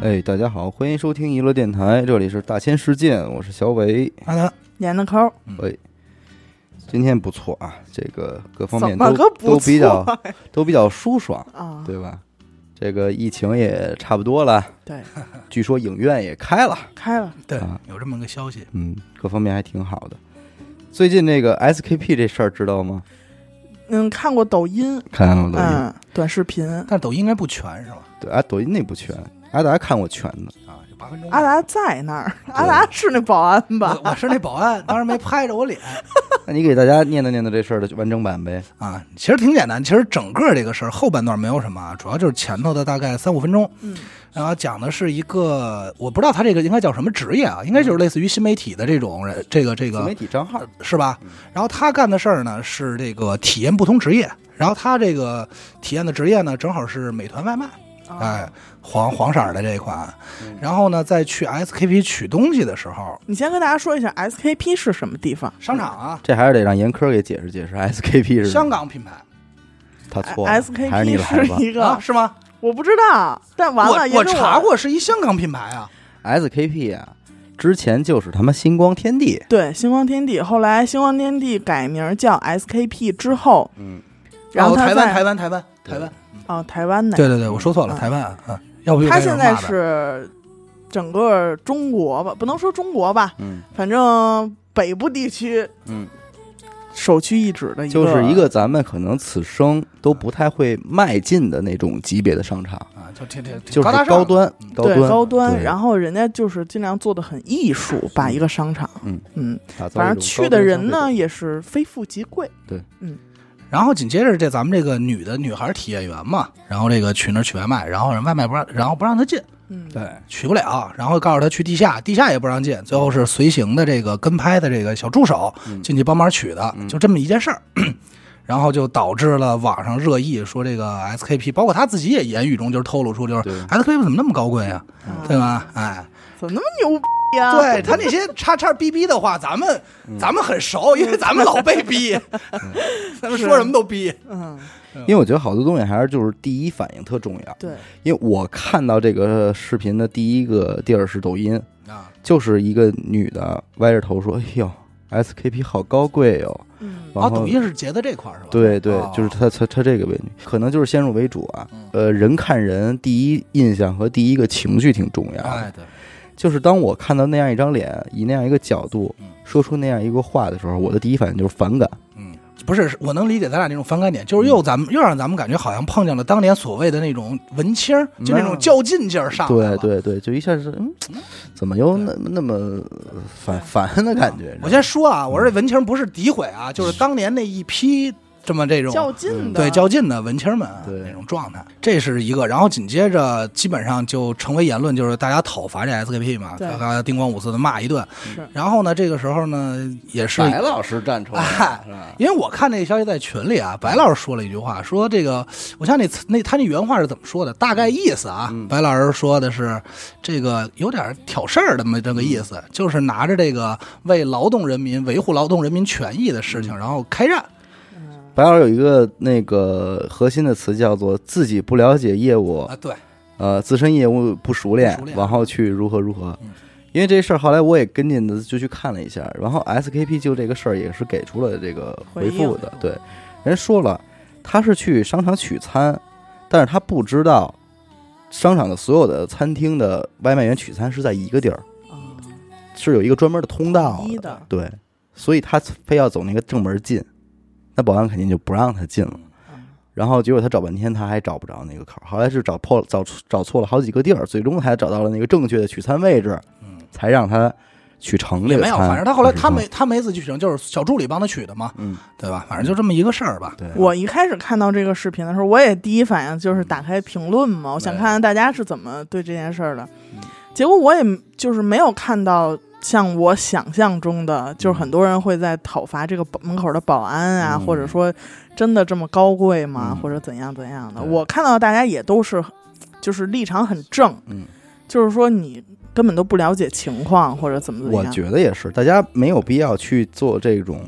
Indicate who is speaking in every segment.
Speaker 1: 哎，大家好，欢迎收听娱乐电台，这里是大千世界，我是小伟。
Speaker 2: 阿南，
Speaker 3: 演的抠，
Speaker 1: 今天不错啊，这个各方面
Speaker 3: 怎么
Speaker 1: 都
Speaker 3: 个不
Speaker 1: 都比较
Speaker 3: 错啊呀
Speaker 1: 都比较舒爽，
Speaker 3: 啊？
Speaker 1: 对吧？这个疫情也差不多了，
Speaker 3: 对，
Speaker 1: 据说影院也开了，
Speaker 3: 开了，
Speaker 2: 对
Speaker 1: 啊，
Speaker 2: 有这么个消息，
Speaker 1: 嗯，各方面还挺好的。最近那个 SKP 这事儿知道吗？
Speaker 3: 嗯，看过抖音，
Speaker 1: 看看抖音，
Speaker 3: 嗯，短视频。
Speaker 2: 但是抖音应该不全是吧？
Speaker 1: 对啊，抖音那部全，阿达看过全 的，
Speaker 2: 啊，就八分钟。
Speaker 3: 阿达在那儿，阿达是那保安吧？
Speaker 2: 我我是那保安，当时没拍着我脸
Speaker 1: 那你给大家念叨念叨这事儿的完整版呗。
Speaker 2: 啊。其实挺简单，其实整个这个事儿后半段没有什么啊，主要就是前头的大概三五分钟，
Speaker 3: 嗯，
Speaker 2: 然后讲的是一个我不知道他这个应该叫什么职业啊，应该就是类似于新媒体的这种人，这个这
Speaker 1: 自
Speaker 2: 个
Speaker 1: 媒体账号，
Speaker 2: 是吧？然后他干的事儿呢是这个体验不同职业，然后他这个体验的职业呢正好是美团外卖。
Speaker 3: 啊
Speaker 2: 哎，，黄黄色儿的这一款
Speaker 1: 嗯，
Speaker 2: 然后呢，再去 SKP 取东西的时候，
Speaker 3: 你先跟大家说一下 SKP 是什么地方
Speaker 2: 商场啊，
Speaker 1: 这还是得让严科给解释解释 SKP 是什
Speaker 2: 香
Speaker 1: 么。
Speaker 2: 港品牌
Speaker 1: 他啊错了，还是你
Speaker 3: ？SKP
Speaker 1: 来吧
Speaker 3: 是。一
Speaker 2: 啊，
Speaker 3: 个，
Speaker 2: 是吗？
Speaker 3: 我不知道，但完了，
Speaker 2: 我我
Speaker 3: 严哥
Speaker 2: 查，过是一香港品牌啊，
Speaker 1: SKP 啊，之前就是他妈星光天地，
Speaker 3: 对，星光天地，后来星光天地改名叫 SKP 之后，
Speaker 1: 嗯，
Speaker 3: 然后
Speaker 2: 哦
Speaker 3: 他
Speaker 2: 台湾台
Speaker 3: 在
Speaker 2: 湾台湾台湾，
Speaker 3: 哦台湾那
Speaker 2: 对对对，我说错了，
Speaker 3: 嗯
Speaker 2: 台湾啊，要不就
Speaker 3: 他
Speaker 2: 该有
Speaker 3: 现
Speaker 2: 人骂
Speaker 3: 在
Speaker 2: 的
Speaker 3: 是整个中国吧，不能说中国吧，
Speaker 1: 嗯
Speaker 3: 反正北部地区
Speaker 1: 嗯，
Speaker 3: 首屈一指的一个，
Speaker 1: 就是一个咱们可能此生都不太会迈进的那种级别的商场，
Speaker 2: 啊，就这这
Speaker 1: 就是
Speaker 2: 大上
Speaker 1: 高端
Speaker 2: 嗯
Speaker 1: 高
Speaker 3: 对
Speaker 1: 端
Speaker 3: 高端，
Speaker 1: 对
Speaker 3: 然后人家就是尽量做的很艺术，把一个商场，
Speaker 1: 嗯
Speaker 3: 嗯，
Speaker 1: 打造
Speaker 3: 反
Speaker 1: 一种高端
Speaker 3: 正去的人
Speaker 1: 消
Speaker 3: 呢
Speaker 1: 费者，
Speaker 3: 也是非富即贵，
Speaker 2: 然后紧接着这咱们这个女的女孩体验员嘛，然后这个去那儿取外卖，然后人外卖不让，然后不让她进，
Speaker 3: 嗯，
Speaker 2: 对，取不了，然后告诉她去地下，地下也不让进，最后是随行的这个跟拍的这个小助手
Speaker 1: 嗯
Speaker 2: 进去帮忙取的，
Speaker 1: 嗯
Speaker 2: 就这么一件事儿。 然后就导致了网上热议，说这个 SKP，包括他自己也言语中就是透露出，就是
Speaker 1: 对
Speaker 3: 嗯
Speaker 1: 嗯
Speaker 2: SKP 怎么那么高贵啊，
Speaker 3: 啊
Speaker 2: 对吧？哎，
Speaker 3: 怎么那么牛逼
Speaker 1: 啊
Speaker 3: 呀？
Speaker 2: 对他那些叉叉逼逼的话，咱们
Speaker 1: 嗯
Speaker 2: 咱们很熟，因为咱们老被逼， 咱们说什么都逼。
Speaker 3: 嗯，
Speaker 1: 因为我觉得好多东西还是就是第一反应特重要，
Speaker 3: 对，
Speaker 1: 因为我看到这个视频的第一个地儿是抖音，
Speaker 2: 啊，
Speaker 1: 就是一个女的歪着头说：“哎呦，SKP 好高贵哟、
Speaker 3: 嗯
Speaker 1: 然
Speaker 2: 哦，
Speaker 1: 后
Speaker 2: 抖音是截的这块儿是吧？
Speaker 1: 对对
Speaker 2: 哦，
Speaker 1: 就是他他他这个为女，可能就是先入为主啊
Speaker 2: 嗯。
Speaker 1: 呃，人看人，第一印象和第一个情绪挺重要
Speaker 2: 哎
Speaker 1: 的。
Speaker 2: 对，
Speaker 1: 就是当我看到那样一张脸，以那样一个角度
Speaker 2: 嗯
Speaker 1: 说出那样一个话的时候，我的第一反应就是反感。
Speaker 2: 嗯，不是，是我能理解咱俩这种反感点，就是
Speaker 1: 嗯
Speaker 2: 又咱们又让咱们感觉好像碰见了当年所谓的那种文青儿，就那种较劲劲儿上来
Speaker 1: 对
Speaker 2: 了。
Speaker 1: 对对，就一下是嗯，怎么又那那么呃烦烦的感觉？
Speaker 2: 我先说啊，
Speaker 1: 嗯
Speaker 2: 我说这文青不是诋毁啊，就是当年那一批这么这种
Speaker 3: 较劲
Speaker 1: 嗯
Speaker 3: 的，
Speaker 2: 对较劲的文青们啊
Speaker 1: 对
Speaker 2: 那种状态，这是一个。然后紧接着基本上就成为言论，就是大家讨伐这 SKP 嘛，
Speaker 3: 对
Speaker 2: 刚才叮咣五四的骂一顿
Speaker 3: 是。啊
Speaker 2: 然后呢，这个时候呢，也是
Speaker 1: 白老师站出来
Speaker 2: 哎
Speaker 1: 了是吧？
Speaker 2: 因为我看那个消息在群里啊，白老师说了一句话，说这个，我想那那他那原话是怎么说的？大概意思
Speaker 1: 嗯
Speaker 2: 啊，白老师说的是这个有点挑事儿的么这个意
Speaker 1: 嗯
Speaker 2: 思，就是拿着这个为劳动人民维护劳动人民权益的事
Speaker 1: 嗯
Speaker 2: 情，然后开战。
Speaker 1: 白老师有一个那个核心的词叫做自己不了解业务，
Speaker 2: 啊，对，
Speaker 1: 呃，自身业务不熟练，
Speaker 2: 不熟练
Speaker 1: 往后去如何如何。
Speaker 2: 嗯
Speaker 1: 因为这事儿，后来我也跟进的，就去看了一下，然后 SKP 就这个事儿也是给出了这个回复的
Speaker 3: 回应，
Speaker 1: 对，人说了，他是去商场取餐，但是他不知道商场的所有的餐厅的外卖员取餐是在一个地儿，
Speaker 3: 啊，
Speaker 1: 是有一个专门的通道
Speaker 3: 统一
Speaker 1: 的
Speaker 3: 的，
Speaker 1: 对，所以他非要走那个正门进，那保安肯定就不让他进了。
Speaker 2: 嗯
Speaker 1: 然后结果他找半天，他还找不着那个口儿，后来是找破找找错了好几个地儿，最终才找到了那个正确的取餐位置，
Speaker 2: 嗯，
Speaker 1: 才让他取成这
Speaker 2: 也
Speaker 1: 个
Speaker 2: 没
Speaker 1: 餐。
Speaker 2: 有，反正他后来他
Speaker 1: 不
Speaker 2: 没
Speaker 1: 是
Speaker 2: 他没自己取成，就是小助理帮他取的嘛，
Speaker 1: 嗯，
Speaker 2: 对吧？反正就这么一个事儿吧。
Speaker 1: 对，
Speaker 3: 我一开始看到这个视频的时候，我也第一反应就是打开评论嘛，我想看看大家是怎么对这件事儿的。
Speaker 1: 嗯
Speaker 3: 结果我也就是没有看到像我想象中的，就是很多人会在讨伐这个保门口的保安啊，
Speaker 1: 嗯
Speaker 3: 或者说真的这么高贵吗？
Speaker 1: 嗯
Speaker 3: 或者怎样怎样的？
Speaker 1: 对
Speaker 3: 我看到大家也都是，就是立场很正，
Speaker 1: 嗯，
Speaker 3: 就是说你根本都不了解情况或者怎么怎么
Speaker 1: 我
Speaker 3: 样。
Speaker 1: 觉得也是，大家没有必要去做这种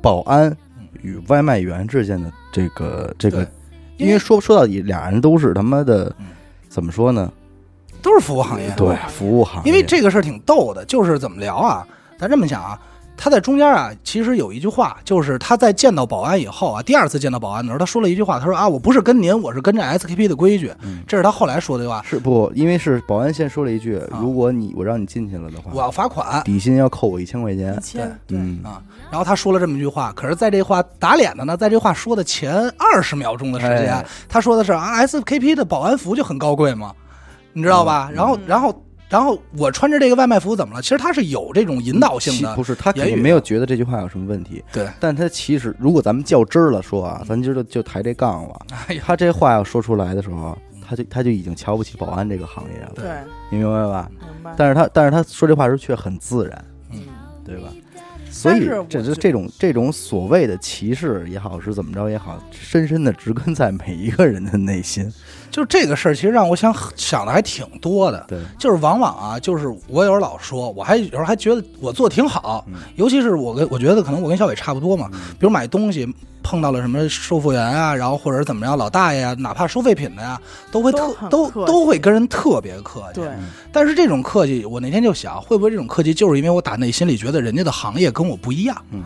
Speaker 1: 保安与外卖员之间的这个这个
Speaker 2: 对，
Speaker 1: 因为说说到底，俩人都是他妈的
Speaker 2: 嗯
Speaker 1: 怎么说呢？
Speaker 2: 都是服务行业。
Speaker 1: 对，服务行业，
Speaker 2: 因为这个事儿挺逗的，就是怎么聊啊？咱这么想啊，他在中间啊，其实有一句话，就是他在见到保安以后啊，第二次见到保安的时候，他说了一句话，他说啊，我不是跟您，我是跟着 SKP 的规矩，
Speaker 1: 嗯
Speaker 2: 这是他后来说的话，
Speaker 1: 是不？因为是保安先说了一句，如果你我让你进去了的
Speaker 2: 啊我
Speaker 1: 话，
Speaker 2: 要罚款。
Speaker 1: 底薪要扣我一千块钱
Speaker 4: 一。千，对，
Speaker 1: 嗯，
Speaker 2: 啊，然后他说了这么一句话，可是在这话打脸的呢，在这话说的前二十秒钟的时间，
Speaker 1: 哎
Speaker 2: 他说的是啊，SKP 的保安服就很高贵嘛，你知道
Speaker 1: 嗯
Speaker 2: 吧？然后，然后，然后我穿着这个外卖服怎么了？其实他是有这种引导性
Speaker 1: 其
Speaker 2: 的，
Speaker 1: 不是他肯
Speaker 2: 言
Speaker 1: 定
Speaker 2: 语啊
Speaker 1: 没有觉得这句话有什么问题，
Speaker 2: 对，
Speaker 1: 但他其实如果咱们较真儿了说啊，咱今儿就就抬这杠了。
Speaker 2: 哎呀，
Speaker 1: 他这话要说出来的时候，他就他就已经瞧不起保安这个行业了，
Speaker 2: 对
Speaker 3: 对，
Speaker 1: 你明白吧？
Speaker 3: 明白。
Speaker 1: 但是他但是他说这话时候却很自然，
Speaker 3: 嗯
Speaker 1: 对吧？所以
Speaker 3: 但是我
Speaker 1: 这
Speaker 3: 觉
Speaker 1: 这这种这种所谓的歧视也好，是怎么着也好，深深的植根在每一个人的内心。
Speaker 2: 就这个事儿，其实让我想想的还挺多的。
Speaker 1: 对，
Speaker 2: 就是往往啊，就是我有时候老说，我还有时候还觉得我做挺好，
Speaker 1: 嗯
Speaker 2: 尤其是我跟我觉得可能我跟小伟差不多嘛，比如买东西碰到了什么售货员啊，然后或者怎么样老大爷呀、啊哪怕收废品的呀、都会
Speaker 3: 都
Speaker 2: 特
Speaker 3: 很
Speaker 2: 都
Speaker 3: 客气
Speaker 2: 都会跟人特别客气。
Speaker 1: 嗯
Speaker 3: 对，
Speaker 2: 但是这种客气，我那天就想，会不会这种客气就是因为我打内心里觉得人家的行业跟我不一样，
Speaker 1: 嗯，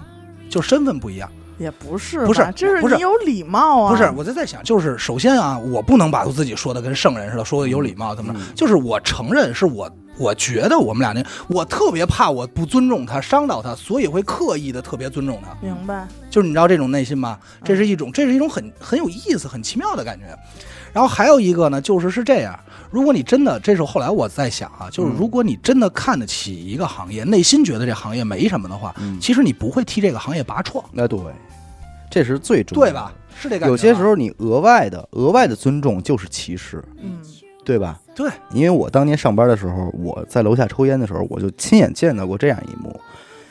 Speaker 2: 就身份不一样。
Speaker 3: 也不是吧，
Speaker 2: 不是
Speaker 3: 这
Speaker 2: 不
Speaker 3: 是
Speaker 2: 是
Speaker 3: 你有礼貌啊，
Speaker 2: 不是，我就在想，就是首先啊，我不能把自己说的跟圣人似的，说的有礼貌怎么着，
Speaker 1: 嗯
Speaker 2: 就是我承认是我。我觉得我们俩那，我特别怕我不尊重他，伤到他，所以会刻意的特别尊重他。
Speaker 3: 明白？
Speaker 2: 就是你知道这种内心吧，
Speaker 1: 嗯
Speaker 2: 这是一种，这是一种很很有意思、很奇妙的感觉。然后还有一个呢，就是是这样，如果你真的，这是后来我在想啊，就是
Speaker 1: 嗯
Speaker 2: 如果你真的看得起一个行业，内心觉得这行业没什么的话，
Speaker 1: 嗯
Speaker 2: 其实你不会替这个行业拔创，
Speaker 1: 哎那对，这是最重要的
Speaker 2: 对吧？？是这感觉吧。啊
Speaker 1: 有些时候你额外的额外的尊重就是歧视，
Speaker 3: 嗯，
Speaker 1: 对吧？
Speaker 2: 对，
Speaker 1: 因为我当年上班的时候，我在楼下抽烟的时候，我就亲眼见到过这样一幕，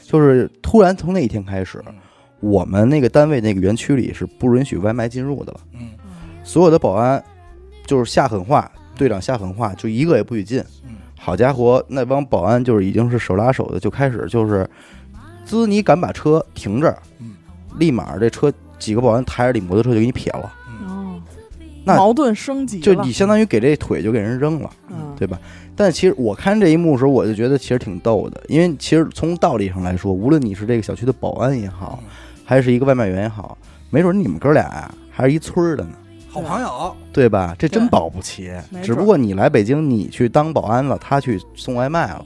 Speaker 1: 就是突然从那一天开始，
Speaker 2: 嗯
Speaker 1: 我们那个单位那个园区里是不允许外卖进入的了。
Speaker 2: 嗯
Speaker 1: 所有的保安就是下狠话，队长下狠话，就一个也不许进
Speaker 2: 嗯。
Speaker 1: 好家伙，那帮保安就是已经是手拉手的，就开始就是，滋，你敢把车停这儿
Speaker 2: 嗯，
Speaker 1: 立马这车几个保安抬着你摩托车就给你撇了，
Speaker 3: 哦，
Speaker 1: 那
Speaker 3: 矛盾升级
Speaker 1: 就
Speaker 3: 了
Speaker 1: 你，相当于给这腿就给人扔了。
Speaker 3: 嗯，
Speaker 1: 对吧？但其实我看这一幕的时候，我就觉得其实挺逗的，因为其实从道理上来说，无论你是这个小区的保安也好，还是一个外卖员也好，没准你们哥俩呀还是一村儿的呢，
Speaker 2: 好朋友，
Speaker 1: 对吧？这真
Speaker 3: 对
Speaker 1: 保不齐
Speaker 3: 没，
Speaker 1: 只
Speaker 3: 准
Speaker 1: 不过你来北京，你去当保安了，他去送外卖了，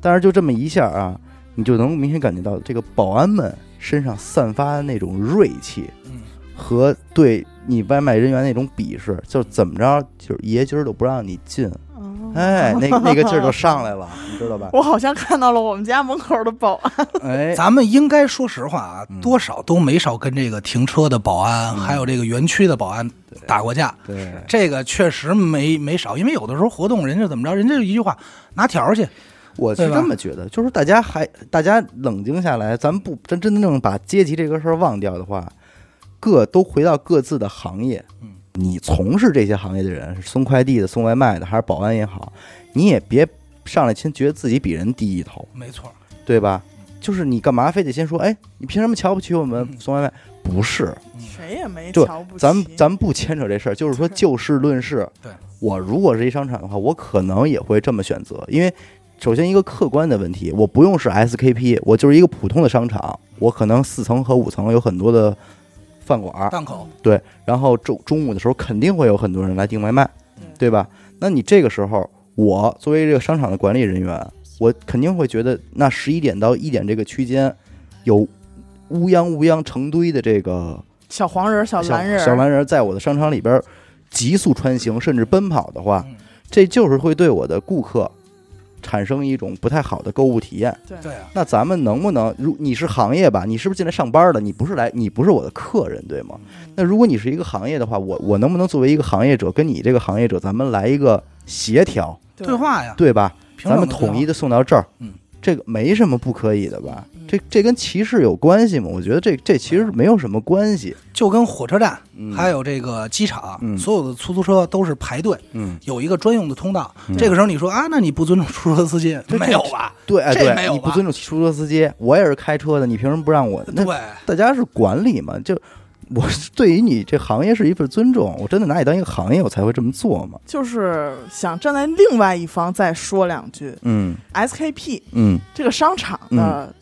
Speaker 1: 但是就这么一下啊，你就能明显感觉到这个保安们身上散发的那种锐气
Speaker 2: 嗯。
Speaker 1: 和对你外卖人员那种鄙视，就是怎么着，就是爷今儿都不让你进，
Speaker 3: 哦
Speaker 1: 哎，那那个劲儿就上来了，你知道 吧？
Speaker 3: 我好像看到了我们家门口 的保安，
Speaker 1: 哎，
Speaker 2: 咱们应该说实话啊
Speaker 1: 嗯，
Speaker 2: 多少都没少跟这个停车的保安，还有这个园区的保安打过架。
Speaker 1: 对，
Speaker 2: 这个确实没没少，因为有的时候活动人家怎么着，人家就一句话拿条儿去，
Speaker 1: 我是
Speaker 2: 对吧
Speaker 1: 这么觉得，就是大家还大家冷静下来，咱不咱真正把阶级这个事儿忘掉的话，各都回到各自的行业。
Speaker 2: 嗯，
Speaker 1: 你从事这些行业的人，是送快递的、送外卖的，还是保安也好，你也别上来先觉得自己比人低一头，
Speaker 2: 没错儿，
Speaker 1: 对吧？就是你干嘛非得先说，哎，你凭什么瞧不起我们
Speaker 2: 嗯
Speaker 1: 送外卖？不是，
Speaker 3: 谁也没
Speaker 1: 对
Speaker 3: 瞧不起，
Speaker 1: 咱们咱们不牵扯这事儿，就是说就事论事。
Speaker 2: 对，
Speaker 1: 我如果是一商场的话，我可能也会这么选择，因为首先一个客观的问题，我不用是 SKP，我就是一个普通的商场，我可能四层和五层有很多的饭馆儿，
Speaker 2: 档口
Speaker 1: 对，然后中中午的时候肯定会有很多人来订外卖，对吧？那你这个时候，我作为这个商场的管理人员，我肯定会觉得，那十一点到一点这个区间有。乌泱乌泱成堆的这个
Speaker 3: 小黄人儿、小蓝人儿、
Speaker 1: 小蓝人在我的商场里边急速穿行，甚至奔跑的话
Speaker 2: 嗯，
Speaker 1: 这就是会对我的顾客产生一种不太好的购物体验。
Speaker 2: 对啊，
Speaker 1: 那咱们能不能，如你是行业吧，你是不是进来上班的？你不是来，你不是我的客人，对吗？那如果你是一个行业的话，我我能不能作为一个行业者，跟你这个行业者，咱们来一个协调，
Speaker 3: 对
Speaker 2: 对话呀，
Speaker 1: 对吧？
Speaker 2: 啊平
Speaker 1: 咱
Speaker 2: 等的
Speaker 1: 们
Speaker 2: 对话
Speaker 1: 统一的送到这儿，
Speaker 2: 嗯，
Speaker 1: 这个没什么不可以的吧
Speaker 3: 嗯？
Speaker 1: 这这跟歧视有关系吗？我觉得这这其实没有什么关系。
Speaker 2: 就跟火车站
Speaker 1: 嗯
Speaker 2: 还有这个机场
Speaker 1: 嗯，
Speaker 2: 所有的出租车都是排队，
Speaker 1: 嗯，
Speaker 2: 有一个专用的通道。这个时候你说啊，那你不尊重出租车司机？没有啊吧？
Speaker 1: 对，哎
Speaker 2: 这
Speaker 1: 对
Speaker 2: 没有
Speaker 1: 你不
Speaker 2: 吧
Speaker 1: 尊重出租车司机，我也是开车的，你凭什么不让我？那
Speaker 2: 对，
Speaker 1: 大家是管理嘛，就我是对于你这行业是一份尊重，我真的拿你当一个行业，我才会这么做嘛。
Speaker 3: 就是想站在另外一方再说两句。
Speaker 1: 嗯
Speaker 3: SKP
Speaker 1: 嗯
Speaker 3: 这个商场的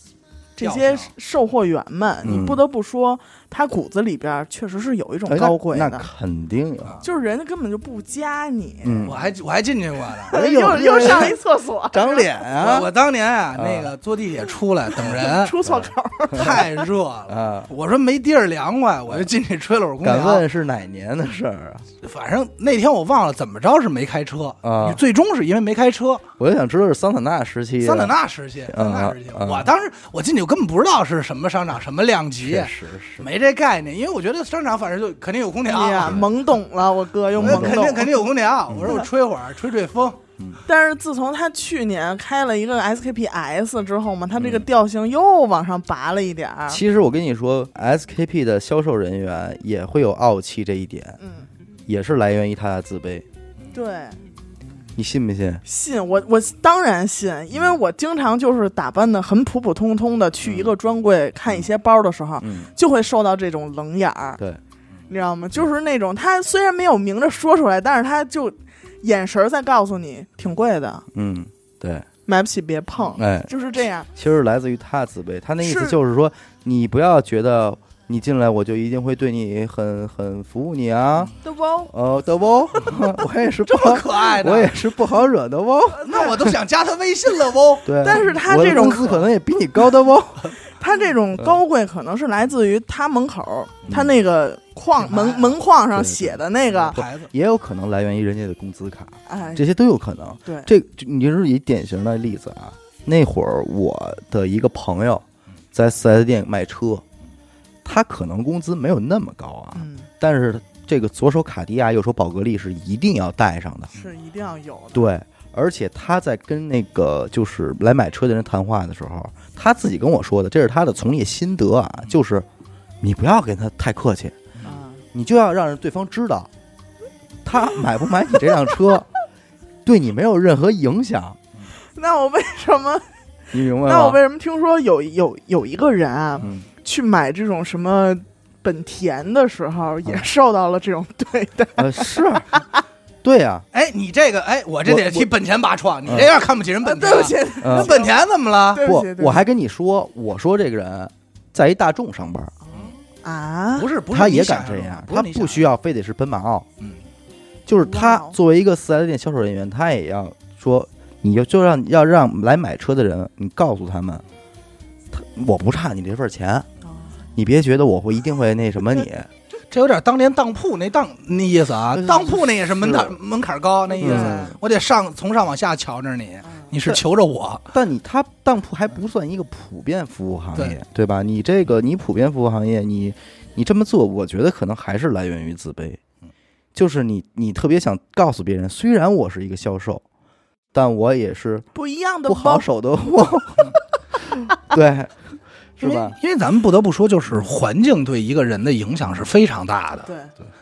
Speaker 3: 这
Speaker 2: 调
Speaker 3: 些
Speaker 2: 调
Speaker 3: 售货员们，
Speaker 1: 嗯
Speaker 3: 你不得不说，他骨子里边儿确实是有一种
Speaker 1: 哎那
Speaker 3: 高贵
Speaker 1: 那
Speaker 3: 的，
Speaker 1: 肯定有。
Speaker 3: 就是人家根本就不加你。
Speaker 1: 嗯
Speaker 2: 哎我，还我还进去过呢。
Speaker 1: 哎呦
Speaker 3: 又又上一厕 所，
Speaker 1: 长脸啊
Speaker 2: 我我当年啊，
Speaker 1: 啊
Speaker 2: 那个坐地铁出来等 人
Speaker 3: 出错口儿，
Speaker 2: 太热了，
Speaker 1: 啊！
Speaker 2: 我说没地儿凉快，我就进去吹了会儿空
Speaker 1: 敢
Speaker 2: 调。
Speaker 1: 问是哪年的事儿啊？
Speaker 2: 反正那天我忘了怎么着是没开车
Speaker 1: 啊
Speaker 2: 最终是因为没开车。
Speaker 1: 我就想知道是桑塔纳时期的，
Speaker 2: 桑塔纳时期，桑塔纳时期，
Speaker 1: 嗯嗯
Speaker 2: 我当时我进去我根本不知道是什么商场什么量级
Speaker 1: 确，实是
Speaker 2: 没这概念，因为我觉得商场反正就肯定有空
Speaker 3: 哎
Speaker 2: 调。
Speaker 3: 呀，懵懂了，我哥又
Speaker 2: 我
Speaker 3: 懵
Speaker 2: 说
Speaker 3: 懂，
Speaker 2: 哎肯定肯定有空调，我说我吹会儿，吹吹风，
Speaker 3: 但是自从他去年开了一个 SKPS 之后嘛，他这个调性又往上拔了一点
Speaker 2: 啊
Speaker 3: 儿。
Speaker 1: 其实我跟你说，SKP 的销售人员也会有傲气这一点，
Speaker 3: 嗯，
Speaker 1: 也是来源于他的自卑。
Speaker 3: 对，
Speaker 1: 你信不信？
Speaker 3: 信我我当然信，因为我经常就是打扮的很普普通通的去一个专柜看一些包的时候，
Speaker 1: 嗯，
Speaker 3: 就会受到这种冷眼儿，
Speaker 1: 对，
Speaker 3: 你知道吗？就是那种他虽然没有明着说出来，但是他就眼神儿在告诉你挺贵的，
Speaker 1: 嗯，对，
Speaker 3: 买不起别碰，
Speaker 1: 哎，
Speaker 3: 就是这样。
Speaker 1: 其实来自于他的自卑。他那意思
Speaker 3: 哦是
Speaker 1: 就是说，你不要觉得你进来我就一定会对你很很服务你啊，
Speaker 3: 对不？
Speaker 1: 呃，得不？ 我也是不
Speaker 2: 这
Speaker 1: 好
Speaker 2: 么，可爱呢
Speaker 1: 我，也是不好惹的哦。
Speaker 2: 那我都想加他微信了哦。
Speaker 1: 对，
Speaker 3: 但是他
Speaker 1: 我的
Speaker 3: 这种
Speaker 1: 工资可能也比你高的哦。
Speaker 3: 他这种高贵可能是来自于他门口儿，
Speaker 1: 嗯
Speaker 3: 他那个框
Speaker 2: 品牌
Speaker 3: 门门框上
Speaker 1: 对对
Speaker 3: 写的那个，
Speaker 2: 牌子，
Speaker 1: 也有可能来源于人家的工资卡，
Speaker 3: 哎，
Speaker 1: 这些都有可能。
Speaker 3: 对，
Speaker 1: 这就你就是以典型的例子啊。那会儿我的一个朋友在四 S 店卖车，他可能工资没有那么高啊，
Speaker 3: 嗯，
Speaker 1: 但是这个左手卡地亚，右手宝格丽是一定要带上的。
Speaker 3: 是一定要有的。
Speaker 1: 对，而且他在跟那个就是来买车的人谈话的时候，他自己跟我说的，这是他的从业心得啊，
Speaker 3: 嗯
Speaker 1: 就是你不要跟他太客气，
Speaker 3: 啊，
Speaker 1: 你就要让人对方知道，他买不买你这辆 车，对你没有任何影响，
Speaker 3: 那我为什 么？
Speaker 1: 你明白吗？
Speaker 3: 那我为什么听说有有有一个人啊，
Speaker 1: 嗯，
Speaker 3: 去买这种什么本田的时候，
Speaker 1: 嗯
Speaker 3: 也受到了这种对待？
Speaker 1: 呃，是，对呀、
Speaker 2: 哎，你这个，哎，我这得替
Speaker 1: 我
Speaker 2: 本田拔创，你这样看不起人
Speaker 3: 啊
Speaker 2: 本田
Speaker 3: 对
Speaker 2: 了。
Speaker 3: 不起，
Speaker 1: 呃
Speaker 2: 那本田怎么了？
Speaker 3: 对
Speaker 1: 啊不
Speaker 3: 不起，对，不起
Speaker 1: 我还跟你说，我说这个人在一大众上班，
Speaker 3: 啊，
Speaker 2: 不是，不是，啊
Speaker 1: 他也敢这样，他不需
Speaker 2: 要。
Speaker 1: 要非得是奔马奥，
Speaker 2: 嗯，
Speaker 1: 就是他
Speaker 3: 哇哦
Speaker 1: 作为一个四 S 店销售人员，他也要说，你就就让要让来买车的人，你告诉他们，他我不差你这份钱，
Speaker 3: 哦
Speaker 1: 你别觉得我会一定会那什么 你，
Speaker 2: 这有点当年当铺那当那意思啊
Speaker 1: 对，对
Speaker 2: 当铺那也是门槛
Speaker 1: 是
Speaker 2: 门槛高那意思，
Speaker 1: 嗯
Speaker 2: 我得上从上往下瞧着你，
Speaker 3: 嗯
Speaker 2: 你是
Speaker 1: 对
Speaker 2: 求着我，
Speaker 1: 但你他当铺还不算一个普遍服务行业，
Speaker 2: 对
Speaker 1: 对吧？你这个你普遍服务行业，你你这么做，我觉得可能还是来源于自卑，
Speaker 2: 嗯
Speaker 1: 就是你你特别想告诉别人，虽然我是一个销售，但我也是
Speaker 3: 不一样的
Speaker 1: 不好
Speaker 3: 包，
Speaker 1: 手的货， 对，是
Speaker 2: 因为
Speaker 1: 吧？
Speaker 2: 因为咱们不得不说，就是环境对一个人的影响是非常大的，
Speaker 3: 对，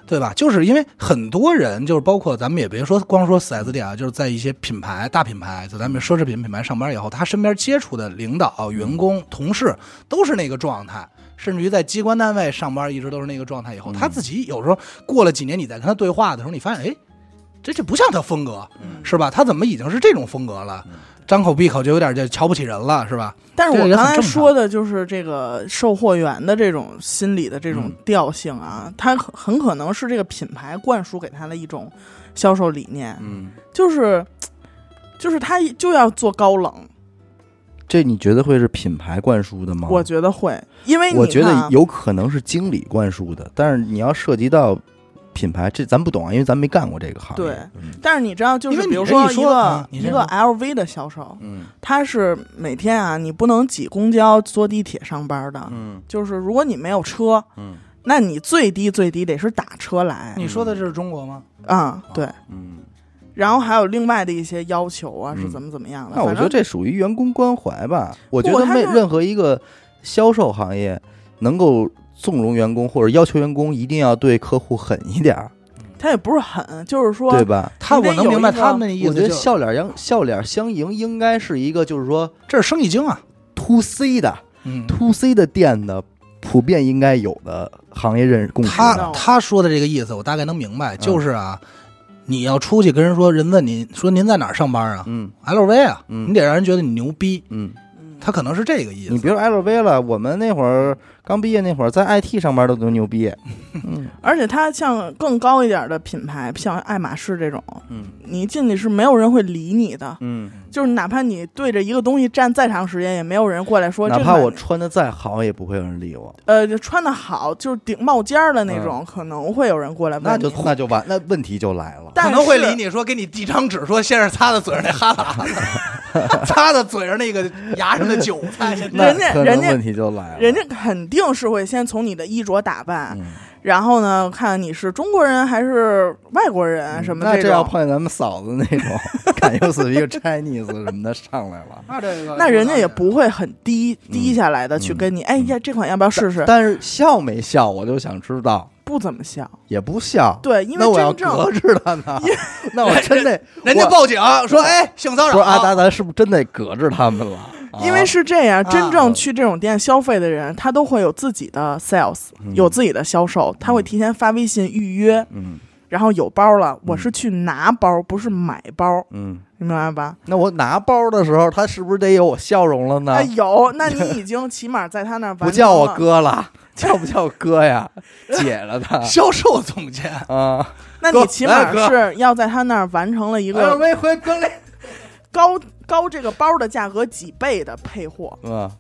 Speaker 2: 对吧？就是因为很多人，就是包括咱们也别说光说四 S 店啊，就是在一些品牌大品牌，在咱们奢侈品品牌上班以后，他身边接触的领导、员工、同事都是那个状态，甚至于在机关单位上班一直都是那个状态。以后他自己有时候过了几年，你再跟他对话的时候，你发现，哎，这这不像他风格，
Speaker 3: 嗯
Speaker 2: 是吧？他怎么已经是这种风格了？张口闭口就有点就瞧不起人了，是吧？
Speaker 3: 但是
Speaker 2: 这
Speaker 3: 我
Speaker 2: 也
Speaker 3: 刚
Speaker 2: 很正
Speaker 3: 才
Speaker 2: 常
Speaker 3: 说的就是这个售货员的这种心理的这种
Speaker 2: 嗯
Speaker 3: 调性啊，他很很可能是这个品牌灌输给他的一种销售理念，
Speaker 1: 嗯，
Speaker 3: 就是就是他就要做高冷，
Speaker 1: 这你觉得会是品牌灌输的
Speaker 2: 啊
Speaker 1: 吗？
Speaker 3: 我觉得会，因为你
Speaker 1: 我觉
Speaker 3: 看啊
Speaker 1: 得有可能是经理灌输的，但是你要涉及到品牌，这咱不懂啊，因为咱没干过这个行业。
Speaker 3: 对
Speaker 1: 嗯，
Speaker 3: 但是你知道，就
Speaker 2: 因
Speaker 3: 是
Speaker 2: 为
Speaker 3: 比
Speaker 2: 你
Speaker 3: 如
Speaker 2: 这一
Speaker 3: 说一
Speaker 2: 说
Speaker 3: 个
Speaker 2: 啊你
Speaker 3: 一
Speaker 2: 这
Speaker 3: 个
Speaker 2: 样
Speaker 3: LV 的销售，
Speaker 1: 嗯
Speaker 3: 他是每天啊，你不能挤公交、坐地铁上班的，
Speaker 1: 嗯
Speaker 3: 就是如果你没有车，
Speaker 1: 嗯
Speaker 3: 那你最低最低得是打车来
Speaker 2: 你说的这是中国吗？
Speaker 3: 啊、对。
Speaker 1: 嗯。
Speaker 3: 然后还有另外的一些要求啊，
Speaker 1: 嗯
Speaker 3: 是怎么怎么样的？
Speaker 1: 那我
Speaker 3: 反
Speaker 1: 觉得
Speaker 3: 正
Speaker 1: 这属于员工关怀吧。我觉得
Speaker 3: 他
Speaker 1: 没
Speaker 3: 就是
Speaker 1: 任何一个销售行业能够纵容员工或者要求员工一定要对客户狠一点儿，
Speaker 3: 他也不是狠，就是说，
Speaker 1: 对吧？
Speaker 2: 他我
Speaker 3: 你得
Speaker 2: 能
Speaker 3: 有
Speaker 2: 明白
Speaker 3: 一个
Speaker 2: 他们的意思，
Speaker 1: 我觉得
Speaker 2: 就
Speaker 1: 笑脸相笑脸相迎应该是一个就是说
Speaker 2: 这是生意经啊，
Speaker 1: to C 的
Speaker 2: 嗯
Speaker 1: to C 的店的普遍应该有的行业认共识
Speaker 2: 他
Speaker 1: 的。
Speaker 2: 他说的这个意思，我大概能明白，就是啊，你要出去跟人说，人问你说您在哪儿上班啊
Speaker 1: 嗯
Speaker 2: ？LV 啊，
Speaker 1: 嗯
Speaker 2: 你得让人觉得你牛逼，
Speaker 1: 嗯，
Speaker 2: 他可能是这个意
Speaker 1: 你
Speaker 2: 思。
Speaker 1: 别说 LV 了，我们那会儿刚毕业那会儿，在 IT 上班都多牛逼。嗯
Speaker 3: 而且它像更高一点的品牌，像爱马仕这种，
Speaker 1: 嗯
Speaker 3: 你一进去是没有人会理你的，
Speaker 1: 嗯，
Speaker 3: 就是哪怕你对着一个东西站再长时间，也没有人过来说。
Speaker 1: 哪
Speaker 3: 这
Speaker 1: 怕
Speaker 3: 款
Speaker 1: 我穿的再好，也不会有人理我。
Speaker 3: 呃就穿的好，就是顶帽尖儿的那种，可能会有人过来问
Speaker 1: 那就
Speaker 3: 你
Speaker 1: 那就完，那问题就来了。
Speaker 2: 可
Speaker 3: 但
Speaker 2: 能会理
Speaker 3: 是
Speaker 2: 你说给你递张纸，说先是擦擦嘴上那哈喇子，擦擦嘴上那个牙上的韭菜。先
Speaker 1: 那
Speaker 3: 人家
Speaker 1: 可能
Speaker 3: 人家
Speaker 1: 问题就来了。
Speaker 3: 人家肯定是会先从你的衣着打扮，
Speaker 1: 嗯
Speaker 3: 然后呢，看你是中国人还是外国人啊什么
Speaker 1: 嗯那
Speaker 3: 这
Speaker 1: 这要
Speaker 3: 种。
Speaker 1: 碰见咱们嫂子那种敢又死一个 Chinese 什么的上来了。嗯
Speaker 2: 那这个
Speaker 3: 那人家也不会很低低下来的去跟你，哎呀，这款要不要试试？
Speaker 1: 但是笑没笑，我就想知道，
Speaker 3: 不怎么笑，
Speaker 1: 也不笑。
Speaker 3: 对，因为
Speaker 1: 那我要
Speaker 3: 真
Speaker 1: 隔
Speaker 3: 正
Speaker 1: 着他呢， 那我真得
Speaker 2: 人家
Speaker 1: 我
Speaker 2: 报警说，哎，性骚
Speaker 1: 不啊
Speaker 2: 扰
Speaker 1: 是阿达，咱是不是真得隔着他们了？啊
Speaker 3: 啊因为是这样，真正
Speaker 1: 啊
Speaker 3: 去这种店消费的人，他都会有自己的 sales，
Speaker 1: 嗯
Speaker 3: 有自己的销售，他会提前发微信预约，
Speaker 1: 嗯
Speaker 3: 然后有包了，我是去拿包，不是买包，
Speaker 1: 嗯，
Speaker 3: 你明白吧？
Speaker 1: 那我拿包的时候，他是不是得有我笑容了呢？
Speaker 3: 啊，有，那 你已经起码在他那儿完
Speaker 1: 不叫
Speaker 3: 成
Speaker 1: 我
Speaker 3: 了，
Speaker 1: 哥了，叫不叫我哥 呀？姐了他
Speaker 2: 销售总监，
Speaker 1: 啊！
Speaker 3: 那
Speaker 1: 哥
Speaker 3: 你起码
Speaker 1: 来哥
Speaker 3: 是要在他那儿完成了一
Speaker 1: 哎呦
Speaker 3: 个
Speaker 1: 没回跟来，
Speaker 3: 高高这个包的价格几倍的配货，
Speaker 1: 嗯，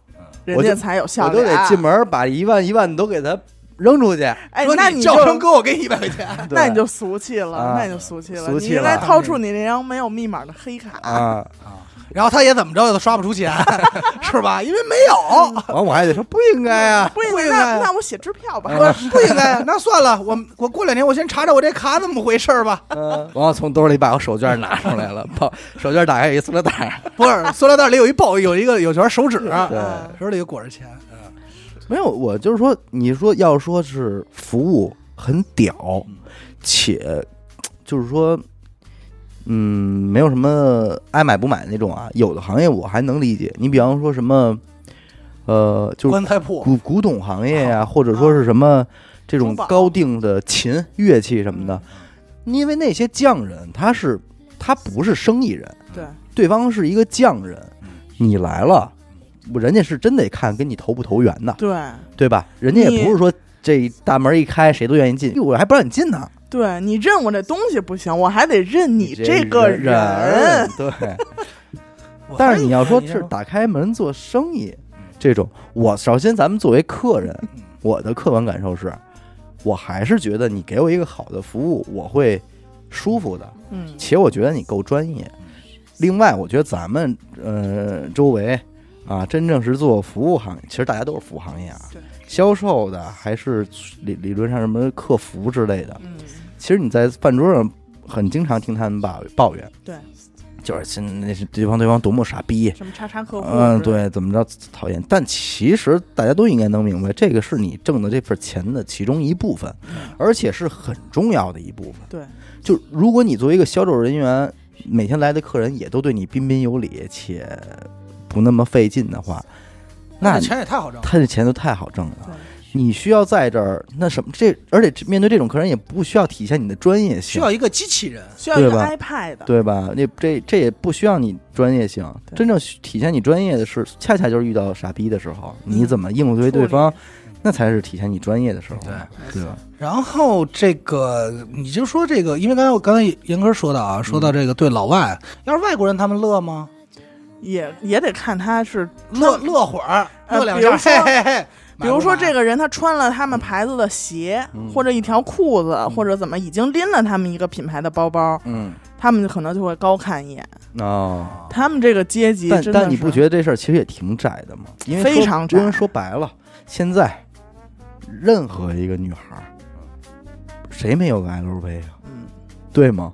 Speaker 3: 人
Speaker 1: 我就
Speaker 3: 家才有
Speaker 1: 我
Speaker 3: 效
Speaker 1: 就
Speaker 3: 率啊。
Speaker 1: 得进门把一万一万都给他扔出去。
Speaker 3: 哎，
Speaker 2: 说
Speaker 3: 那
Speaker 2: 你
Speaker 3: 就
Speaker 2: 叫声哥，我给你一百块钱。
Speaker 1: 对
Speaker 3: 那你就俗气了，
Speaker 1: 啊
Speaker 3: 那你就俗气了，
Speaker 1: 俗
Speaker 3: 你
Speaker 1: 气
Speaker 3: 应该
Speaker 1: 了嗯
Speaker 3: 掏出你那张没有密码的黑卡。
Speaker 1: 啊，
Speaker 2: 然后他也怎么着也刷不出 钱，是吧？因为没有，
Speaker 1: 完我还得说不应该 啊，
Speaker 3: 不应该，那那我写支票吧。
Speaker 2: 我不应该。那算了，我我过两天我先查查我这卡怎么回事儿吧。
Speaker 1: 嗯， 完我从兜里把我手绢拿出来了，把手绢打开一塑料袋，
Speaker 2: 不是，塑料袋里有一包，有一个有卷手纸，
Speaker 1: 对
Speaker 3: 啊
Speaker 2: 手里裹着钱。
Speaker 1: 没有，我就是说，你说要说是服务很屌，
Speaker 3: 嗯
Speaker 1: 且就是说，嗯，没有什么爱买不买那种啊。有的行业我还能理解，你比方说什么，呃，就是
Speaker 2: 棺材铺，
Speaker 1: 古古董行业呀、或者说是什么这种
Speaker 3: 啊珠宝嗯
Speaker 1: 高定的琴、乐器什么的，因为那些匠人他是他不是生意人，
Speaker 3: 对，
Speaker 1: 对方是一个匠人，
Speaker 3: 嗯
Speaker 1: 你来了，人家是真得看跟你投不投缘的。
Speaker 3: 对，
Speaker 1: 对吧？人家也
Speaker 3: 你
Speaker 1: 不是说这大门一开谁都愿意进，哟我还不让你进呢。
Speaker 3: 对你认我这东西不行，我还得认你
Speaker 1: 这
Speaker 3: 个
Speaker 1: 人儿，对。
Speaker 2: 我
Speaker 1: 但是你要说
Speaker 2: 你
Speaker 1: 是打开门做生意这种，我首先咱们作为客人，我的客观感受是，我还是觉得你给我一个好的服务，我会舒服的，
Speaker 3: 嗯，
Speaker 1: 且我觉得你够专业。另外，我觉得咱们呃周围啊，真正是做服务行业，其实大家都是服务行业啊，
Speaker 3: 对，
Speaker 1: 销售的还是理理论上什么客服之类的。
Speaker 3: 嗯，
Speaker 1: 其实你在饭桌上很经常听他们抱抱怨，
Speaker 3: 对，
Speaker 1: 就是现那是对方对方多么傻逼，
Speaker 3: 什么叉叉客户，
Speaker 1: 嗯，，对，怎么着讨厌。但其实大家都应该能明白，这个是你挣的这份钱的其中一部分，
Speaker 3: 嗯
Speaker 1: 而且是很重要的一部分。
Speaker 3: 对，
Speaker 1: 就如果你作为一个销售人员，每天来的客人也都对你彬彬有礼且不那么费劲的话，那
Speaker 2: 这钱也太好挣了。
Speaker 1: 他的钱就太好挣了
Speaker 3: 对。
Speaker 1: 你需要在这儿那什么这，而且面对这种客人也不需要体现你的专业
Speaker 2: 需
Speaker 1: 性，
Speaker 2: 要一个机器人，
Speaker 3: 需要一个
Speaker 1: 对吧
Speaker 3: iPad 的，
Speaker 1: 对吧？那这这也不需要你专业性，
Speaker 3: 对
Speaker 1: 真正需体现你专业的是，恰恰就是遇到傻逼的时候，
Speaker 3: 嗯
Speaker 1: 你怎么应对
Speaker 3: 处
Speaker 1: 对
Speaker 3: 理
Speaker 1: 方，那才是体现你专业的时候，对吧？
Speaker 2: 然后这个你就说这个，因为刚才我刚才严哥说的啊，说到这个对老外，要是外国人他们乐吗？
Speaker 3: 也也得看他是
Speaker 2: 乐乐会儿，
Speaker 3: 呃
Speaker 2: 乐两
Speaker 3: 比如
Speaker 2: 下，
Speaker 3: 说
Speaker 2: 嘿嘿嘿。
Speaker 3: 比如说
Speaker 2: 买不买啊
Speaker 3: 这个人他穿了他们牌子的鞋，
Speaker 1: 嗯
Speaker 3: 或者一条裤子，或者怎么已经拎了他们一个品牌的包包，
Speaker 1: 嗯，
Speaker 3: 他们可能就会高看一眼。
Speaker 1: 哦。
Speaker 3: 他们这个阶级
Speaker 1: 但
Speaker 3: 真的是，
Speaker 1: 但你不觉得这事儿其实也挺窄的吗？因为
Speaker 3: 非
Speaker 1: 说
Speaker 3: 常
Speaker 1: 因为
Speaker 3: 窄
Speaker 1: 说白了，现在任何一个女孩儿，谁没有个 LV 啊？
Speaker 3: 嗯，
Speaker 1: 对吗？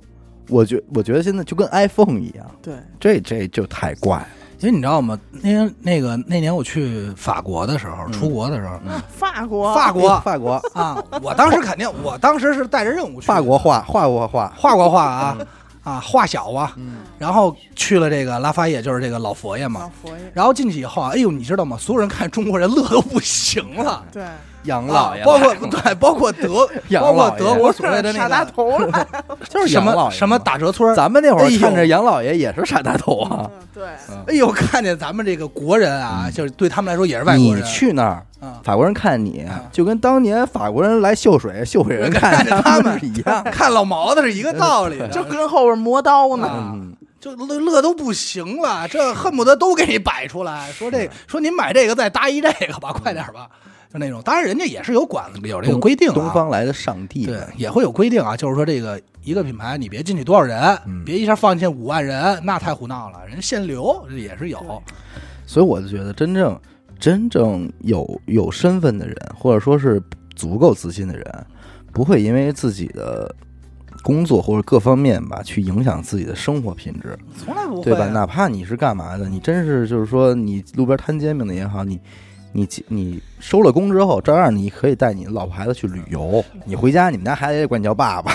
Speaker 1: 我觉我觉得现在就跟 iPhone 一样，
Speaker 3: 对，
Speaker 1: 这这就太怪了。
Speaker 2: 因为你知道吗？那天那个那年我去法国的时候，出国的时候，
Speaker 3: 法国，
Speaker 2: 法国
Speaker 1: 哎法国
Speaker 2: 啊，我当时肯定，我当时是带着任务去的，
Speaker 1: 法国话，法国话，
Speaker 2: 画过画啊。啊，化小啊，
Speaker 1: 嗯
Speaker 2: 然后去了这个拉法叶，就是这个老佛爷嘛
Speaker 3: 老。佛爷，
Speaker 2: 然后进去以后啊，哎呦，你知道吗？所有人看中国人乐都不行了，
Speaker 3: 对，
Speaker 1: 养
Speaker 2: 啊
Speaker 1: 老呀，
Speaker 2: 包括对，包括德，
Speaker 1: 养
Speaker 2: 包括
Speaker 1: 老爷
Speaker 2: 德国所谓的那
Speaker 3: 傻大
Speaker 2: 个，
Speaker 3: 头了，
Speaker 2: 就是什
Speaker 1: 养老
Speaker 2: 么
Speaker 1: 爷
Speaker 2: 什么
Speaker 1: 嘛
Speaker 2: 打折村儿，
Speaker 1: 咱们那会
Speaker 2: 哎
Speaker 1: 儿
Speaker 2: 呦
Speaker 1: 看着杨老爷也是傻大头 啊。
Speaker 3: 嗯，对，
Speaker 2: 哎呦，看见咱们这个国人啊，就是对他们来说也是外
Speaker 1: 嗯
Speaker 2: 国
Speaker 1: 你
Speaker 2: 人。
Speaker 1: 去那儿，
Speaker 2: 啊，
Speaker 1: 法国人看你
Speaker 2: 啊，
Speaker 1: 就跟当年法国人来秀水，秀水人看
Speaker 2: 看着
Speaker 1: 他
Speaker 2: 他
Speaker 1: 们
Speaker 2: 们
Speaker 1: 是一样。
Speaker 2: 看老毛子是一个 道理，就
Speaker 3: 就跟后边磨刀呢，
Speaker 2: 啊
Speaker 1: 嗯，
Speaker 2: 就乐乐都不行了，这恨不得都给你摆出来，说这个说您买这个再搭一这个吧，快点吧，
Speaker 1: 嗯
Speaker 2: 就那种。当然，人家也是有管有这个规定啊，
Speaker 1: 东方来的上帝，
Speaker 2: 对也会有规定啊，就是说这个一个品牌你别进去多少人，
Speaker 1: 嗯
Speaker 2: 别一下放进五万人，那太胡闹了，人家限流这也是有。
Speaker 1: 所以我就觉得，真正真正有有身份的人，或者说是足够自信的人，不会因为自己的工作或者各方面吧，去影响自己的生活品质，
Speaker 2: 从来不会
Speaker 1: 对吧？
Speaker 2: 啊，
Speaker 1: 哪怕你是干嘛的，你真是就是说，你路边摊煎饼的也好，你。你你收了工之后，照样你可以带你老婆孩子去旅游。你回家，你们家孩子也管你叫爸爸，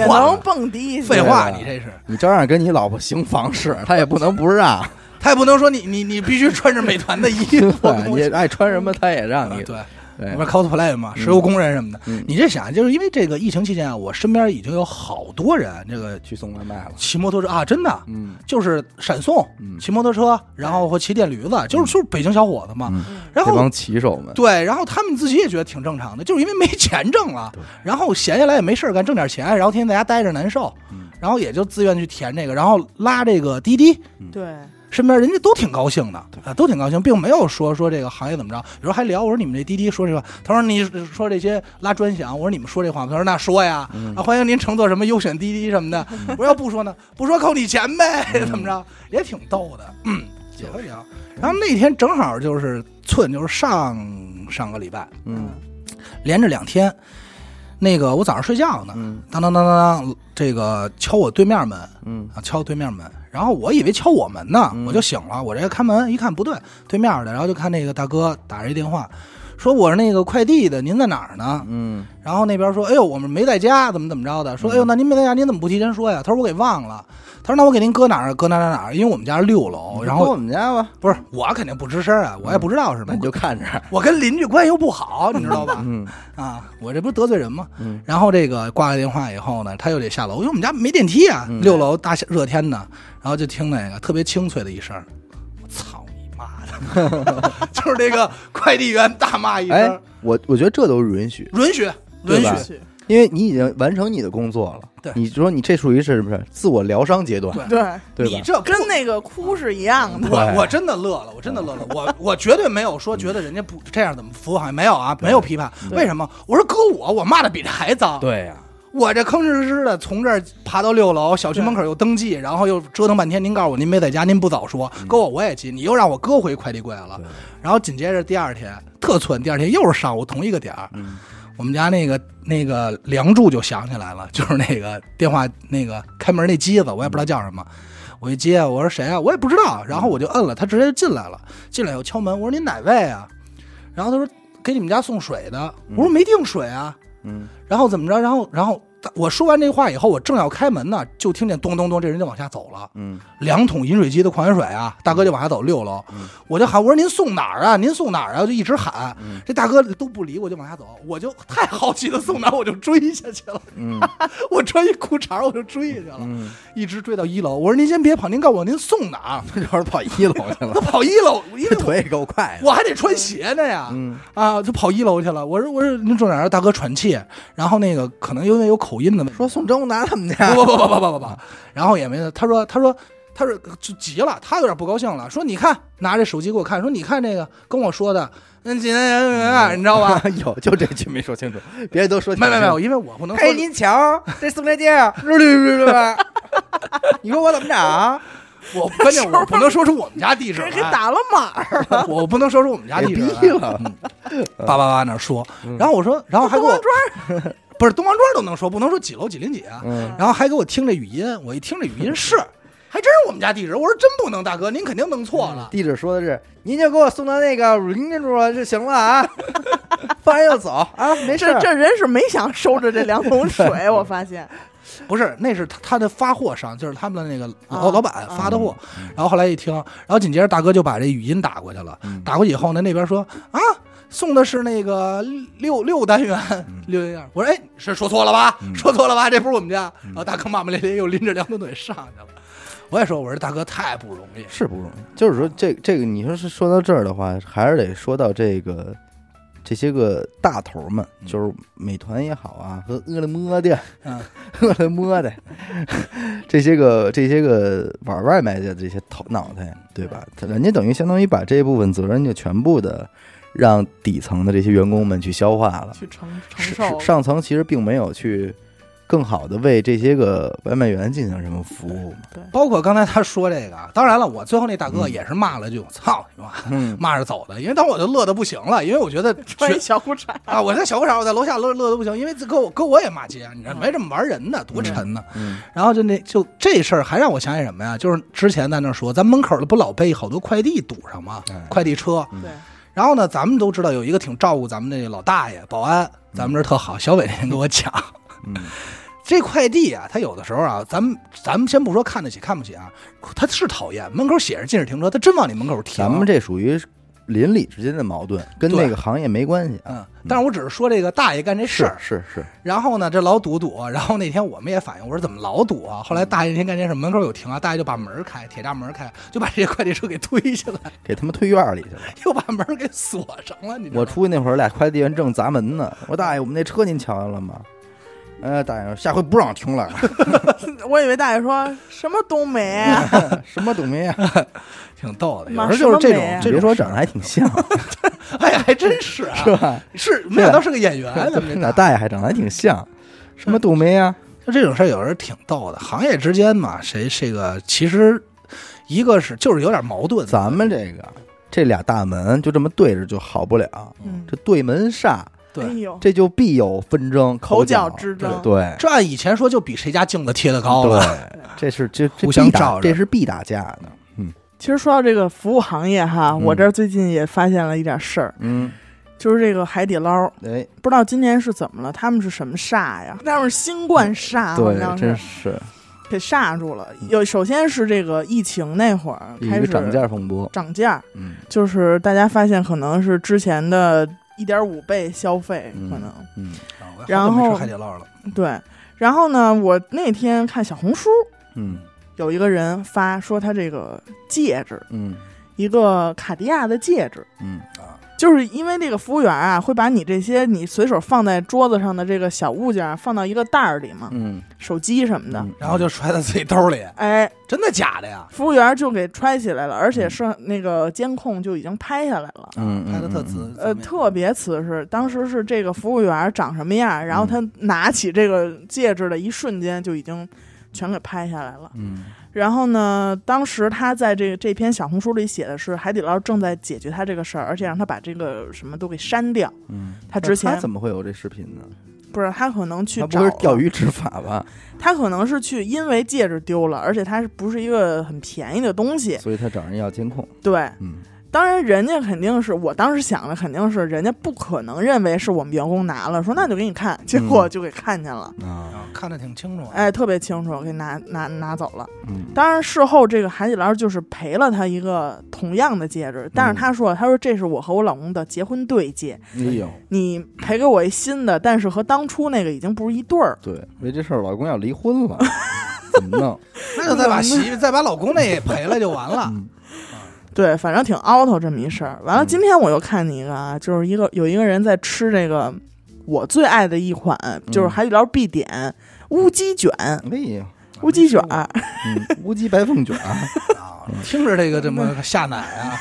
Speaker 2: 废
Speaker 3: 能
Speaker 2: 话，
Speaker 3: 蹦迪去，
Speaker 2: 废话，
Speaker 1: 对啊
Speaker 2: 你这是。
Speaker 1: 你照样跟你老婆行房事，他也不能不让。
Speaker 2: 他也不能说你你你必须穿着美团的衣服，
Speaker 1: 对，你爱穿什么他也让 你。
Speaker 2: 对，
Speaker 1: 啊对
Speaker 2: 里面 cosplay 嘛，石油工人什么的。
Speaker 1: 嗯
Speaker 2: 你这想，就是因为这个疫情期间啊，我身边已经有好多人这个
Speaker 1: 去送外卖了。
Speaker 2: 骑摩托车啊，真的。
Speaker 1: 嗯，
Speaker 2: 就是闪送
Speaker 1: 嗯，
Speaker 2: 骑摩托车，然后或骑电驴子，就是就是北京小伙子嘛。
Speaker 1: 嗯这
Speaker 2: 然后
Speaker 1: 帮骑手们，
Speaker 2: 对，然后他们自己也觉得挺正常的，就是因为没钱挣了，然后闲下来也没事儿干，挣点钱，然后天天在家待着难受
Speaker 1: 嗯，
Speaker 2: 然后也就自愿去填这个，然后拉这个滴滴，
Speaker 3: 对，
Speaker 2: 身边人家都挺高兴的啊，都挺高兴，并没有说说这个行业怎么着。有时候还聊，我说你们这滴滴说这话，他说你说这些拉专享，我说你们说这话吗，他说那说呀，啊欢迎您乘坐什么优选滴滴什么的。我说要不说呢，不说扣你钱呗，怎么着也挺逗的，嗯，也会聊。然后那天正好就是寸，就是上上个礼拜
Speaker 1: 嗯
Speaker 2: 连着两天，那个我早上睡觉呢，
Speaker 1: 嗯
Speaker 2: 当当当当当，这个敲我对面门，
Speaker 1: 嗯
Speaker 2: 啊，敲对面门，然后我以为敲我门呢，
Speaker 1: 嗯
Speaker 2: 我就醒了。我这开门一看不对，对面的，然后就看那个大哥打着一电话，说我是那个快递的，您在哪儿呢？
Speaker 1: 嗯
Speaker 2: 然后那边说，哎呦，我们没在家，怎么怎么着的？说，哎呦，那您没在家，您怎么不提前说呀？他说我给忘了。他说那我给您搁哪儿？搁哪儿哪儿哪儿？因为我们家是六楼，然
Speaker 1: 你
Speaker 2: 后
Speaker 1: 过我们家吧，
Speaker 2: 不是我肯定不吱声啊，我也不知道是什
Speaker 1: 那
Speaker 2: 么
Speaker 1: 你，就看着。
Speaker 2: 我跟邻居关系又不好，你知道 吧？
Speaker 1: 嗯
Speaker 2: 啊，我这不是得罪人吗？
Speaker 1: 嗯
Speaker 2: 然后这个挂了电话以后呢，他又得下楼，因为我们家没电梯啊，
Speaker 1: 嗯
Speaker 2: 六楼大夏热天呢，然后就听那个特别清脆的一声，我操你妈的， 就是那个快递员大骂一声，
Speaker 1: 哎，我我觉得这都是允许，
Speaker 2: 允许
Speaker 1: 对
Speaker 2: 允
Speaker 1: 吧
Speaker 2: 许，
Speaker 3: 去，
Speaker 1: 因为你已经完成你的工作了。
Speaker 2: 对
Speaker 1: 你说你这属于是不是自我疗伤阶段，
Speaker 2: 对
Speaker 3: 对，
Speaker 1: 对
Speaker 2: 你
Speaker 1: 吧？
Speaker 2: 这
Speaker 3: 跟那个哭是一样的，
Speaker 1: 对
Speaker 2: 我我真的乐了，我真的乐了， 我我绝对没有说觉得人家不这样怎么服务行业没有啊，没有批判，为什么？我说搁我，我骂的比这还脏，
Speaker 1: 对啊呀，
Speaker 2: 我这吭哧哧的从这儿爬到六楼，小区门口又登记，然后又折腾半天。您告诉我您没在家，您不早说，搁我我也急，你又让我搁回快递柜了
Speaker 1: 嗯对。
Speaker 2: 然后紧接着第二天特寸，第二天又是上午同一个点儿，
Speaker 1: 嗯
Speaker 2: 我们家那个那个梁柱就想起来了，就是那个电话那个开门那机子，我也不知道叫什么。我一接，我说谁啊？我也不知道。然后我就摁了，他直接就进来了。进来又敲门，我说您哪位啊？然后他说给你们家送水的。我说没订水啊。
Speaker 1: 嗯，
Speaker 2: 然后怎么着？然后然后他我说完这话以后，我正要开门呢，就听见咚咚咚，这人就往下走了。
Speaker 1: 嗯，
Speaker 2: 两桶饮水机的矿泉水啊，大哥就往下走六楼，
Speaker 1: 嗯
Speaker 2: 我就喊我说您送哪儿啊？您送哪儿啊？我就一直喊，
Speaker 1: 嗯
Speaker 2: 这大哥都不理，我就往下走，我就太好奇的送哪儿，我就追下去了。
Speaker 1: 嗯
Speaker 2: 我穿一裤衩儿我就追下去了，
Speaker 1: 嗯
Speaker 2: 一直追到一楼。我说您先别跑，您告诉我您送哪儿？
Speaker 1: 这要是跑一楼去
Speaker 2: 他
Speaker 1: 了，
Speaker 2: 跑一楼，因为
Speaker 1: 这
Speaker 2: 我
Speaker 1: 腿也够快的。
Speaker 2: 我还得穿鞋呢呀，
Speaker 1: 嗯
Speaker 2: 啊，就跑一楼去了。我说我说您住哪儿？大哥喘气，然后那个可能因为有口音的问题，
Speaker 1: 说宋征拿他们家，
Speaker 2: 不不不不不不不不，然后也没他说他说他说就急了，他有点不高兴了，说你看拿着手机给我看，说你看这个跟我说的，嗯，几你知道吧？
Speaker 1: 有哎就这句没说清楚，别的都说
Speaker 2: 没没没有，因为我不能说
Speaker 1: 嘿，您瞧，这宋家街啊，是不是是吧？你说我怎么长？
Speaker 2: 我关键我不能说出我们家地址来
Speaker 3: 给给，打了码儿，
Speaker 2: 我不能说出我们家地址
Speaker 1: 给逼了嗯
Speaker 2: 来，嗯叭叭叭那儿说，然后我说，然后还给我
Speaker 3: 王庄
Speaker 2: 不是东王庄都能说，不能说几楼几零几啊，
Speaker 1: 嗯
Speaker 2: 然后还给我听这语音，我一听这语音是， 还真是我们家地址，我说真不能，大哥您肯定弄错了。
Speaker 1: 地址说的是，您就给我送到那个汝宁住就行了啊， 放人就走啊，没事儿
Speaker 3: 这。这人是没想收着这两桶水，我发现
Speaker 2: 嗯不是，那是他他的发货商，就是他们的那个老、
Speaker 3: 啊
Speaker 2: 老板发的货。然后后来一听，然后紧接着大哥就把这语音打过去了。
Speaker 1: 嗯
Speaker 2: 打过去以后呢，那边说啊，送的是那个六六单元六单元。我说哎，是说错了吧？
Speaker 1: 嗯
Speaker 2: 说错了吧？这不是我们家。然后大哥骂骂咧咧，又拎着两条腿上去了。我也说，我说大哥太不容易。
Speaker 1: 是不容易。就是说这这个，你说是说到这儿的话，还是得说到这个这些个大头们，
Speaker 2: 嗯
Speaker 1: 就是美团也好啊，和饿了么的，
Speaker 2: 嗯
Speaker 1: 饿了么的 这些个这些个玩外卖的这些头脑袋，对吧？人家等于相当于把这部分责任就全部的让底层的这些员工们去消化了。
Speaker 3: 去承承
Speaker 1: 是
Speaker 3: 受
Speaker 1: 是上层其实并没有去更好的为这些个外卖员进行什么服务嘛。
Speaker 2: 包括刚才他说这个，啊当然了，我最后那大哥也是骂了句“操你妈”，
Speaker 1: 嗯，
Speaker 2: 骂着走的，因为当时我就乐得不行了，因为我 觉得
Speaker 3: 穿
Speaker 2: 绝
Speaker 3: 一小裤衩，
Speaker 2: 啊，我在小裤衩，我在楼下乐乐得不行，因为这搁我搁我也骂街，啊你这没这么玩人的，多沉呢。
Speaker 1: 嗯
Speaker 2: 然后就那就这事儿还让我想起什么呀？就是之前在那说，咱门口儿不老被好多快递堵上吗？
Speaker 1: 哎
Speaker 2: 快递车。
Speaker 3: 对，
Speaker 2: 然后呢，咱们都知道有一个挺照顾咱们那老大爷保安，咱们这儿特好。小伟那天跟我讲，
Speaker 1: 嗯
Speaker 2: 这快递啊，他有的时候啊，咱们咱们先不说看得起看不起啊，他是讨厌门口写着禁止停车，他真往你门口停。
Speaker 1: 咱们这属于邻里之间的矛盾，跟
Speaker 2: 对
Speaker 1: 那个行业没关系啊。
Speaker 2: 嗯，但是我只是说这个大爷干这事儿，
Speaker 1: 是是，
Speaker 2: 然后呢，这老堵堵，然后那天我们也反映，我说怎么老堵啊？后来大爷那天干件事，门口有停啊，大爷就把门开，铁栅门开，就把这些快递车给推下来，
Speaker 1: 给他们推院里去了。
Speaker 2: 又把门给锁上了。你知道吗
Speaker 1: 我出去那会儿，俩快递员正砸门呢。我说大爷，我们那车您瞧见了吗？呃，大爷说下回不让停了，
Speaker 3: 我以为大爷说什么东北啊，
Speaker 1: 什么东西啊？
Speaker 2: 挺逗的，有
Speaker 3: 妈
Speaker 2: 时候就是这
Speaker 3: 什么美啊
Speaker 2: 种，这
Speaker 1: 你别
Speaker 2: 种
Speaker 1: 说长得还挺像，
Speaker 2: 哎呀，还真是啊，
Speaker 1: 是吧？
Speaker 2: 是啊没想到是个演员，咱 们
Speaker 1: 那
Speaker 2: 这大嗯
Speaker 1: 大爷还长得还挺像，什么杜梅啊？
Speaker 2: 就这种事儿，有时候挺逗的。行业之间嘛，谁这个其实一个是就是有点矛盾，
Speaker 1: 咱们这个这俩大门就这么对着就好不了，
Speaker 3: 嗯，
Speaker 1: 这对门煞，
Speaker 2: 对
Speaker 3: 哎呦，
Speaker 1: 这就必有纷争，口
Speaker 3: 角
Speaker 1: 角
Speaker 3: 之争
Speaker 1: 对
Speaker 2: 这按以前说就比谁家镜子贴的高了，
Speaker 1: 对，这是这这
Speaker 2: 互
Speaker 1: 必
Speaker 2: 相
Speaker 1: 打
Speaker 2: 罩着
Speaker 1: 这是必打架的。
Speaker 3: 其实说到这个服务行业哈，
Speaker 1: 嗯
Speaker 3: 我这儿最近也发现了一点事儿，
Speaker 1: 嗯，
Speaker 3: 就是这个海底捞，
Speaker 1: 哎，
Speaker 3: 不知道今年是怎么了，他们是什么煞呀？他们是新冠煞，啊好
Speaker 1: 对，
Speaker 3: 像
Speaker 1: 真
Speaker 3: 是
Speaker 1: 是
Speaker 3: 给煞住了。有首先是这个疫情那会儿
Speaker 1: 一
Speaker 3: 开
Speaker 1: 个
Speaker 3: 始
Speaker 1: 涨价风波。
Speaker 3: 涨价，
Speaker 1: 嗯
Speaker 3: 就是大家发现可能是之前的一点五倍消费，
Speaker 1: 嗯
Speaker 3: 可能、
Speaker 1: 嗯
Speaker 2: 啊我好久
Speaker 3: 然
Speaker 2: 没
Speaker 3: 后
Speaker 2: 吃海底捞了，
Speaker 3: 对。然后呢，我那天看小红书
Speaker 1: 嗯
Speaker 3: 有一个人发说他这个戒指，
Speaker 1: 嗯
Speaker 3: 一个卡地亚的戒指，
Speaker 1: 嗯
Speaker 3: 就是因为那个服务员啊，会把你这些你随手放在桌子上的这个小物件儿放到一个袋儿里嘛，
Speaker 1: 嗯，
Speaker 3: 手机什么的。
Speaker 1: 嗯
Speaker 2: 然后就揣在自己兜里，
Speaker 3: 哎，
Speaker 2: 真的假的呀？
Speaker 3: 服务员就给揣起来了，而且是那个监控就已经拍下来了。
Speaker 1: 嗯嗯
Speaker 2: 拍的特
Speaker 1: 嗯
Speaker 2: 瓷，
Speaker 3: 呃，特别瓷实。当时是这个服务员长什么样，
Speaker 1: 嗯
Speaker 3: 然后他拿起这个戒指的一瞬间就已经全给拍下来了。
Speaker 1: 嗯
Speaker 3: 然后呢，当时他在这这篇小红书里写的是海底捞正在解决他这个事儿，而且让他把这个什么都给删掉。
Speaker 1: 嗯，
Speaker 3: 他之
Speaker 1: 那
Speaker 3: 前
Speaker 1: 他怎么会有这视频呢？
Speaker 3: 不是他可能去
Speaker 1: 他
Speaker 3: 找
Speaker 1: 不是钓
Speaker 3: 了
Speaker 1: 鱼执法吧？
Speaker 3: 他可能是去因为戒指丢了，而且它是不是一个很便宜的东西？
Speaker 1: 所以他找人要监控。
Speaker 3: 对，
Speaker 1: 嗯
Speaker 3: 当然人家肯定是我当时想的，肯定是人家不可能认为是我们员工拿了，说那就给你看，结
Speaker 1: 嗯
Speaker 3: 果就给看见了，
Speaker 1: 啊
Speaker 2: 啊，看得挺清楚啊。
Speaker 3: 哎，特别清楚，给拿拿拿走了。
Speaker 1: 嗯
Speaker 3: 当然事后这个海底捞就是赔了他一个同样的戒
Speaker 1: 嗯
Speaker 3: 指，但是他说，他说这是我和我老公的结婚对戒，
Speaker 1: 哎呦，
Speaker 3: 你赔给我一新的，但是和当初那个已经不是一对儿。
Speaker 1: 对，为这事儿老公要离婚了， 怎么弄？
Speaker 2: 那就再把媳妇、再把老公那也赔了就完了。
Speaker 1: 嗯
Speaker 3: 对，反正挺 out 这么一事儿。完了，
Speaker 1: 嗯
Speaker 3: 今天我又看见一个啊，就是一个有一个人在吃这个我最爱的一款，就是海底捞必点乌鸡卷，
Speaker 1: 哎呦，
Speaker 3: 乌鸡卷儿，
Speaker 1: 嗯，乌鸡白凤卷儿，
Speaker 2: 啊，听着这个这么下奶啊，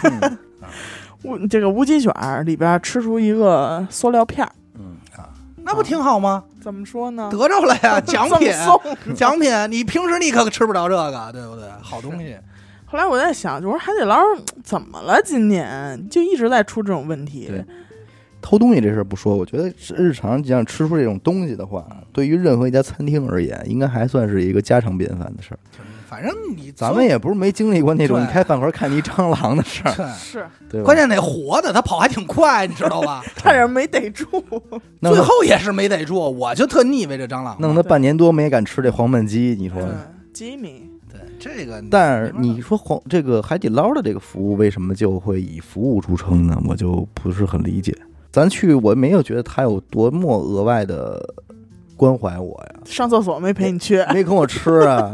Speaker 3: 乌这个乌鸡卷儿里边儿吃出一个塑料片儿，
Speaker 1: 嗯
Speaker 2: 那不挺好吗？
Speaker 3: 怎么说呢？
Speaker 2: 得着了 呀，奖品，
Speaker 3: 赠送。
Speaker 2: 奖品。你平时你可吃不着这个，对不对？好东西，
Speaker 3: 后来我在想，就我说海底捞怎么了？今年就一直在出这种问题
Speaker 1: 对，偷东西这事儿不说，我觉得是日常这样吃出这种东西的话，
Speaker 2: 嗯
Speaker 1: 对于任何一家餐厅而言，应该还算是一个家常便饭的事儿。
Speaker 2: 反正你
Speaker 1: 咱们也不是没经历过那种
Speaker 2: 对
Speaker 1: 你开饭馆看见一蟑螂的 事儿，
Speaker 2: 对，
Speaker 3: 是，
Speaker 1: 对吧？
Speaker 2: 关键得活的，他跑还挺快，你知 道吧？
Speaker 3: 差点没逮住。
Speaker 1: 弄
Speaker 2: 最
Speaker 1: 得
Speaker 2: 后也是没逮住，我就特腻歪这蟑螂。
Speaker 1: 弄他半年多没敢吃这黄焖鸡，你
Speaker 2: 嗯
Speaker 1: 说？
Speaker 3: 对，吉米，
Speaker 2: 对这个，
Speaker 1: 但是你说黄这个海底捞的这个服务为什么就会以服务著称呢？我就不是很理解。咱去我没有觉得他有多么额外的关怀我呀，
Speaker 3: 上厕所没陪你去，
Speaker 1: 没跟我吃啊，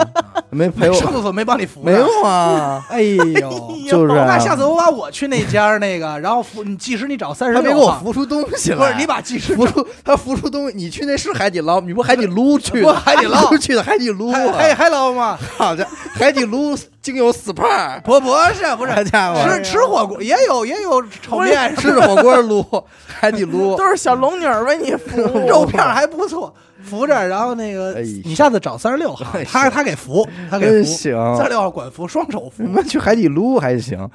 Speaker 1: 没陪
Speaker 2: 上
Speaker 1: 我，
Speaker 2: 厕所没帮你扶着，
Speaker 1: 没有啊，
Speaker 2: 哎呦，
Speaker 1: 就是啊
Speaker 2: 那下次我把我去那家儿那个，然后扶你，即使你找三十
Speaker 1: 他
Speaker 2: 六，
Speaker 1: 没给我扶出东西来，
Speaker 2: 不是你把技师
Speaker 1: 扶出他扶出东西，你去那是海底捞，你不海底撸去
Speaker 2: 不
Speaker 1: 的，
Speaker 2: 海底 捞
Speaker 1: 去的海底撸
Speaker 2: 还
Speaker 1: 啊，
Speaker 2: 哎还还捞吗？
Speaker 1: 好 家伙，海底撸精油 SPA，
Speaker 2: 不不是不是，
Speaker 1: 好家伙，
Speaker 2: 吃吃火锅也有也有炒面，
Speaker 1: 吃着火锅撸，海底撸，
Speaker 3: 都是小龙女儿为你服务
Speaker 2: 肉片儿还不错，扶着，然后那个
Speaker 1: 哎
Speaker 2: 你下次找三十六号，
Speaker 1: 哎
Speaker 2: 他他给扶，他给
Speaker 1: 真
Speaker 2: 扶，
Speaker 1: 行，
Speaker 2: 三十六号管扶，双 手扶
Speaker 1: 你，们去海底撸还行，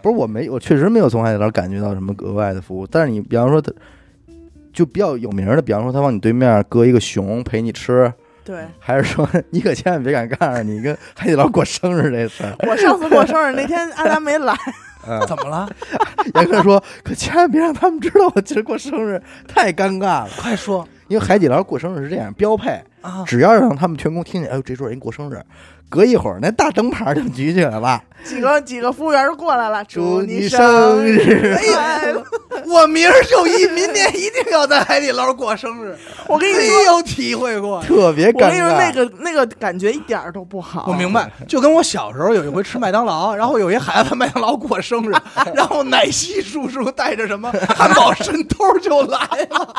Speaker 1: 不是我没，我确实没有从海底捞感觉到什么额外的服务。但是你比方说，他就比较有名的，比方说他往你对面搁一个熊陪你吃，
Speaker 3: 对
Speaker 1: 还是说 你可千万别敢干上你跟海底捞过生日这事儿。
Speaker 3: 我上次过生日那天，阿达没来，
Speaker 1: 嗯，
Speaker 2: 怎么了？
Speaker 1: 严哥说，可千万别让他们知道我今儿过生日，太尴尬了。
Speaker 2: 快说
Speaker 1: 因为海底捞过生日是这样标配，
Speaker 3: 嗯
Speaker 2: 啊！
Speaker 1: 只要让他们员工听见，哎呦，这桌人过生日，隔一会儿那大灯牌就举起来了，
Speaker 3: 几个几个服务员就过来了，
Speaker 1: 祝
Speaker 3: 你
Speaker 1: 你生日
Speaker 3: 哎呀，
Speaker 2: 我明儿就一，明天一定要在海底捞过生日，
Speaker 3: 我跟你
Speaker 2: 没
Speaker 3: 说，
Speaker 2: 有体会过。
Speaker 1: 特别
Speaker 3: 我
Speaker 1: 哎尴
Speaker 3: 跟你
Speaker 1: 尬。
Speaker 3: 说，那个那个感觉一点儿都不好。
Speaker 2: 我明
Speaker 1: 啊
Speaker 2: 白，就跟我小时候有一回吃麦 当劳，然后有一孩子麦当劳过生日，然后奶昔叔叔带着什么汉堡神偷就来 了，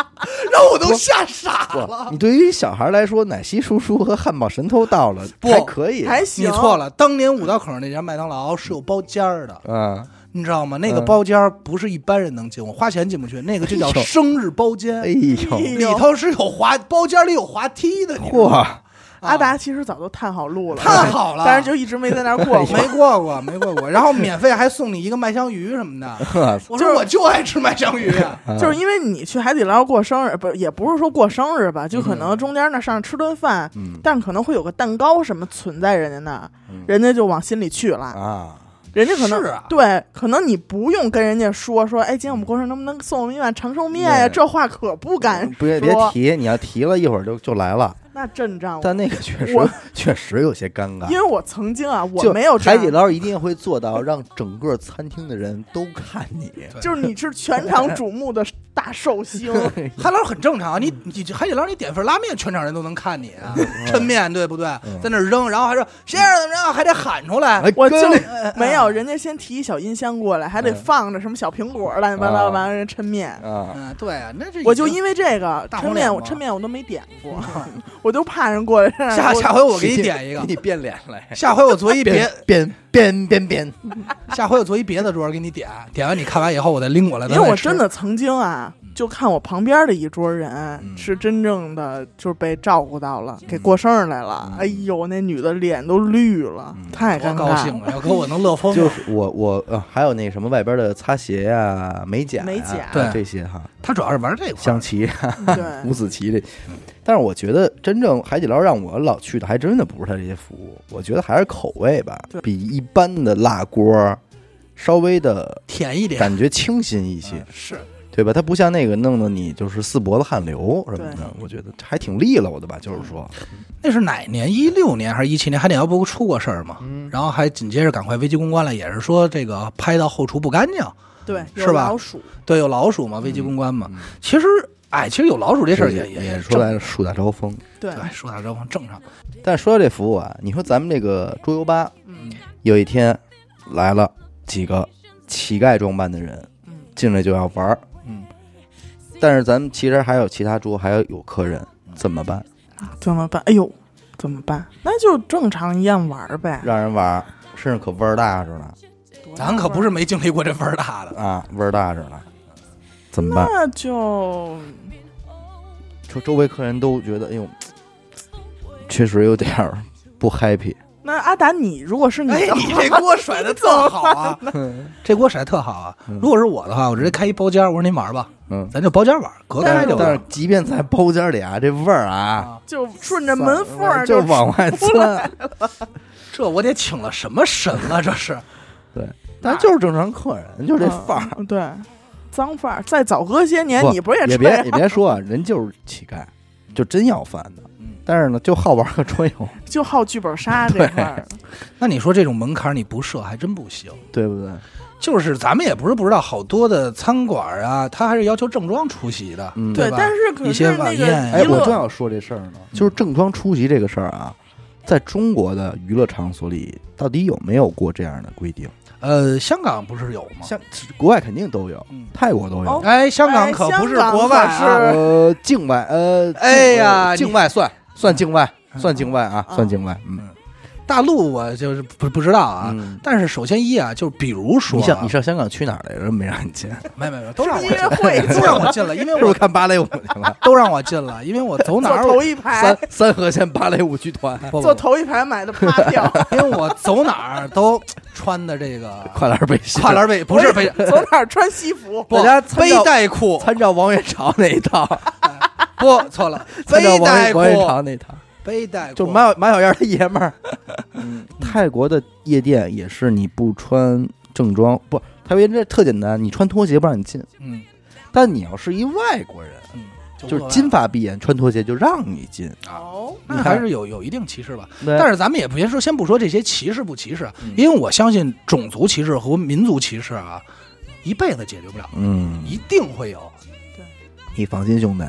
Speaker 2: 然后我都吓傻
Speaker 1: 不，
Speaker 2: 了
Speaker 1: 你。对于小孩来说，奶昔叔叔和汉堡神偷到了
Speaker 2: 不
Speaker 1: 还可以，
Speaker 3: 还行，
Speaker 2: 你错，了，当年五道口那家麦当劳是有包间儿的，
Speaker 1: 啊，
Speaker 2: 你知道吗？那个
Speaker 1: 嗯
Speaker 2: 包间儿不是一般人能进，我花钱进不去，那个就 叫
Speaker 1: 哎呦
Speaker 2: 生日包间。
Speaker 1: 哎呦，
Speaker 3: 哎
Speaker 2: 里
Speaker 3: 呦
Speaker 2: 头是有滑，包间里有滑梯的。你知道吗
Speaker 1: 嚯，啊
Speaker 3: 阿达其实早就探好路
Speaker 2: 啊
Speaker 3: 了，
Speaker 2: 探好了哎
Speaker 3: 但是就一直没在那儿过过。
Speaker 2: 哦没过过，没过过。然后免费还送你一个麦香鱼什么的。
Speaker 1: 呵
Speaker 2: 我说我就爱吃麦香鱼，啊
Speaker 3: 就是因为你去海底捞过生日，不也不是说过生日吧，就可
Speaker 2: 嗯
Speaker 3: 能中间那上吃顿饭，
Speaker 1: 嗯
Speaker 3: 但可能会有个蛋糕什么存在人家那儿，
Speaker 1: 嗯
Speaker 3: 人家就往心里去了。
Speaker 1: 啊，
Speaker 3: 人家可能
Speaker 2: 是啊
Speaker 3: 对，可能你不用跟人家说说，哎，今天我们过生日能不能送我们一碗长寿面呀、
Speaker 1: 对嗯
Speaker 3: 这话可不敢
Speaker 1: 不别别
Speaker 3: 说，
Speaker 1: 提，你要提了一会儿就就来了，
Speaker 3: 那阵仗。
Speaker 1: 但那个确实
Speaker 3: 我
Speaker 1: 确实有些尴尬
Speaker 3: 因。为我曾经啊，我
Speaker 1: 就
Speaker 3: 没有这
Speaker 1: 海底
Speaker 3: 样，
Speaker 1: 捞一定会做到让整个餐厅的人都看你，啊
Speaker 3: 就是你是全场瞩目的大 寿星，
Speaker 2: 海底捞很正常。你你海底捞你点份拉面，全场人都能看你啊，抻面对不对？在那儿扔，然后还说先生，然后还得喊出来。
Speaker 1: 哎
Speaker 3: 我就
Speaker 1: 跟
Speaker 3: 没有人家先提一小音箱过来，还得放着什么小苹果乱七八糟，
Speaker 1: 啊
Speaker 3: 完了人抻面。
Speaker 1: 啊，
Speaker 2: 嗯，对啊，那这
Speaker 3: 我就因为这个
Speaker 2: 大
Speaker 3: 抻
Speaker 2: 红脸
Speaker 3: 面，
Speaker 2: 吗
Speaker 3: 我抻面我都没点过，我就怕人 过来让 人
Speaker 2: 下
Speaker 3: 给我
Speaker 2: 下回我给你点一个
Speaker 1: 给，你变脸来，
Speaker 2: 下回我做一别，
Speaker 1: 变变变变，
Speaker 2: 下回我做一别的桌给你点，点完你看完以后我再拎过来。
Speaker 3: 因为我真的曾经啊，
Speaker 2: 嗯
Speaker 3: 就看我旁边的一桌人、是真正的就是被照顾到
Speaker 2: 嗯
Speaker 3: 了，给过生日来了。哎呦，那女的脸都绿了，太
Speaker 2: 我
Speaker 3: 尴
Speaker 2: 嗯高
Speaker 3: 尬
Speaker 2: 兴啊了，要搁我能乐疯了。啊
Speaker 1: 就是我我呃还有那个什么外边的擦鞋呀、美甲呀、啊哎
Speaker 3: 美甲
Speaker 2: 对
Speaker 1: 这些哈，
Speaker 2: 他主要是玩这块
Speaker 1: 象
Speaker 2: 儿，
Speaker 1: 棋
Speaker 3: 了。对
Speaker 1: 五，子棋这，但是我觉得真正海底捞让我老去的，还真的不是它这些服务，我觉得还是口味吧
Speaker 3: 对，
Speaker 1: 比一般的辣锅稍微的
Speaker 2: 舔一点
Speaker 1: 感觉清新一些，
Speaker 2: 是
Speaker 1: 对吧？它不像那个弄得你就是四脖子汗流什么
Speaker 3: 对
Speaker 1: 的，我觉得还挺利落的吧，就是说，
Speaker 2: 那是哪年？一六年还是一七年？海底捞不出过事儿吗？
Speaker 1: 嗯
Speaker 2: 然后还紧接着赶快危机公关了，也是说这个拍到后厨不干净，
Speaker 3: 对，
Speaker 2: 是
Speaker 3: 有
Speaker 2: 吧
Speaker 3: 老鼠，
Speaker 2: 对，有老鼠嘛，危机公关
Speaker 1: 嗯
Speaker 2: 嘛。其实，哎，其实有老鼠这事儿也也
Speaker 1: 也
Speaker 2: 也
Speaker 1: 出来
Speaker 2: 正
Speaker 1: 了树大招风。
Speaker 3: 对，
Speaker 2: 对，树大招风正哎常。
Speaker 1: 但说到这服务啊，你说咱们这个桌游吧，
Speaker 3: 嗯
Speaker 1: 有一天来了几个乞丐装扮的人
Speaker 3: 嗯，
Speaker 1: 进来就要玩儿，
Speaker 2: 嗯，
Speaker 1: 但是咱们其实还有其他桌，还有有客人，
Speaker 2: 嗯
Speaker 1: 怎么办？
Speaker 3: 怎么办？哎呦，怎么办？那就正常一样玩儿呗。
Speaker 1: 让人玩儿，身上可味儿大着呢
Speaker 3: 多大
Speaker 2: 啊咱可不
Speaker 3: 味儿，
Speaker 2: 是没经历过这份儿大的，
Speaker 1: 啊，味儿大着呢，怎么办？
Speaker 3: 那就
Speaker 1: 周周围客人都觉得，哎呦，确实有点儿不 happy。
Speaker 3: 那阿达，你如果是你
Speaker 2: 哎，
Speaker 3: 的
Speaker 2: 你这 锅
Speaker 1: 嗯
Speaker 2: 啊甩的特好啊，这锅甩得特好啊。如果是我的话，我直接开一包间儿，我说您玩吧，
Speaker 1: 嗯，
Speaker 2: 咱就包间玩，隔开
Speaker 1: 但是
Speaker 2: 就
Speaker 1: 但
Speaker 2: 玩
Speaker 1: 是。即便在包间里啊，这味儿啊，
Speaker 2: 啊，
Speaker 3: 就顺着门缝儿
Speaker 1: 就
Speaker 3: 往
Speaker 1: 往外钻，
Speaker 2: 这我得请了什么神啊？这是
Speaker 1: 但就是正常客人，就这范儿。
Speaker 3: 儿，嗯对，脏范儿。在早隔些年，
Speaker 1: 不
Speaker 3: 啊哎你不是
Speaker 1: 也
Speaker 3: 这
Speaker 1: 别
Speaker 3: 样
Speaker 1: 也别说啊，人就是乞丐，就真要饭的
Speaker 2: 嗯。
Speaker 1: 但是呢，就好玩和桌游，
Speaker 3: 就好剧本杀这块儿，
Speaker 2: 那你说这种门槛你不设还真不行。
Speaker 1: 对不对？
Speaker 2: 就是咱们也不是不知道，好多的餐馆啊，他还是要求正装出席的。
Speaker 1: 嗯
Speaker 2: 对吧
Speaker 3: 但是可
Speaker 2: 一
Speaker 3: 是
Speaker 2: 些
Speaker 3: 那
Speaker 2: 晚宴
Speaker 3: 个
Speaker 1: 哎，
Speaker 3: 娱
Speaker 1: 我正
Speaker 3: 乐，
Speaker 1: 要说这事儿呢，就是正装出席这个事儿啊，在中国的娱乐场所里，到底有没有过这样的规定？
Speaker 2: 呃，香港不是有吗？
Speaker 1: 像国外肯定都有，
Speaker 2: 嗯
Speaker 1: 泰国都有
Speaker 3: 哦，
Speaker 2: 哎，香港可不是国外
Speaker 3: 哎香港
Speaker 2: 啊，
Speaker 3: 可
Speaker 1: 呃，境外，呃，
Speaker 2: 哎呀嗯
Speaker 1: 呃境外算算境外，算境外啊，算境外。嗯，
Speaker 2: 大陆我就是不不知道啊。
Speaker 1: 嗯
Speaker 2: 但是首先一啊，就是比如说
Speaker 1: 你
Speaker 2: 啊，
Speaker 1: 上你上香港去哪儿来着？没让你进，
Speaker 2: 没没没，都让我
Speaker 3: 音
Speaker 2: 进
Speaker 3: 乐 会
Speaker 2: 都让我进了，因为
Speaker 1: 是不
Speaker 2: 我
Speaker 1: 是看芭蕾舞去了？
Speaker 2: 都让我进了，因为我走哪
Speaker 3: 坐
Speaker 2: 儿
Speaker 3: 头
Speaker 2: 我
Speaker 3: 一排
Speaker 1: 三，三河县芭蕾舞剧团，
Speaker 2: 不
Speaker 3: 坐
Speaker 2: 不，
Speaker 3: 头一排买的趴票，
Speaker 2: 因为我走哪儿都穿的这个
Speaker 1: 跨栏背心，
Speaker 2: 跨栏背， 不是背，
Speaker 3: 走哪儿穿西服，
Speaker 2: 不
Speaker 1: 大家参
Speaker 2: 背
Speaker 1: 照
Speaker 2: 带裤，
Speaker 1: 参照王元朝那一套，
Speaker 2: 不错了，
Speaker 1: 参照
Speaker 2: 背
Speaker 1: 王
Speaker 2: 带
Speaker 1: 元
Speaker 2: 裤
Speaker 1: 王，元朝那一套。
Speaker 2: 背带裤，
Speaker 1: 就马小马小燕儿的爷们儿。
Speaker 2: 嗯
Speaker 1: 泰国的夜店也是，你不穿正装，不，泰国夜店特简单，你穿拖鞋不让你进。
Speaker 2: 嗯
Speaker 1: 但你要是一外国人，
Speaker 2: 嗯，
Speaker 1: 就是金发碧眼，穿拖鞋就让你进。
Speaker 2: 啊
Speaker 3: 哦，
Speaker 2: 那
Speaker 1: 你看哎
Speaker 2: 还是有有一定歧视吧。
Speaker 1: 但
Speaker 2: 但是咱们也别说，先不说这些歧视不歧视，
Speaker 1: 嗯
Speaker 2: 因为我相信种族歧视和民族歧视啊，一辈子解决不了，
Speaker 1: 嗯，
Speaker 2: 一定会有。
Speaker 1: 你放心，兄弟，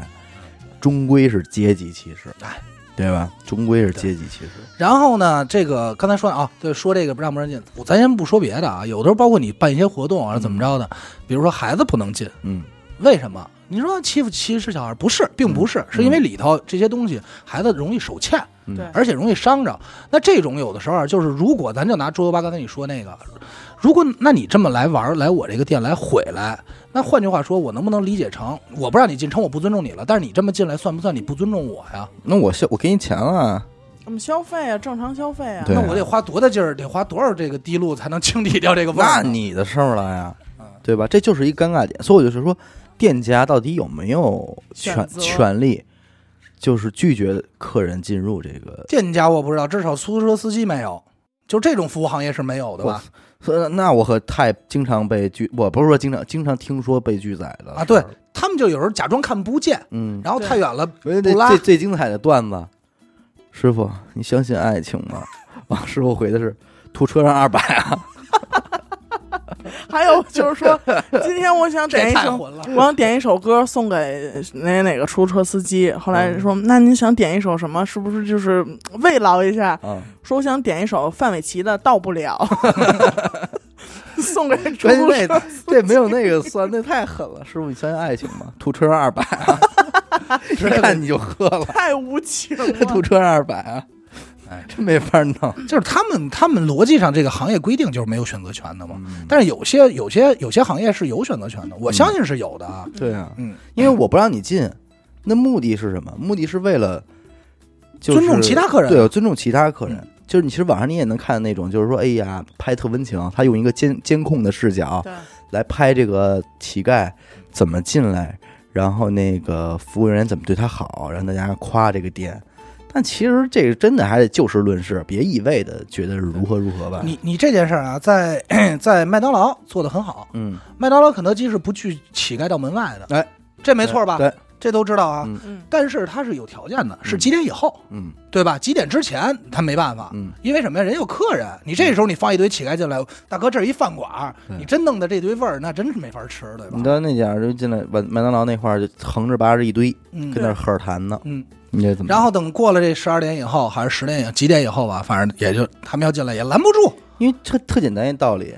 Speaker 1: 终归是阶级歧视
Speaker 2: 哎，
Speaker 1: 对吧？终归是阶级歧视。
Speaker 2: 然后呢，这个刚才说的啊，对，说这个不让不让进，咱先不说别的啊，有的时候包括你办一些活动啊，怎么着的，比如说孩子不能进，
Speaker 1: 嗯，
Speaker 2: 为什么？你说欺负歧视小孩，不是，并不是，是因为里头这些东西孩子容易手欠，
Speaker 1: 嗯
Speaker 3: 对
Speaker 2: 而且容易伤着。那这种有的时候啊就是，如果咱就拿桌游吧，刚才你说那个，如果那你这么来玩儿，来我这个店来毁来，那换句话说，我能不能理解成我不让你进城，我不尊重你了？但是你这么进来，算不算你不尊重我呀？
Speaker 1: 那我消，我给你钱了。
Speaker 3: 我们消费啊，正常消费啊，
Speaker 1: 对
Speaker 2: 那我得花多大劲儿，得花多少这个滴露才能清理掉这个味
Speaker 1: 那
Speaker 2: 儿呢？
Speaker 1: 你的事儿了呀，
Speaker 2: 嗯
Speaker 1: 对吧？这就是一尴尬点，所以我就是说，店家到底有没有权
Speaker 3: 选择
Speaker 1: 权利，就是拒绝客人进入这个？
Speaker 2: 店家我不知道，至少出租车司机没有，就这种服务行业是没有的吧？
Speaker 1: 所以那我和太经常被拒，我不是说经常，经常听说被拒载的
Speaker 2: 啊，对，他们就有时候假装看不见，
Speaker 1: 嗯，
Speaker 2: 然后太远了
Speaker 1: 最
Speaker 2: 不拉
Speaker 1: 最最精彩的段子，师傅，你相信爱情吗？ 王师傅回的是吐车上二百啊，
Speaker 3: 还有就是说，今天我想点一首，
Speaker 2: 混了
Speaker 3: 我想点一首歌送给哪哪个出租车司机。后
Speaker 2: 嗯
Speaker 3: 来人说，那您想点一首什么？是不是就是慰劳一下？
Speaker 2: 啊
Speaker 1: 嗯，
Speaker 3: 说我想点一首范玮琪的《到不了》， 送给出
Speaker 1: 关键
Speaker 3: 租车。
Speaker 1: 那这没有那个酸，那太狠了。师傅，你相信爱情吗？吐车上二百 啊，一看你就喝了。
Speaker 3: 太无情了，
Speaker 1: 吐车二百啊，
Speaker 2: 哎，
Speaker 1: 真没法弄。
Speaker 2: 就是他们他们逻辑上这个行业规定就是没有选择权的嘛。但是有些有些有些行业是有选择权的，
Speaker 1: 嗯
Speaker 2: 我相信是有的啊。
Speaker 1: 对啊，
Speaker 2: 嗯，
Speaker 1: 因为我不让你进，那目的是什么？目的是为了、就是、
Speaker 2: 尊重其他客人嗯
Speaker 1: 对，尊重其他客人。就是你其实网上你也能看那种，就是说，哎呀，拍特温情，他用一个监监控的视角
Speaker 3: 对
Speaker 1: 来拍这个乞丐怎么进来，然后那个服务人员怎么对他好，让大家夸这个店。但其实这个真的还得就事论事，别一味的觉得是如何如何吧。
Speaker 2: 你你这件事儿啊，在 在麦当劳做的很好，
Speaker 1: 嗯，
Speaker 2: 麦当劳、肯德基是不拒乞丐到门外的。
Speaker 1: 哎，
Speaker 2: 这没错吧？
Speaker 1: 对，
Speaker 2: 这都知道啊。
Speaker 1: 嗯
Speaker 3: 嗯，
Speaker 2: 但是它是有条件的，是几点以后，
Speaker 1: 嗯
Speaker 2: 对吧？几点之前他没办法，
Speaker 1: 嗯，
Speaker 2: 因为什么呀？人有客人，你这时候你放一堆乞丐进来，大哥，这是一饭馆儿，
Speaker 1: 对
Speaker 2: 你真弄的这堆味儿，那真是没法吃，对
Speaker 1: 你
Speaker 2: 吧？
Speaker 1: 到那家就进来，麦麦当劳那块儿就横着扒着一堆，
Speaker 2: 嗯
Speaker 1: 跟那儿喝着谈呢。
Speaker 2: 嗯。
Speaker 1: 你这怎么？
Speaker 2: 然后等过了这十二点以后，还是十点以几点以后吧，反正也就他们要进来也拦不住。
Speaker 1: 因为特特简单一道理，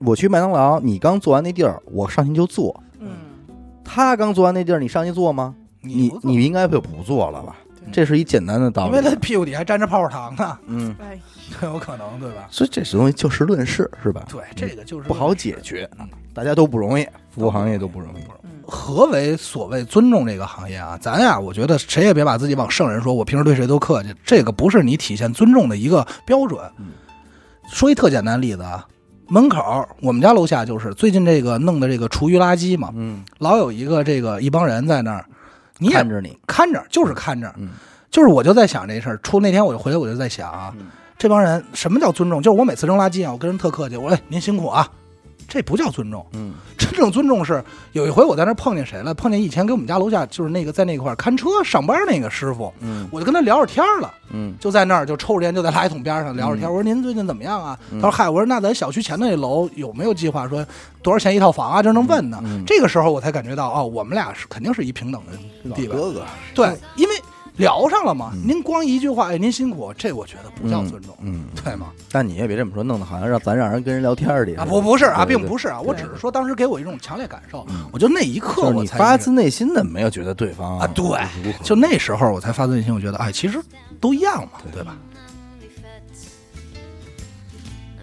Speaker 1: 我去麦当劳，你刚做完那地儿，我上去就坐；
Speaker 3: 嗯，
Speaker 1: 他刚做完那地儿，你上去坐吗？你
Speaker 2: 不走
Speaker 1: 你应该就不坐了吧？
Speaker 3: 对
Speaker 1: 这是一简单的道
Speaker 2: 因
Speaker 1: 理
Speaker 2: 为。他屁股底还沾着泡泡糖呢，
Speaker 1: 嗯，
Speaker 3: 哎，
Speaker 2: 很有可能，对吧？
Speaker 1: 所以这东西就事论事是吧？
Speaker 2: 对，这个就是
Speaker 1: 不好解决，大家都不容易，服务行业都不容易。
Speaker 3: 嗯，
Speaker 2: 何为所谓尊重这个行业啊？咱呀，我觉得谁也别把自己往圣人说，我平时对谁都客嗯气，这个不是你体现尊重的一个标准。说一特简单例子啊，门口儿，我们家楼下就是最近这个弄的这个厨余垃圾嘛，
Speaker 1: 嗯，
Speaker 2: 老有一个这个一帮人在那儿，你也
Speaker 1: 看着你，
Speaker 2: 看着，就是看着，
Speaker 1: 嗯
Speaker 2: 就是我就在想这事儿。出那天我就回来，我就在想啊，
Speaker 1: 嗯
Speaker 2: 这帮人什么叫尊重？就是我每次扔垃圾啊，我跟人特客气，我说、哎、您辛苦啊，这不叫尊重。
Speaker 1: 嗯
Speaker 2: 真正尊重是有一回我在那儿碰见谁了，碰见以前给我们家楼下就是那个在那块儿看车上班那个师傅，
Speaker 1: 嗯
Speaker 2: 我就跟他聊会儿天儿了。
Speaker 1: 嗯
Speaker 2: 就在那儿就抽着烟，就在垃圾桶边上聊着天。我说您最近怎么样啊？
Speaker 1: 嗯
Speaker 2: 他说嗨，我说那咱小区前那楼有没有计划说多少钱一套房啊？这能问呢。
Speaker 1: 嗯
Speaker 2: 这个时候我才感觉到哦，我们俩是肯定是一平等的地位。
Speaker 1: 哥，
Speaker 2: 对，因为聊上了嘛。您光一句话，哎，您辛苦，这我觉得不叫尊重，
Speaker 1: 嗯，
Speaker 2: 对吗？
Speaker 1: 但你也别这么说，弄得好像让咱让人跟人聊天儿似的
Speaker 2: 啊，不不是啊，
Speaker 1: 对
Speaker 2: 并
Speaker 1: 对
Speaker 2: 不是啊，我只是说当时给我一种强烈感受，我嗯就那一刻
Speaker 1: 就是
Speaker 2: 我
Speaker 1: 你
Speaker 2: 才
Speaker 1: 发
Speaker 2: 意识
Speaker 1: 自内心的没有觉得对方
Speaker 2: 啊，对
Speaker 1: 如何，
Speaker 2: 就那时候我才发自内心，我觉得哎，其实都一样嘛，对吧？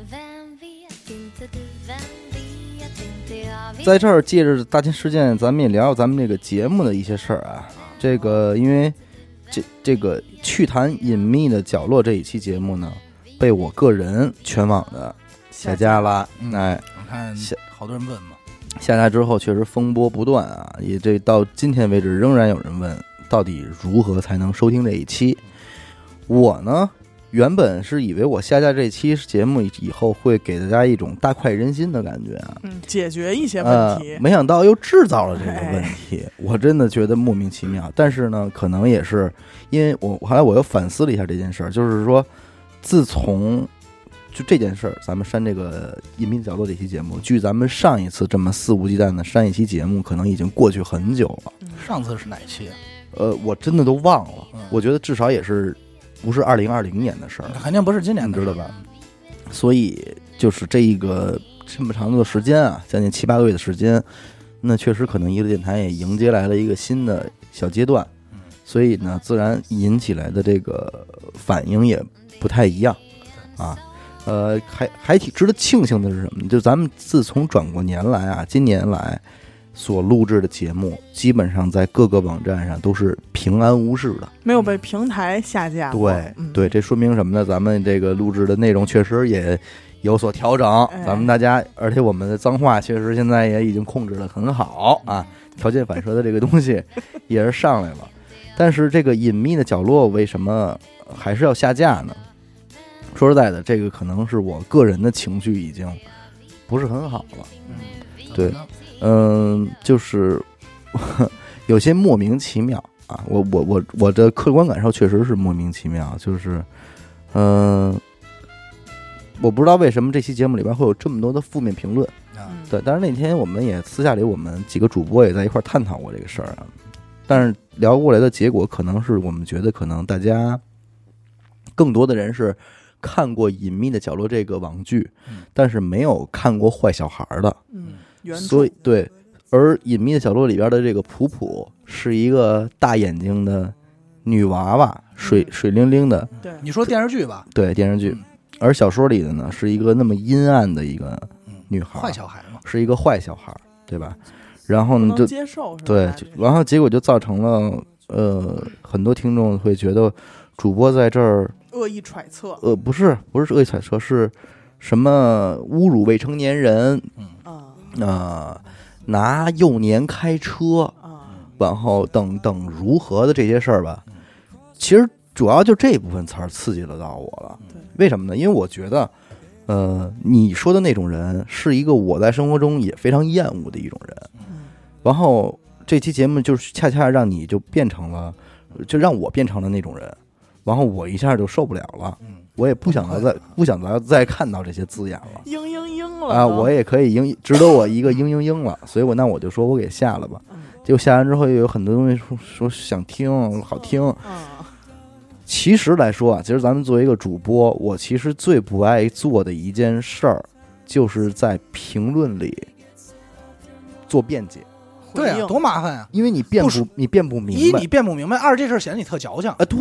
Speaker 4: Vem vet inte du, vem vet inte jag, vet
Speaker 1: 在这儿借着大千世界，咱们也聊聊咱们这个节目的一些事儿啊。这个因为这这个趣谈隐秘的角落这一期节目呢，被我个人全网的下架了。
Speaker 2: 嗯
Speaker 1: 哎，
Speaker 2: 我看
Speaker 1: 是
Speaker 2: 好多人问嘛，
Speaker 1: 下架之后确实风波不断啊，也这到今天为止仍然有人问到底如何才能收听这一期。我呢，原本是以为我下架这期节目以后会给大家一种大快人心的感觉啊，
Speaker 3: 嗯，解决一些问题哎
Speaker 1: 呃。，没想到又制造了这个问题，我真的觉得莫名其妙。但是呢，可能也是因为我后来我又反思了一下这件事儿，就是说，自从就这件事儿，咱们删这个《音频角落》这期节目，距咱们上一次这么肆无忌惮的删一期节目，可能已经过去很久了。
Speaker 3: 嗯
Speaker 2: 上次是哪期？
Speaker 1: 呃，我真的都忘了
Speaker 2: 嗯，
Speaker 1: 我觉得至少也是不是二零二零年的事儿了，
Speaker 2: 肯定不是今年
Speaker 1: 你
Speaker 2: 的，
Speaker 1: 知道吧？所以就是这一个这么长的时间啊，将近七八个月的时间，那确实可能一个电台也迎接来了一个新的小阶段，所以呢，自然引起来的这个反应也不太一样啊。呃，还还挺值得庆幸的是什么呢？就咱们自从转过年来啊，今年来所录制的节目，基本上在各个网站上都是平安无事的。
Speaker 3: 没有被平台下架过。
Speaker 1: 对
Speaker 3: 嗯、
Speaker 1: 对，这说明什么呢？咱们这个录制的内容确实也有所调整
Speaker 3: 哎，
Speaker 1: 咱们大家，而且我们的脏话确实现在也已经控制的很好
Speaker 3: 嗯
Speaker 1: 啊，条件反射的这个东 西也是上来了。但是这个隐秘的角落为什么还是要下架呢？说实在的，这个可能是我个人的情绪已经不是很好了。对
Speaker 2: 怎么呢
Speaker 1: 嗯，就是有些莫名其妙啊。我我我我的客观感受确实是莫名其妙，就是嗯、我不知道为什么这期节目里边会有这么多的负面评论。
Speaker 2: 啊，
Speaker 3: 嗯，
Speaker 1: 对，但是那天我们也私下里，我们几个主播也在一块儿探讨过这个事儿啊。但是聊过来的结果，可能是我们觉得，可能大家更多的人是看过《隐秘的角落》这个网剧
Speaker 2: 嗯，
Speaker 1: 但是没有看过《坏小孩》的。
Speaker 3: 嗯，原著
Speaker 1: 所以对，而《隐秘的角落》里边的这个普普是一个大眼睛的女娃娃，水
Speaker 3: 嗯
Speaker 1: 水灵灵的，
Speaker 3: 对
Speaker 2: 你说电视剧吧，
Speaker 1: 对电视剧
Speaker 2: 嗯。
Speaker 1: 而小说里的呢，是一个那么阴暗的一个
Speaker 2: 嗯
Speaker 1: 女孩，
Speaker 2: 坏小孩嘛，
Speaker 1: 是一个坏小孩，对吧？然后
Speaker 3: 不
Speaker 1: 呢，
Speaker 3: 能
Speaker 1: 就
Speaker 3: 接受是吧？
Speaker 1: 对，就然后结果就造成了呃，很多听众会觉得主播在这儿
Speaker 3: 恶意揣测
Speaker 1: 呃，不是不是恶意揣测，是什么侮辱未成年人
Speaker 3: 啊
Speaker 1: 啊、呃拿幼年开车，
Speaker 3: 啊，
Speaker 1: 然后等等如何的这些事儿吧，其实主要就这部分词儿刺激得到我了
Speaker 3: 对。
Speaker 1: 为什么呢？因为我觉得，呃，你说的那种人是一个我在生活中也非常厌恶的一种人。
Speaker 3: 嗯
Speaker 1: 然后这期节目就是恰恰让你就变成了，就让我变成了那种人，然后我一下就受不了了，
Speaker 2: 嗯，
Speaker 1: 我也不想要再不想再再看到这些字眼了。
Speaker 3: 嘤嘤嘤了
Speaker 2: 哦
Speaker 1: 啊，
Speaker 3: 都
Speaker 1: 我也可以赢，值得我一个嘤嘤嘤了，所以我那我就说我给下了吧。
Speaker 2: 嗯
Speaker 1: 结果下完之后又有很多东西说说想听，好听。
Speaker 3: 啊
Speaker 1: 嗯其实来说啊，其实咱们作为一个主播，我其实最不爱做的一件事儿，就是在评论里做辩解，
Speaker 2: 对
Speaker 3: 回
Speaker 2: 啊，
Speaker 3: 应
Speaker 2: 多麻烦啊！
Speaker 1: 因为你辩
Speaker 2: 不
Speaker 1: 不
Speaker 2: 是
Speaker 1: 你辩不明
Speaker 2: 一
Speaker 1: 白
Speaker 2: 你辩不明白，二这事儿显得你特矫情。
Speaker 1: 啊，对，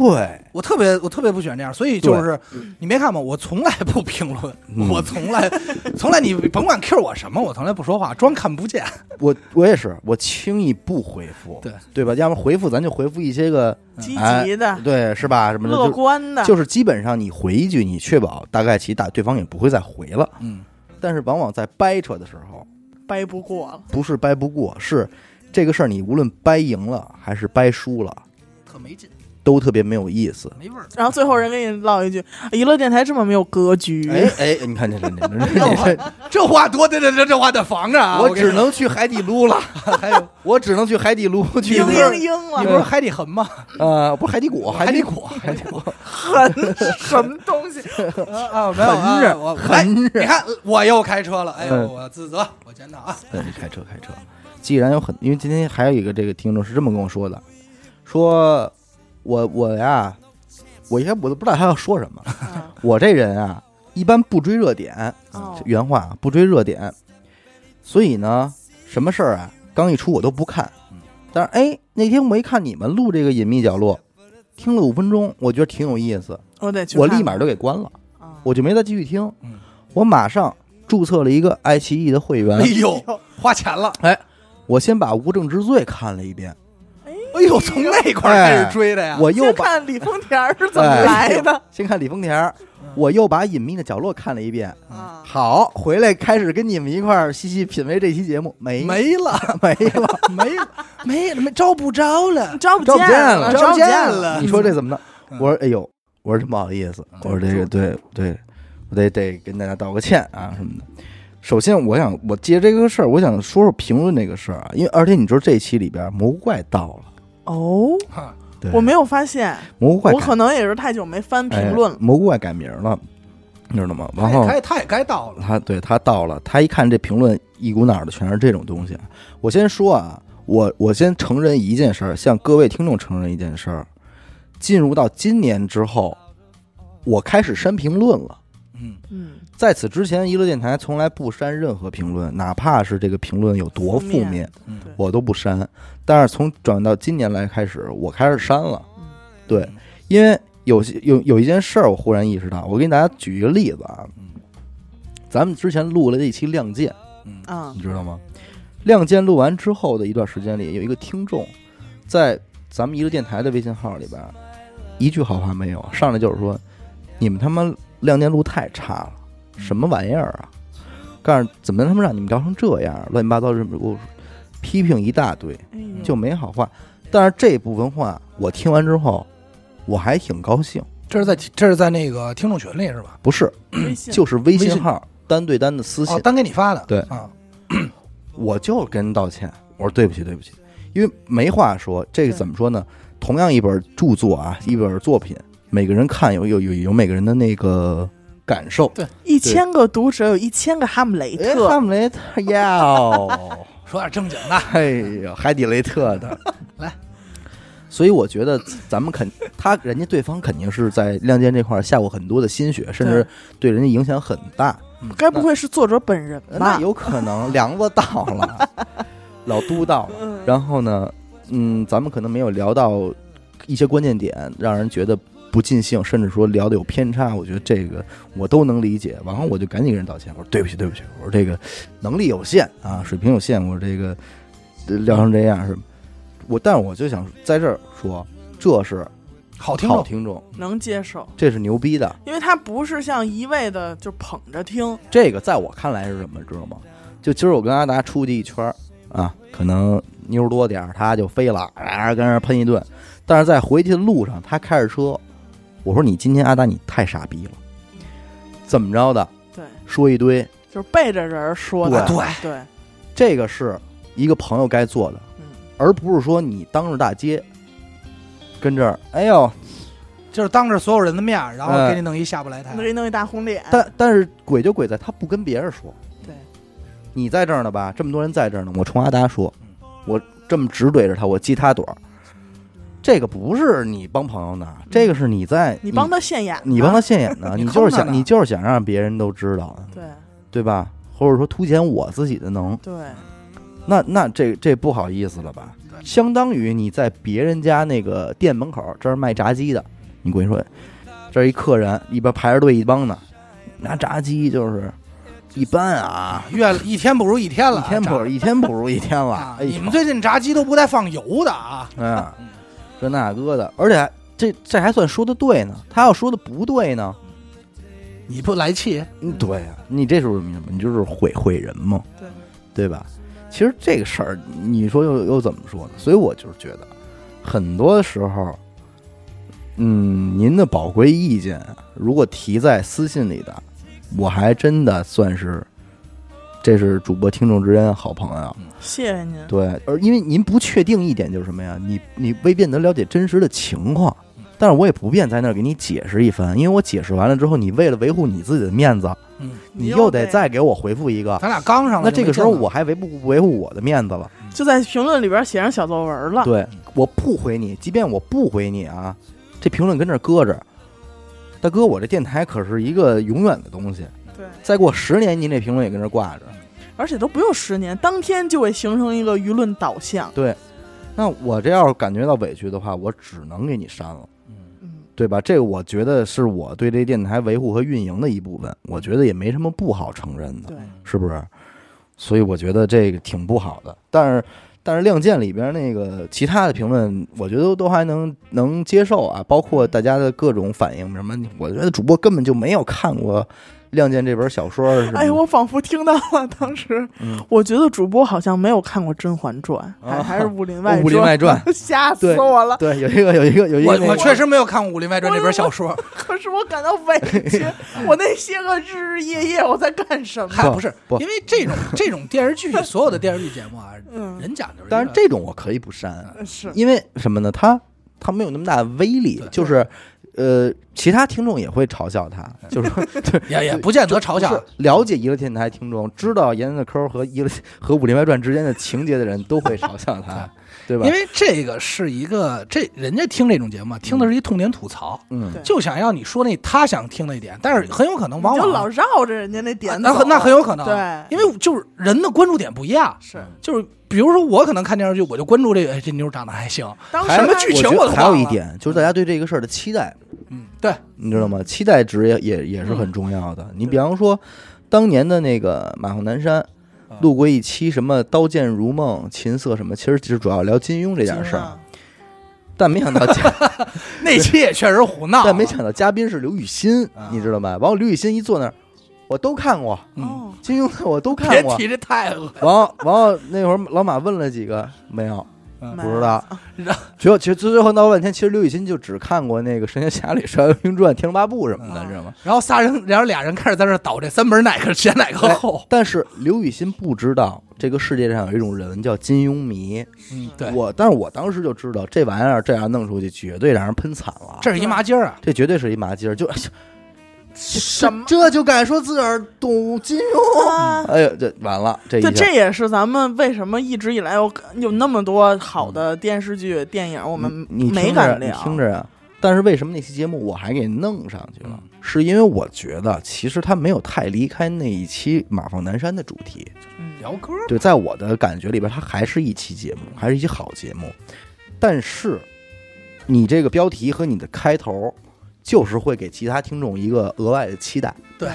Speaker 2: 我特别我特别不喜欢这样，所以就是你没看吗？我从来不评论，
Speaker 1: 嗯
Speaker 2: 我从来从来你甭管 Q 我什么，我从来不说话，装看不见。
Speaker 1: 我我也是，我轻易不回复，
Speaker 2: 对
Speaker 1: 对吧？要么回复咱就回复一些个
Speaker 3: 积
Speaker 1: 哎
Speaker 3: 极
Speaker 2: 啊
Speaker 3: 的、
Speaker 1: 对是吧？什么的
Speaker 3: 乐
Speaker 1: 就
Speaker 3: 观的，
Speaker 1: 就是基本上你回一句，你确保大概其大对方也不会再回了。
Speaker 2: 嗯，
Speaker 1: 但是往往在掰扯的时候，
Speaker 3: 掰不过了，
Speaker 1: 不是掰不过，是这个事儿你无论掰赢了还是掰输了，
Speaker 2: 特没劲，
Speaker 1: 都特别没有意思。
Speaker 2: 没味儿。
Speaker 3: 然后最后人给你唠一句：“娱乐电台这么没有格局。
Speaker 1: 哎哎，你看这这这这这，
Speaker 2: 这话多这这这这话得防着啊！
Speaker 1: 我
Speaker 2: 我跟
Speaker 1: 只
Speaker 2: 你说
Speaker 1: 能去海底撸了，
Speaker 2: 还 有，
Speaker 1: 我只能去海底撸去
Speaker 3: 嘤
Speaker 1: 不
Speaker 3: 嘤
Speaker 1: 是
Speaker 3: 嘤
Speaker 2: 你
Speaker 3: 了，
Speaker 2: 不是海底痕吗？
Speaker 1: 呃，不是海底谷，
Speaker 2: 海
Speaker 1: 底
Speaker 2: 底谷
Speaker 1: 海底谷，
Speaker 3: 什么东 西？
Speaker 2: 啊， 没有
Speaker 1: 横
Speaker 2: 啊，
Speaker 1: 着
Speaker 2: 我
Speaker 1: 横
Speaker 2: 哎你看我又开车了，哎呦，
Speaker 1: 嗯
Speaker 2: 我自责，我检讨啊。
Speaker 1: 对，开车开车。既然有很，因为今天还有一个这个听众是这么跟我说的，说我我呀，我一开始我都不知道他要说什么。
Speaker 3: 啊
Speaker 1: 我这人啊，一般不追热点，
Speaker 3: 哦
Speaker 1: 原话啊不追热点，所以呢，什么事儿啊，刚一出我都不看。但是哎，那天我一看你们录这个隐秘角落，听了五分钟，我觉得挺有意思，
Speaker 3: 我得去
Speaker 1: 我
Speaker 3: 看
Speaker 1: 立马就给关了，
Speaker 3: 啊
Speaker 1: 我就没再继续听
Speaker 2: 嗯。
Speaker 1: 我马上注册了一个爱奇艺的会员哎
Speaker 2: 哎， 呦，花钱了，
Speaker 1: 我先把《无证之罪》看了一遍，
Speaker 2: 哎呦，从那块儿开始追的呀。
Speaker 1: 哎我又
Speaker 3: 先
Speaker 1: 把哎
Speaker 3: 看李丰田儿是怎么来 的
Speaker 1: 先看李丰田儿，我又把《隐秘的角落》看了一遍。
Speaker 3: 嗯啊？
Speaker 1: 好，回来开始跟你们一块儿细细品味这期节目，没
Speaker 2: 没了，
Speaker 1: 没了，
Speaker 2: 没 了，没了，没招不着了。
Speaker 3: 招不
Speaker 1: 招不
Speaker 3: 见
Speaker 1: 见了，
Speaker 3: 招
Speaker 1: 不
Speaker 3: 见
Speaker 1: 了。你说这怎么弄？
Speaker 2: 嗯
Speaker 1: 我说，哎呦，我说真不好意思，
Speaker 3: 嗯
Speaker 1: 我说这个对对，我得得跟大家道个歉啊什么的。首先，我想我接这个事儿，我想说说评论这个事儿啊，因为而且你知道这期里边蘑菇怪到了，
Speaker 3: 哦，
Speaker 2: 哈
Speaker 1: 对
Speaker 3: 我没有发现，
Speaker 1: 蘑菇怪
Speaker 3: 我
Speaker 1: 改
Speaker 3: 可能也是太久没翻评论
Speaker 1: 哎
Speaker 3: 了。
Speaker 1: 蘑菇怪改名了，你知道吗？然
Speaker 2: 他
Speaker 1: 后
Speaker 2: 也该他也该到了，
Speaker 1: 他对他到了，他一看这评论，一股脑儿的全是这种东西。我先说啊，我我先承认一件事儿，向各位听众承认一件事儿，进入到今年之后，我开始删评论了。
Speaker 2: 嗯，
Speaker 1: 哎
Speaker 3: 嗯，
Speaker 1: 在此之前，娱乐电台从来不删任何评论，哪怕是这个评论有多
Speaker 3: 负
Speaker 1: 负
Speaker 3: 面
Speaker 1: 面
Speaker 2: 嗯，
Speaker 1: 我都不删。但是从转到今年来开始，我开始删了
Speaker 3: 嗯。
Speaker 1: 对，因为有些有有一件事儿，我忽然意识到，我给大家举一个例子啊
Speaker 2: 嗯，
Speaker 1: 咱们之前录了一期《亮剑》，
Speaker 2: 嗯
Speaker 3: 啊
Speaker 1: 你知道吗？《亮剑》录完之后的一段时间里，有一个听众在咱们一个电台的微信号里边，一句好话没有，上来就是说：“你们他妈《亮剑》录太差了，什么玩意儿啊！”告诉怎么他妈让你们聊成这样，乱七八糟这么给我批评一大堆，
Speaker 3: 哎呦
Speaker 1: 嗯就没好话。但是这部分话我听完之后，我还挺高兴。
Speaker 2: 这是在这是在那个听众群里是吧？
Speaker 1: 不是，
Speaker 3: 微信
Speaker 1: 就是微
Speaker 2: 微
Speaker 1: 信
Speaker 2: 信
Speaker 1: 号单对单的私信
Speaker 2: 哦，，单给你发的，
Speaker 1: 对
Speaker 2: 啊，
Speaker 1: 我就跟人道歉，我说对不起，对不起，因为没话说。这个
Speaker 3: 对
Speaker 1: 怎么说呢？同样一本著作啊，一本作品，每个人看有有有有每个人的那个感受。
Speaker 2: 对
Speaker 3: 一千个读者有一千个哈姆雷
Speaker 1: 哎，
Speaker 3: 特，
Speaker 1: 哈姆雷特呀 哦，
Speaker 2: 说点正经的，
Speaker 1: 哎呀，海底雷特的
Speaker 2: 来。
Speaker 1: 所以我觉得咱们肯他人家对方肯定是在《亮剑》这块儿下过很多的心血，甚至对人家影响很大。
Speaker 3: 该不会是作者本人吧
Speaker 2: 呃
Speaker 1: 那？有可 能梁子到了，老都到了。 然后呢，嗯，咱们可能没有聊到一些关键点，让人觉得不尽兴，甚至说聊的有偏差。我觉得这个我都能理解。然后我就赶紧跟人道歉，我说对不起，对不起，我说这个能力有限啊，水平有限，我说这个呃聊成这样是吧，我但是我就想在这儿说，这是
Speaker 2: 好听
Speaker 1: 好
Speaker 2: 众，
Speaker 1: 听众，
Speaker 3: 能接受，
Speaker 1: 这是牛逼的。
Speaker 3: 因为他不是像一味的就捧着听，
Speaker 1: 这个在我看来是什么，知道吗？就今儿我跟阿达出去一圈儿啊，可能妞儿多点儿，他就飞了，啊，跟那儿喷一顿。但是在回去的路上，他开着车，我说你今天阿达你太傻逼了，怎么着的？
Speaker 3: 对，
Speaker 1: 说一堆，
Speaker 3: 就是背着人儿说的，
Speaker 2: 对
Speaker 1: 哎
Speaker 3: 对，
Speaker 1: 这个是一个朋友该做的，
Speaker 3: 嗯，
Speaker 1: 而不是说你当着大街跟这儿，哎呦，
Speaker 2: 就是当着所有人的面儿，然后
Speaker 1: 哎
Speaker 2: 给你弄一下不来台
Speaker 3: 那，给你弄一大红脸，
Speaker 1: 但但是鬼就鬼在他不跟别人说，
Speaker 3: 对，
Speaker 1: 你在这儿呢吧？这么多人在这儿呢，我冲阿达说
Speaker 2: 嗯，
Speaker 1: 我这么直怼着他，我击他盹儿。这个不是你帮朋友呢，这个是你在
Speaker 3: 嗯你帮他现眼，
Speaker 1: 你帮他，现眼呢，
Speaker 2: 你
Speaker 1: 你就是
Speaker 2: 坑他
Speaker 1: 想
Speaker 2: 呢
Speaker 1: 你就是想让别人都知道，
Speaker 3: 对
Speaker 1: 对吧？或者说凸显我自己的能，
Speaker 3: 对，
Speaker 1: 那那这这不好意思了吧？
Speaker 2: 对
Speaker 1: 相当于你在别人家那个店门口，这儿卖炸鸡的，你过去说，这儿一客人一边排着队一帮呢，拿炸鸡就是一般啊，
Speaker 2: 越一天不如一天了，啊
Speaker 1: 一天不
Speaker 2: 炸
Speaker 1: 一天不如一天了。
Speaker 2: 啊！
Speaker 1: 哎呦
Speaker 2: 你们最近炸鸡都不带放油的啊？
Speaker 1: 嗯，这那个的，而且还这这还算说的对呢，他要说的不对呢，
Speaker 2: 你不来气，
Speaker 1: 嗯，对呀、你这时候你什么？你就是毁毁人嘛，
Speaker 3: 对，
Speaker 1: 对吧？其实这个事儿，你说又又怎么说呢？所以我就是觉得，很多时候，嗯，您的宝贵意见啊如果提在私信里的，我还真的算是，这是主播听众之间的好朋友。
Speaker 3: 谢谢您。
Speaker 1: 对，而因为您不确定一点就是什么呀？你你未必能了解真实的情况，但是我也不便在那儿给你解释一番，因为我解释完了之后，你为了维护你自己的面子，
Speaker 2: 嗯，
Speaker 1: 你
Speaker 3: 又
Speaker 1: 又
Speaker 3: 得
Speaker 1: 得再给我回复一个，
Speaker 2: 咱俩刚上了。
Speaker 1: 那这个时候
Speaker 2: 就没劲了
Speaker 1: 我还维不维护我的面子了？
Speaker 3: 就在评论里边写上小作文了。
Speaker 1: 对，我不回你，即便我不回你啊，这评论跟这儿搁着，大哥，我这电台可是一个永远的东西，
Speaker 3: 对，
Speaker 1: 再过十年您这评论也跟这儿挂着。
Speaker 3: 而且都不用十年，当天就会形成一个舆论导向。
Speaker 1: 那我这要是感觉到委屈的话，我只能给你删了。
Speaker 3: 嗯，
Speaker 1: 对吧？这个我觉得是我对这电台维护和运营的一部分，我觉得也没什么不好承认的，
Speaker 3: 对，
Speaker 1: 是不是？所以我觉得这个挺不好的。但是，但是《亮剑》里边那个其他的评论，我觉得都还能能接受啊，包括大家的各种反应什么，我觉得主播根本就没有看过《亮剑》这本小说
Speaker 2: 嗯
Speaker 1: 什么的。
Speaker 3: 哎，我仿佛听到了当时，
Speaker 1: 嗯
Speaker 3: 我觉得主播好像没有看过《甄嬛传》，还
Speaker 1: 啊
Speaker 3: 还是《武林外，
Speaker 1: 武林外传》
Speaker 3: 吓死我了！
Speaker 1: 对有一个有一个有一个那个
Speaker 2: 我我确实没有看过《武林外传》这本 小说，
Speaker 3: 可是我感到委屈，我那些个日日夜夜我在干什么？
Speaker 2: 嗨，不是，
Speaker 1: 不
Speaker 2: 因为这种这种电视剧，所有的电视剧节目啊，
Speaker 3: 嗯，
Speaker 2: 人讲究一个。
Speaker 1: 但是这种我可以不删，啊
Speaker 3: 是
Speaker 1: 因为什么呢？他他没有那么大的威力
Speaker 2: 对，
Speaker 1: 就是呃，其他听众也会嘲笑他，就是说
Speaker 2: 也也不见得嘲
Speaker 1: 不
Speaker 2: 笑
Speaker 1: 是，了解娱乐电台听众，知道《严的抠》和《娱乐 和《武林外传》之间的情节的人，都会嘲笑他，对吧
Speaker 2: 因？为这个是一个这人家听这种节目啊，听的是一痛点吐槽，
Speaker 1: 嗯
Speaker 3: 对，
Speaker 2: 就想要你说那他想听的一点，但是很有可能往
Speaker 3: 你就
Speaker 2: 往
Speaker 3: 老绕着人家那点
Speaker 2: 啊
Speaker 3: 走，
Speaker 2: 那很那很有可能，啊
Speaker 3: 对
Speaker 2: 因为就是人的关注点不一样，
Speaker 3: 是
Speaker 2: 就是比如说我可能看电视剧，我就关注这个，哎，这妞长得还行，
Speaker 3: 当时
Speaker 1: 还
Speaker 2: 什么
Speaker 3: 还
Speaker 2: 剧情
Speaker 1: 我觉
Speaker 2: 我
Speaker 1: 得
Speaker 2: 都
Speaker 1: 还有
Speaker 2: 忘
Speaker 1: 一
Speaker 2: 了
Speaker 1: 点，就是大家对这个事儿的期待，
Speaker 2: 嗯， 对，
Speaker 1: 你知道吗？期待值也也也是很重要的。你比方说，当年的那个《马后南山》。录过一期什么《刀剑如梦》《琴瑟》什么，其实只是主要聊金庸这
Speaker 3: 行
Speaker 1: 点事儿
Speaker 3: 啊，
Speaker 1: 但没想到 嘉
Speaker 2: 那期也确实胡闹，啊
Speaker 1: 但没想到嘉宾是刘雨欣，你知道吧？完后刘雨欣一坐那儿，我都看过
Speaker 2: 嗯，
Speaker 3: 哦，
Speaker 1: 金庸的，我都
Speaker 2: 别
Speaker 1: 看过。
Speaker 2: 提这太恶，
Speaker 1: 完后完后那会儿老马问了几个，没有
Speaker 2: 嗯
Speaker 1: 不知道
Speaker 2: 然。
Speaker 1: 结果其实最后闹半天，其实刘雨欣就只看过那个《神雕侠侣》《射雕英雄传》《天龙八部》什么
Speaker 2: 啊
Speaker 1: 的，
Speaker 3: 嗯
Speaker 1: 知道吗？
Speaker 2: 然后仨人，然后俩人开始在那儿倒这三本哪个先哪个后，
Speaker 1: 但是刘雨欣不知道这个世界上有一种人叫金庸迷，
Speaker 2: 嗯，对，
Speaker 1: 我但是我当时就知道这玩意儿这样弄出去，绝对让人喷惨了。
Speaker 2: 这是一麻筋儿啊，
Speaker 1: 这绝对是一麻筋儿，就
Speaker 3: 什么？
Speaker 1: 这就敢说自个儿懂金庸？
Speaker 2: 嗯
Speaker 3: 啊
Speaker 1: 哎呀，这完了，这一
Speaker 3: 对，
Speaker 1: 下
Speaker 3: 这也是咱们为什么一直以来有有那么多好的电视剧、电影，我们
Speaker 1: 你你
Speaker 3: 没
Speaker 1: 听着
Speaker 3: 敢
Speaker 1: 你
Speaker 3: 聊。
Speaker 1: 听着啊，但是为什么那期节目我还给弄上去
Speaker 3: 嗯
Speaker 1: 了？是因为我觉得其实他没有太离开那一期《马放南山》的主题。
Speaker 3: 嗯
Speaker 2: 聊歌
Speaker 1: 对，在我的感觉里边，它还是一期节目，还是一期好节目。但是你这个标题和你的开头，就是会给其他听众一个额外的期待。
Speaker 2: 对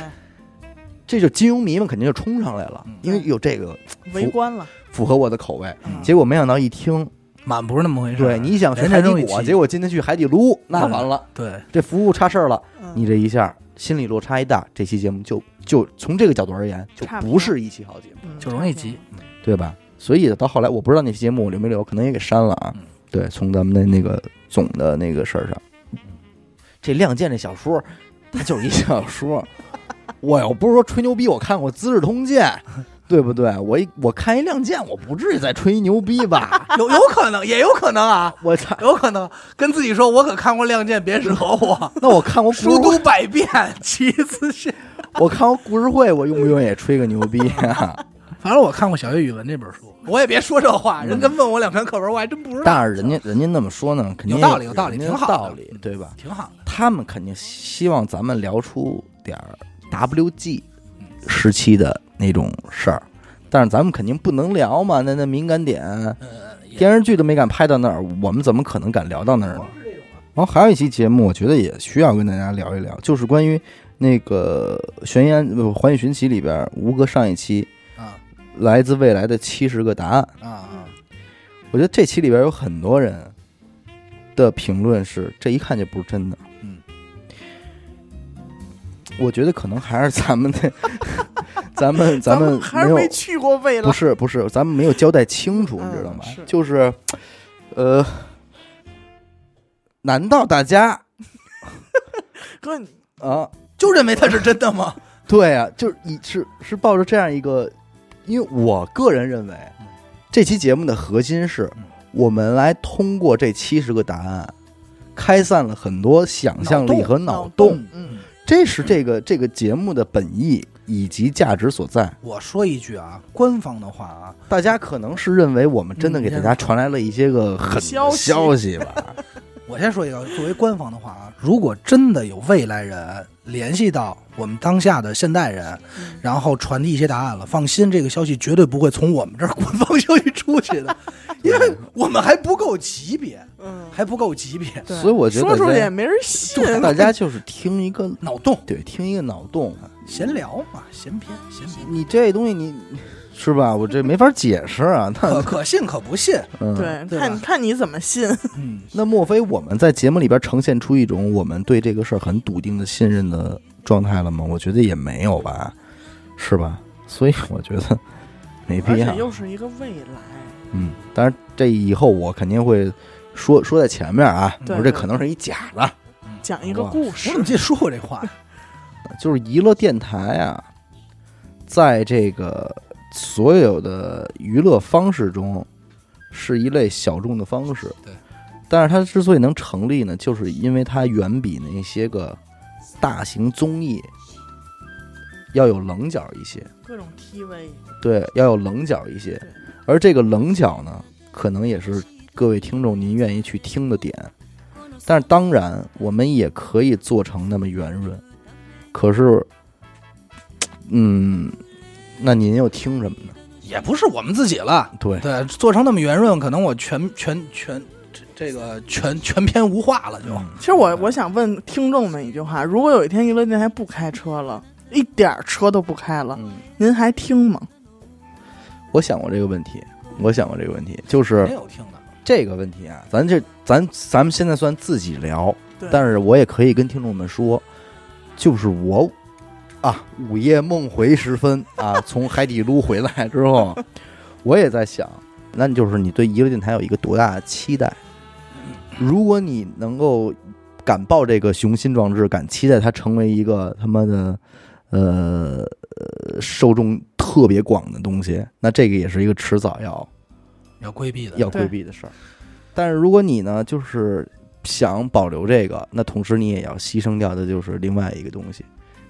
Speaker 1: 这就金庸迷们肯定就冲上来了
Speaker 2: 嗯，
Speaker 1: 因为有这个
Speaker 3: 围观了，
Speaker 1: 符合我的口味。
Speaker 2: 嗯
Speaker 1: 结果没想到一听，
Speaker 2: 满不是那么回事儿，
Speaker 1: 对，你想去
Speaker 2: 哎人
Speaker 1: 海
Speaker 2: 家
Speaker 1: 底
Speaker 2: 都一
Speaker 1: 果，
Speaker 2: 起
Speaker 1: 结果今天去海底捞，那完了，
Speaker 2: 对，
Speaker 1: 这服务差事儿了。
Speaker 3: 嗯
Speaker 1: 你这一下心理落差一大，这期节目就就从这个角度而言，就
Speaker 3: 差评
Speaker 1: 不是一期好节目，
Speaker 3: 嗯
Speaker 2: 就容易急，
Speaker 1: 对吧？所以到后来，我不知道那期节目留没留，可能也给删了啊
Speaker 2: 嗯。
Speaker 1: 对，从咱们的那个总的那个事儿上，
Speaker 2: 嗯
Speaker 1: 这《亮剑》这小说，它就是一小说。我又不是说吹牛逼，我看过《资治通鉴》，对不对？我一我看一《亮剑》，我不至于再吹牛逼吧？
Speaker 2: 有有可能，也有可能啊，
Speaker 1: 我操！
Speaker 2: 有可能跟自己说，我可看过《亮剑》，别惹 我。
Speaker 1: 那我看过故事
Speaker 2: 书
Speaker 1: 会，
Speaker 2: 读百遍，其自现。
Speaker 1: 我看过故事会，我用不用也吹个牛逼啊？
Speaker 2: 反正我看过《小学语文》这本书，嗯我也别说这话，人家问我两篇课文，我还真不知道。
Speaker 1: 但是人家人家那么说呢，肯定
Speaker 2: 有道理有道理
Speaker 1: 人家
Speaker 2: 挺好的
Speaker 1: 道理
Speaker 2: 嗯
Speaker 1: 对吧？
Speaker 2: 挺好的，
Speaker 1: 他们肯定希望咱们聊出点儿 WG 时期的那种事儿，但是咱们肯定不能聊嘛，那那敏感点，
Speaker 2: 呃，也
Speaker 1: 电视剧都没敢拍到那儿，我们怎么可能敢聊到那儿呢？然后还有一期节目，我觉得也需要跟大家聊一聊，就是关于那个悬疑案呃《环宇寻奇》里边吴哥上一期
Speaker 2: 啊
Speaker 1: 来自未来的七十个答案，
Speaker 2: 啊啊，
Speaker 1: 我觉得这期里边有很多人
Speaker 3: 嗯
Speaker 1: 的评论是，这一看就不是真的。
Speaker 2: 嗯，
Speaker 1: 我觉得可能还是咱们 的，咱们咱们
Speaker 3: 还
Speaker 1: 没
Speaker 3: 是
Speaker 1: 有
Speaker 3: 没去过未来
Speaker 1: 不，是不是，咱们没有交代清楚，
Speaker 3: 嗯
Speaker 1: 你知道吗？
Speaker 3: 是
Speaker 1: 就是，呃，难道大家
Speaker 3: 哥，你
Speaker 1: 啊，
Speaker 2: 就认为它是真的 吗？
Speaker 1: 对啊，就是你是是抱着这样一个，因为我个人认为
Speaker 2: 嗯，
Speaker 1: 这期节目的核心是
Speaker 2: 嗯
Speaker 1: 我们来通过这七十个答案，开散了很多想象力和脑
Speaker 3: 脑洞
Speaker 1: 洞，
Speaker 3: 嗯，
Speaker 1: 这是这个这个节目的本意以及价值所在。
Speaker 2: 我说一句啊，官方的话啊，
Speaker 1: 大家可能是认为我们真的给大家传来了一些个狠的
Speaker 3: 消息
Speaker 1: 消息吧？
Speaker 2: 我先说一个，作为官方的话啊，如果真的有未来人联系到我们当下的现代人，然后传递一些答案了，放心，这个消息绝对不会从我们这儿官方消息出去 的，因为我们还不够级别，
Speaker 3: 嗯，
Speaker 2: 还不够级别。
Speaker 3: 对
Speaker 1: 所以我觉得
Speaker 3: 说出去
Speaker 1: 在
Speaker 3: 也没人信，
Speaker 1: 大家就是听一个
Speaker 2: 脑洞
Speaker 1: 对，听一个脑洞。
Speaker 2: 闲聊嘛，闲篇闲篇，
Speaker 1: 你这东西你，是吧？我这没法解释啊。那
Speaker 2: 可可信可不信。
Speaker 1: 嗯，
Speaker 3: 对，
Speaker 2: 对吧
Speaker 3: 看看你怎么信，
Speaker 2: 嗯，
Speaker 1: 那莫非我们在节目里边呈现出一种我们对这个事儿很笃定的信任的状态了吗？我觉得也没有吧，是吧？所以我觉得没
Speaker 3: 而
Speaker 1: 必要
Speaker 3: 且。又是一个未来，
Speaker 1: 嗯，当然这以后我肯定会说说在前面啊，我
Speaker 3: 对
Speaker 1: 说这
Speaker 3: 对
Speaker 1: 可能是一假的，
Speaker 3: 讲一个
Speaker 1: 哇
Speaker 3: 故
Speaker 2: 我
Speaker 3: 事
Speaker 2: 怎么，记得说过这话呀？
Speaker 1: 就是娱乐电台啊，在这个所有的娱乐方式中，是一类小众的方式。
Speaker 2: 对，
Speaker 1: 但是它之所以能成立呢，就是因为它远比那些个大型综艺要有棱角一些，
Speaker 3: 各种 TV，
Speaker 1: 对，要有棱角一些
Speaker 3: 对。
Speaker 1: 而这个棱角呢，可能也是各位听众您愿意去听的点。但是当然，我们也可以做成那么圆润。可是，嗯，那您又听什么呢？
Speaker 2: 也不是我们自己了。
Speaker 1: 对，
Speaker 2: 对，做成那么圆润，可能我全全全这这个全全篇无话了就。
Speaker 3: 其实我我想问听众们一句话：如果有一天娱乐电台不开车了，一点儿车都不开了，
Speaker 1: 嗯，
Speaker 3: 您还听吗？
Speaker 1: 我想过这个问题，我想过这个问题，就是
Speaker 2: 没有听的，
Speaker 1: 这个问题啊，咱这咱咱们现在算自己聊，
Speaker 3: 对，
Speaker 1: 但是我也可以跟听众们说，就是我啊，午夜梦回时分啊，从海底捞回来之后，我也在想，那就是你对娱乐电台有一个多大的期待？如果你能够敢抱这个雄心壮志，敢期待它成为一个他妈的呃呃受众特别广的东西，那这个也是一个迟早要
Speaker 2: 要规避的。
Speaker 1: 要规避的事儿。但是如果你呢，就是想保留这个，那同时你也要牺牲掉的就是另外一个东西。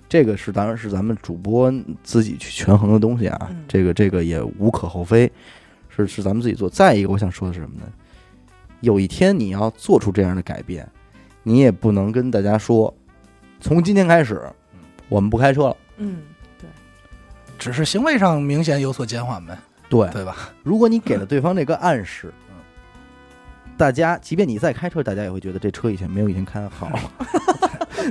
Speaker 1: 这个是当然是咱们主播自己去权衡的东西啊，
Speaker 3: 嗯
Speaker 1: 这个这个也无可厚非，是是咱们自己做。再一个，我想说的是什么呢？有一天你要做出这样的改变，你也不能跟大家说，从今天开始
Speaker 2: 嗯，
Speaker 1: 我们不开车了。
Speaker 3: 嗯，
Speaker 2: 只是行为上明显有所减缓呗，
Speaker 1: 对
Speaker 2: 对吧？
Speaker 1: 如果你给了对方这个暗示，大家即便你再开车，大家也会觉得这车以前没有以前开的 好，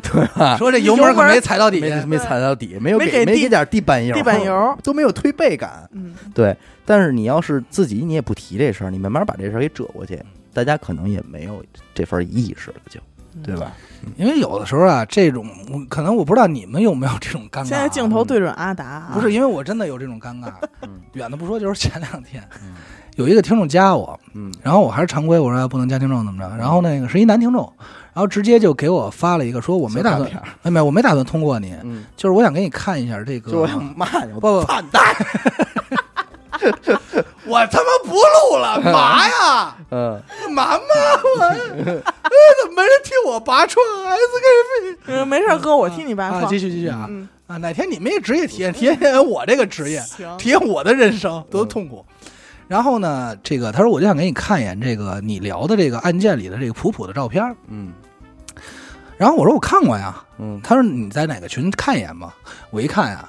Speaker 1: 对吧？
Speaker 2: 说这啊油门
Speaker 3: 油
Speaker 2: 可
Speaker 3: 门
Speaker 2: 没踩到底，
Speaker 1: 没没踩到底，没有
Speaker 3: 没
Speaker 1: 给
Speaker 3: 给
Speaker 1: 没
Speaker 3: 地
Speaker 1: 给点地板油，
Speaker 3: 地板油，
Speaker 1: 都没有推背感。
Speaker 3: 嗯，
Speaker 1: 对，但是你要是自己你也不提这事儿，你慢慢把这事儿给遮过去，大家可能也没有这份意识了，就
Speaker 3: 嗯
Speaker 1: 对？吧？
Speaker 2: 因为有的时候啊，这种我可能我不知道你们有没有这种尴尬啊。
Speaker 3: 现在镜头对准阿达啊，
Speaker 2: 不是因为我真的有这种 尴尬，远的不说，就是前两天
Speaker 1: 嗯
Speaker 2: 有一个听众加我，
Speaker 1: 嗯
Speaker 2: 然后我还是常规，我说哎不能加听众怎么着，然后那个是一男听众，然后直接就给我发了一个说我没打
Speaker 1: 小卡
Speaker 2: 算，哎没有，我没打算通过你，
Speaker 1: 嗯，
Speaker 2: 就是我想给你看一下这个，
Speaker 1: 就我 想骂你，我
Speaker 2: 不不
Speaker 1: 操你大爷！
Speaker 2: 我他妈不录 了，干嘛呀？
Speaker 1: 嗯，
Speaker 2: 干嘛嘛我， 哎怎么没人替我拔创 SKP？
Speaker 3: 嗯没事儿，哥，我替你拔
Speaker 2: 啊，
Speaker 3: 创
Speaker 2: 继。续继续啊
Speaker 3: 嗯
Speaker 2: 啊！哪天你们也职业体验体验体验我这个职业，
Speaker 3: 行
Speaker 2: 体验我的人生多痛苦。然后呢，这个他说我就想给你看一眼这个你聊的这个案件里的这个普普的照片儿。
Speaker 1: 嗯
Speaker 2: 然后我说我看过呀，
Speaker 1: 嗯
Speaker 2: 他说你在哪个群看一眼吧。我一看呀，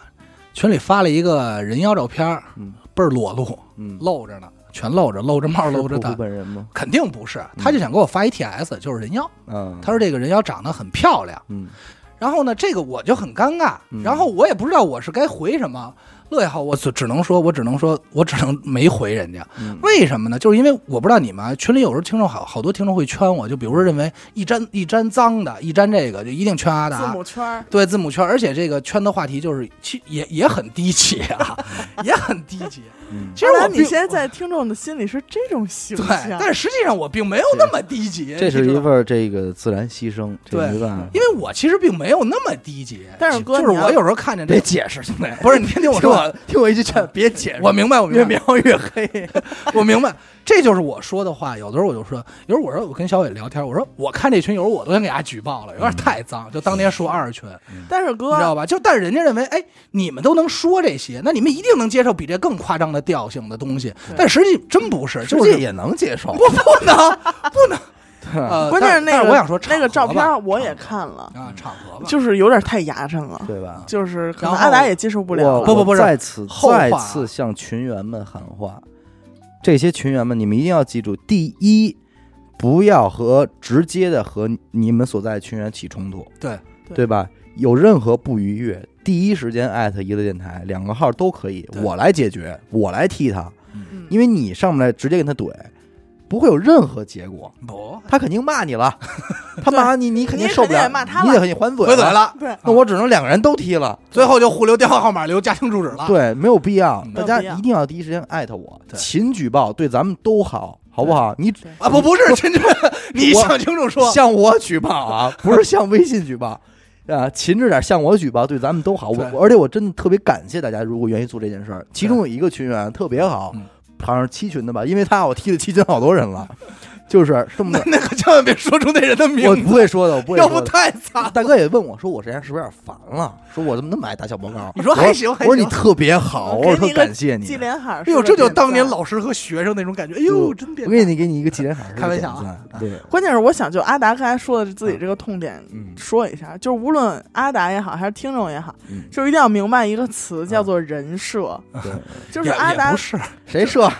Speaker 2: 群里发了一个人妖照片儿，
Speaker 1: 嗯
Speaker 2: 倍儿裸露，
Speaker 1: 嗯，
Speaker 2: 露着呢，全露着，露着帽，露着
Speaker 1: 是瀑
Speaker 2: 的
Speaker 1: 布，本人吗？
Speaker 2: 肯定不是。他就想给我发一 T S，就是人妖。
Speaker 1: 嗯，
Speaker 2: 他说这个人妖长得很漂亮，
Speaker 1: 嗯
Speaker 2: 然后呢，这个我就很尴尬，
Speaker 1: 嗯
Speaker 2: 然后我也不知道我是该回什么。乐也好，我只只能说，我只能说，我只能没回人家。
Speaker 1: 嗯
Speaker 2: 为什么呢？就是因为我不知道你们啊群里有时候听众好好多听众会圈我，就比如说认为一沾一沾脏的，一沾这个就一定圈阿达。
Speaker 3: 字母圈儿，
Speaker 2: 对字母圈，而且这个圈的话题就是，其也也很低级 啊，也很低级。
Speaker 1: 嗯
Speaker 2: 其实我
Speaker 3: 看来
Speaker 2: 并
Speaker 3: 你现在在听众的心里是啊这种形
Speaker 2: 对，
Speaker 3: 象，
Speaker 2: 但是实际上我并没有那么低级，
Speaker 1: 这是
Speaker 2: 你
Speaker 1: 一
Speaker 2: 知道吗
Speaker 1: 份这个自然牺牲，这
Speaker 2: 对
Speaker 1: 没办法。
Speaker 2: 因为我其实并没有那么低级。
Speaker 3: 但是哥
Speaker 2: 就是
Speaker 3: 你要
Speaker 2: 我有时候看见这
Speaker 1: 别，解释，兄弟，
Speaker 2: 不是你听我
Speaker 1: 听
Speaker 2: 说，
Speaker 1: 我听我一句劝，别解释，
Speaker 2: 我明白，我明
Speaker 1: 越
Speaker 2: 白，
Speaker 1: 描越黑。
Speaker 2: 我明白， 这就是我说的话。有的时候我就说，有时候我说我跟小伟聊天，我说我看这群，有时候我都想给他举报了，有点太脏。就当年说二群，
Speaker 3: 但是
Speaker 2: 你知道
Speaker 3: 哥，
Speaker 2: 吧？就但是人家认为，哎，你们都能说这些，那你们一定能接受比这更夸张的调性的东西。但实际真不是，
Speaker 1: 实
Speaker 2: 就
Speaker 1: 际
Speaker 2: 是
Speaker 1: 也能接受
Speaker 2: 不，不能不 能。呃，
Speaker 3: 关键
Speaker 2: 但
Speaker 3: 是那
Speaker 2: 但
Speaker 3: 个
Speaker 2: 我想说
Speaker 3: 那个
Speaker 2: 场
Speaker 3: 照
Speaker 2: 合吧
Speaker 3: 片我也看了，
Speaker 2: 啊，场合吧，
Speaker 3: 就是有点太牙碜了，
Speaker 1: 对吧？
Speaker 3: 就是可
Speaker 2: 然
Speaker 3: 能
Speaker 2: 后
Speaker 3: 阿达也接受不了
Speaker 1: 我
Speaker 3: 了。
Speaker 2: 不不不
Speaker 1: 我
Speaker 2: 是
Speaker 1: 在此
Speaker 2: 后话
Speaker 1: 再次向群员们喊话，这些群员们，你们一定要记住，第一，不要和直接的和你们所在的群员起冲突，
Speaker 2: 对
Speaker 3: 对
Speaker 1: 对吧？有任何不愉悦，第一时间艾特一个电台，两个号都可以，
Speaker 2: 对
Speaker 1: 我来解决，我来替他，
Speaker 3: 嗯
Speaker 1: 因为你上来直接跟他怼，不会有任何结果。
Speaker 2: 不
Speaker 1: 他肯定骂你了，他骂你，你肯定
Speaker 3: 你
Speaker 1: 受不
Speaker 3: 肯定
Speaker 1: 了
Speaker 3: 也，骂他
Speaker 1: 你
Speaker 3: 了
Speaker 1: 得肯定还嘴
Speaker 2: 回嘴。了，
Speaker 3: 对，
Speaker 1: 那我只能两个人都踢了。
Speaker 2: 最后就互留电话号码，留家庭住址了。
Speaker 1: 对，没有必要
Speaker 2: 嗯，
Speaker 1: 大
Speaker 3: 没有
Speaker 1: 家
Speaker 3: 必要
Speaker 1: 一定要第一时间艾特我，
Speaker 2: 对
Speaker 1: 勤举报，对咱们都好，好不好？你
Speaker 3: 对
Speaker 2: 啊，不不是，真正你想清楚说，
Speaker 1: 向我举报啊，不是向微信举报。啊，勤着点，向我举报，对咱们都好。我
Speaker 2: 对
Speaker 1: 而且我真的特别感谢大家，如果愿意做这件事儿，其中有一个群员特别好
Speaker 2: 嗯，
Speaker 1: 好像是七群的吧，因为他我踢了七群好多人了，就是这么
Speaker 2: 那。
Speaker 1: 的
Speaker 2: 那可千万别说出那人的名
Speaker 1: 我
Speaker 2: 字，
Speaker 1: 不会说的，我不会
Speaker 2: 要
Speaker 1: 说
Speaker 2: 不
Speaker 1: 的。
Speaker 2: 太惨 了。
Speaker 1: 大哥也问我说：“我这人是不是有点烦了？说我怎么那么爱打小报告？”
Speaker 2: 你说
Speaker 1: 我
Speaker 2: 还行还
Speaker 1: 我说你
Speaker 2: 行
Speaker 1: 特别好，
Speaker 3: 给
Speaker 1: 我
Speaker 3: 你
Speaker 1: 说
Speaker 3: 一个
Speaker 1: 感谢你。
Speaker 3: 纪连海，
Speaker 2: 哎呦，这就当年。老师和学生那种感觉。哎呦，真变
Speaker 1: 我
Speaker 2: 态
Speaker 1: 给！你给你一个纪念卡，
Speaker 2: 开玩笑啊
Speaker 1: 对，
Speaker 3: 关键是我想就阿达刚才说的自己这个痛点
Speaker 1: 嗯
Speaker 3: 说一下，就是无论阿达也好，还是听众也好，
Speaker 1: 嗯，
Speaker 3: 就一定要明白一个
Speaker 2: 嗯
Speaker 3: 词叫做人设，
Speaker 1: 对，
Speaker 3: 就是
Speaker 2: 也
Speaker 3: 阿
Speaker 2: 也
Speaker 3: 达
Speaker 2: 不是，
Speaker 1: 谁设？啊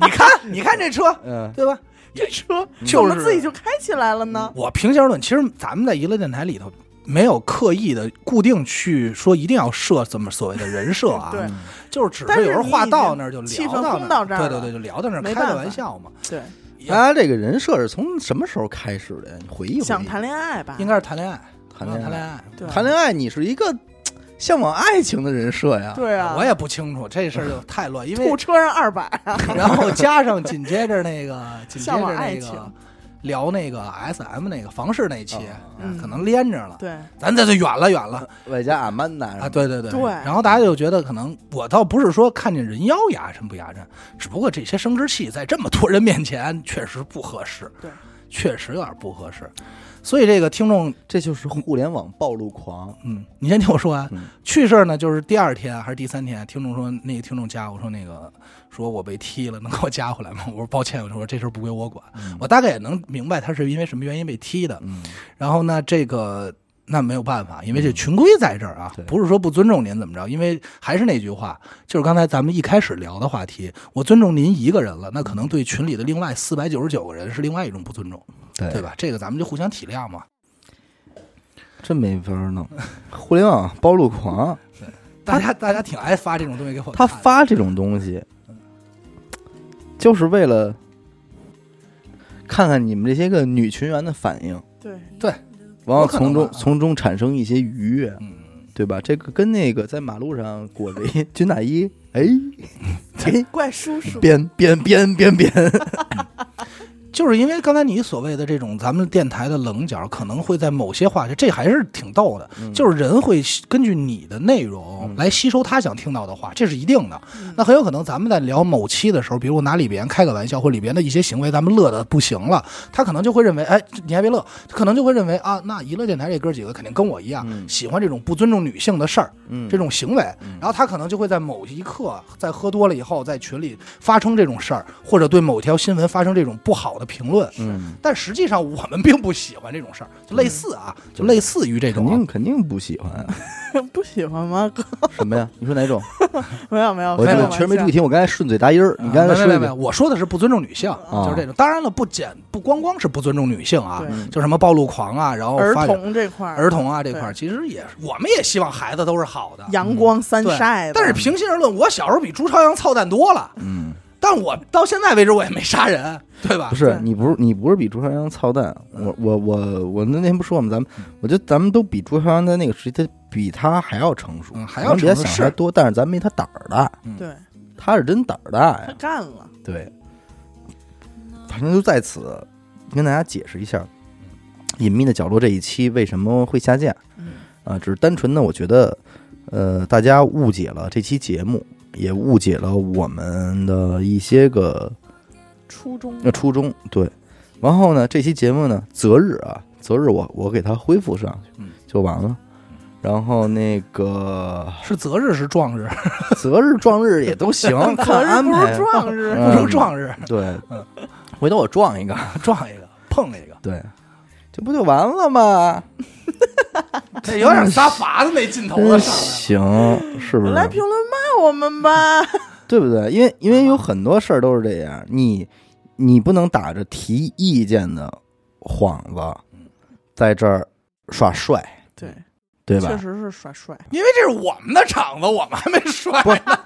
Speaker 2: 你看，你看这车，
Speaker 1: 嗯，
Speaker 2: 对吧？
Speaker 3: 这车
Speaker 2: 嗯就
Speaker 3: 怎
Speaker 2: 是
Speaker 3: 么自己就开起来了呢？
Speaker 2: 我平心而论，其实咱们在娱乐电台里头没有刻意的固定去说一定要设这么所谓的人设 啊，
Speaker 3: 对
Speaker 2: 就是只
Speaker 3: 但
Speaker 2: 是
Speaker 3: 是
Speaker 2: 有人话到那儿就
Speaker 3: 你已经
Speaker 2: 聊
Speaker 3: 气氛
Speaker 2: 那
Speaker 3: 轰
Speaker 2: 儿，啊
Speaker 3: 到这儿
Speaker 2: 对
Speaker 3: 了
Speaker 2: 对对，就聊到那儿，开
Speaker 3: 没办法
Speaker 2: 个玩笑嘛，
Speaker 3: 对，
Speaker 2: 哎
Speaker 1: 大家这个人设是从什么时候开始的呀？你回忆回忆。
Speaker 3: 想谈恋爱吧？
Speaker 2: 应该是谈恋爱，嗯
Speaker 1: 谈恋
Speaker 2: 谈
Speaker 1: 爱，
Speaker 2: 爱。
Speaker 3: 对
Speaker 1: 谈恋爱，你是一个向往爱情的人设呀。
Speaker 3: 对啊，
Speaker 2: 我也哎不清楚这事儿就太乱，因
Speaker 3: 吐
Speaker 2: 为
Speaker 3: 车上二百，
Speaker 2: 然后加上紧接着那个，紧接
Speaker 3: 向往
Speaker 2: 着那
Speaker 3: 爱
Speaker 2: 个
Speaker 3: 情
Speaker 2: 聊那个 S M 那个房事那一期
Speaker 1: 啊，
Speaker 3: 嗯
Speaker 2: 可能连着了，
Speaker 3: 对，
Speaker 2: 咱这就远了远了。
Speaker 1: 外加阿曼达
Speaker 3: 嗯
Speaker 2: 啊，，对对对
Speaker 3: 对
Speaker 2: 然后大家就觉得可能我倒不是说看见人妖牙碜不牙碜，只不过这些生殖器在这么多人面前确实不合适，
Speaker 3: 对，
Speaker 2: 确实有点不合适。所以这个听众，
Speaker 1: 这就是互联网暴露狂。
Speaker 2: 嗯，你先听我说完、
Speaker 1: 嗯
Speaker 2: 趣事儿呢，就是第二天还是第三天，听众说那个听众加我说那个说我被踢了，能给我加回来吗？我说抱歉，我说这事儿不归我管，我大概也能明白他是因为什么原因被踢的。
Speaker 1: 嗯，
Speaker 2: 然后呢，这个那没有办法，因为这群规在这儿啊，
Speaker 1: 对
Speaker 2: 不是说不尊重您怎么着，因为还是那句话，就是刚才咱们一开始聊的话题，我尊重您一个人了，那可能对群里的另外四百九十九个人是另外一种不尊重，对
Speaker 1: 对，
Speaker 2: 吧？这个咱们就互相体谅嘛。
Speaker 1: 真没法弄。互联网暴露狂，
Speaker 2: 大家大家挺爱发这种东西给我
Speaker 1: 他
Speaker 2: 看，
Speaker 1: 发这种东西，就是为了看看你们这些个女群员的反应，
Speaker 3: 对，
Speaker 2: 哎
Speaker 1: 然后
Speaker 2: 有可能
Speaker 1: 从中
Speaker 2: 吧
Speaker 1: 从中产生一些愉悦，
Speaker 2: 嗯，
Speaker 1: 对吧？这个跟那个在马路上裹着一军大衣，哎，哎
Speaker 3: 怪叔叔，
Speaker 1: 编编编编 编，
Speaker 2: 就是因为刚才你所谓的这种咱们电台的棱角，可能会在某些话题，这还是挺逗的。就是人会吸根据你的内容来吸收他想听到的话，这是一定的。那很有可能咱们在聊某期的时候，比如我拿里边开个玩笑，或里边的一些行为，咱们乐的不行了，他可能就会认为，哎，你还别乐，可能就会认为啊，那娱乐电台这哥几个肯定跟我一样，
Speaker 1: 嗯
Speaker 2: 喜欢这种不尊重女性的事儿，
Speaker 1: 嗯
Speaker 2: 这种行为，然后他可能就会在某一刻，在喝多了以后，在群里发生这种事儿，或者对某条新闻发生这种不好的评论。
Speaker 1: 嗯，
Speaker 2: 但实际上我们并不喜欢这种事儿，就类似啊，就类似于这
Speaker 1: 嗯肯
Speaker 2: 种啊
Speaker 1: 定肯定不喜欢啊
Speaker 3: 不喜欢吗？哥，
Speaker 1: 什么呀？你说哪 种？
Speaker 3: 没有没有，
Speaker 1: 我
Speaker 2: 没
Speaker 3: 开
Speaker 2: 有
Speaker 1: 我
Speaker 3: 个
Speaker 1: 确实
Speaker 3: 玩
Speaker 1: 没
Speaker 3: 笑
Speaker 1: 注意听，我刚才顺嘴答音儿，你刚才
Speaker 2: 没
Speaker 1: 说啊
Speaker 2: 没
Speaker 1: 一
Speaker 2: 啊没没，
Speaker 1: 遍
Speaker 2: 我说的是不尊重女性，就是这种。当然了，不简不光光是不尊重女性啊，
Speaker 3: 对
Speaker 2: 就什么暴露狂啊，然后
Speaker 3: 儿
Speaker 2: 发展
Speaker 3: 童这块儿，
Speaker 2: 儿童啊这块儿，
Speaker 3: 对
Speaker 2: 其实也是我们也希望孩子都是好的。
Speaker 3: 阳光三
Speaker 2: 嗯对
Speaker 3: 晒的，
Speaker 2: 但是平心而论，我小时候比朱朝阳操蛋多了，
Speaker 1: 嗯，
Speaker 2: 但我到现在为止我也没杀人，对吧
Speaker 1: 不？是
Speaker 3: 对
Speaker 1: 你不是你不是比朱朝阳操蛋，我我我我那天不说我们咱们，
Speaker 2: 嗯
Speaker 1: 我觉得咱们都比朱朝阳在那个时期，他比他还要成熟
Speaker 2: 嗯，还
Speaker 1: 咱
Speaker 2: 要
Speaker 1: 们别
Speaker 2: 成熟
Speaker 1: 想
Speaker 2: 是
Speaker 1: 他多，但是咱没他胆儿大，
Speaker 3: 对
Speaker 1: 他是真胆儿大
Speaker 3: 他
Speaker 1: 呀。
Speaker 3: 干了，
Speaker 1: 对，反正就在此跟大家解释一下，《隐秘的角落》这一期为什么会下架。
Speaker 3: 嗯，
Speaker 1: 啊，只是单纯的我觉得，呃，大家误解了这期节目，也误解了我们的一些个
Speaker 3: 初中
Speaker 1: 呃初衷。对，然后呢，这期节目呢，择日啊，择日我我给它恢复上去
Speaker 2: 嗯
Speaker 1: 就完了。然后那个
Speaker 2: 是择日是壮日，
Speaker 1: 择日撞日也都行，看安
Speaker 2: 哎
Speaker 3: 不是
Speaker 1: 排。
Speaker 3: 壮士，
Speaker 2: 不
Speaker 1: 嗯
Speaker 2: 能撞日，
Speaker 1: 对，回头我撞一个，
Speaker 2: 撞一个碰一个，
Speaker 1: 对，这不就完了吗？
Speaker 2: 这有点撒法子那劲头
Speaker 1: 真
Speaker 2: 了，上来
Speaker 1: 行，是不是？
Speaker 3: 来评论骂我们吧，
Speaker 1: 对不对？因为因为有很多事儿都是这样，你你不能打着提意见的幌子，在这儿耍帅，
Speaker 3: 对，
Speaker 1: 对
Speaker 3: 确
Speaker 1: 吧？
Speaker 3: 实是耍帅，
Speaker 2: 因为这是我们的场子，我们还没摔
Speaker 1: 不
Speaker 2: 呢，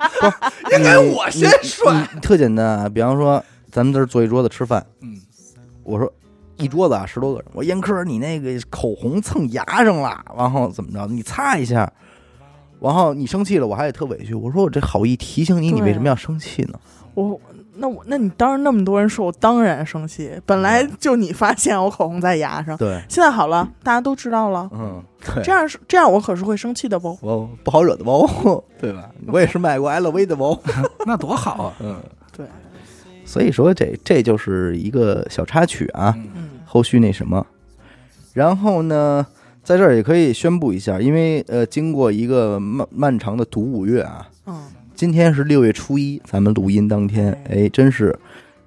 Speaker 2: 应该我先摔。
Speaker 1: 你你特简单啊，比方说咱们这儿坐一桌子吃饭，
Speaker 2: 嗯，
Speaker 1: 我说一桌子啊十多个人，我严科你那个口红蹭牙上了，然后怎么着？你擦一下。然后你生气了，我还得特委屈。我说我这好意提醒你，
Speaker 3: 对
Speaker 1: 你为什么要生气呢？
Speaker 3: 我。那我那你当时那么多人说，我当然生气。本来
Speaker 2: 嗯
Speaker 3: 就你发现我口红在牙上，
Speaker 1: 对，
Speaker 3: 现在好了，大家都知道了，
Speaker 1: 嗯，对
Speaker 3: 这样是这样，我可是会生气的不？
Speaker 1: 我不好惹的猫，对吧？我 也是卖过 LV 的猫，
Speaker 2: 那多好啊！
Speaker 1: 嗯，
Speaker 3: 对，
Speaker 1: 所以说这这就是一个小插曲啊，
Speaker 2: 嗯
Speaker 3: 嗯，
Speaker 1: 后续那什么，然后呢，在这儿也可以宣布一下，因为呃，经过一个漫漫长的独五月啊，
Speaker 3: 嗯，
Speaker 1: 今天是六月初一，咱们录音当天，哎，真是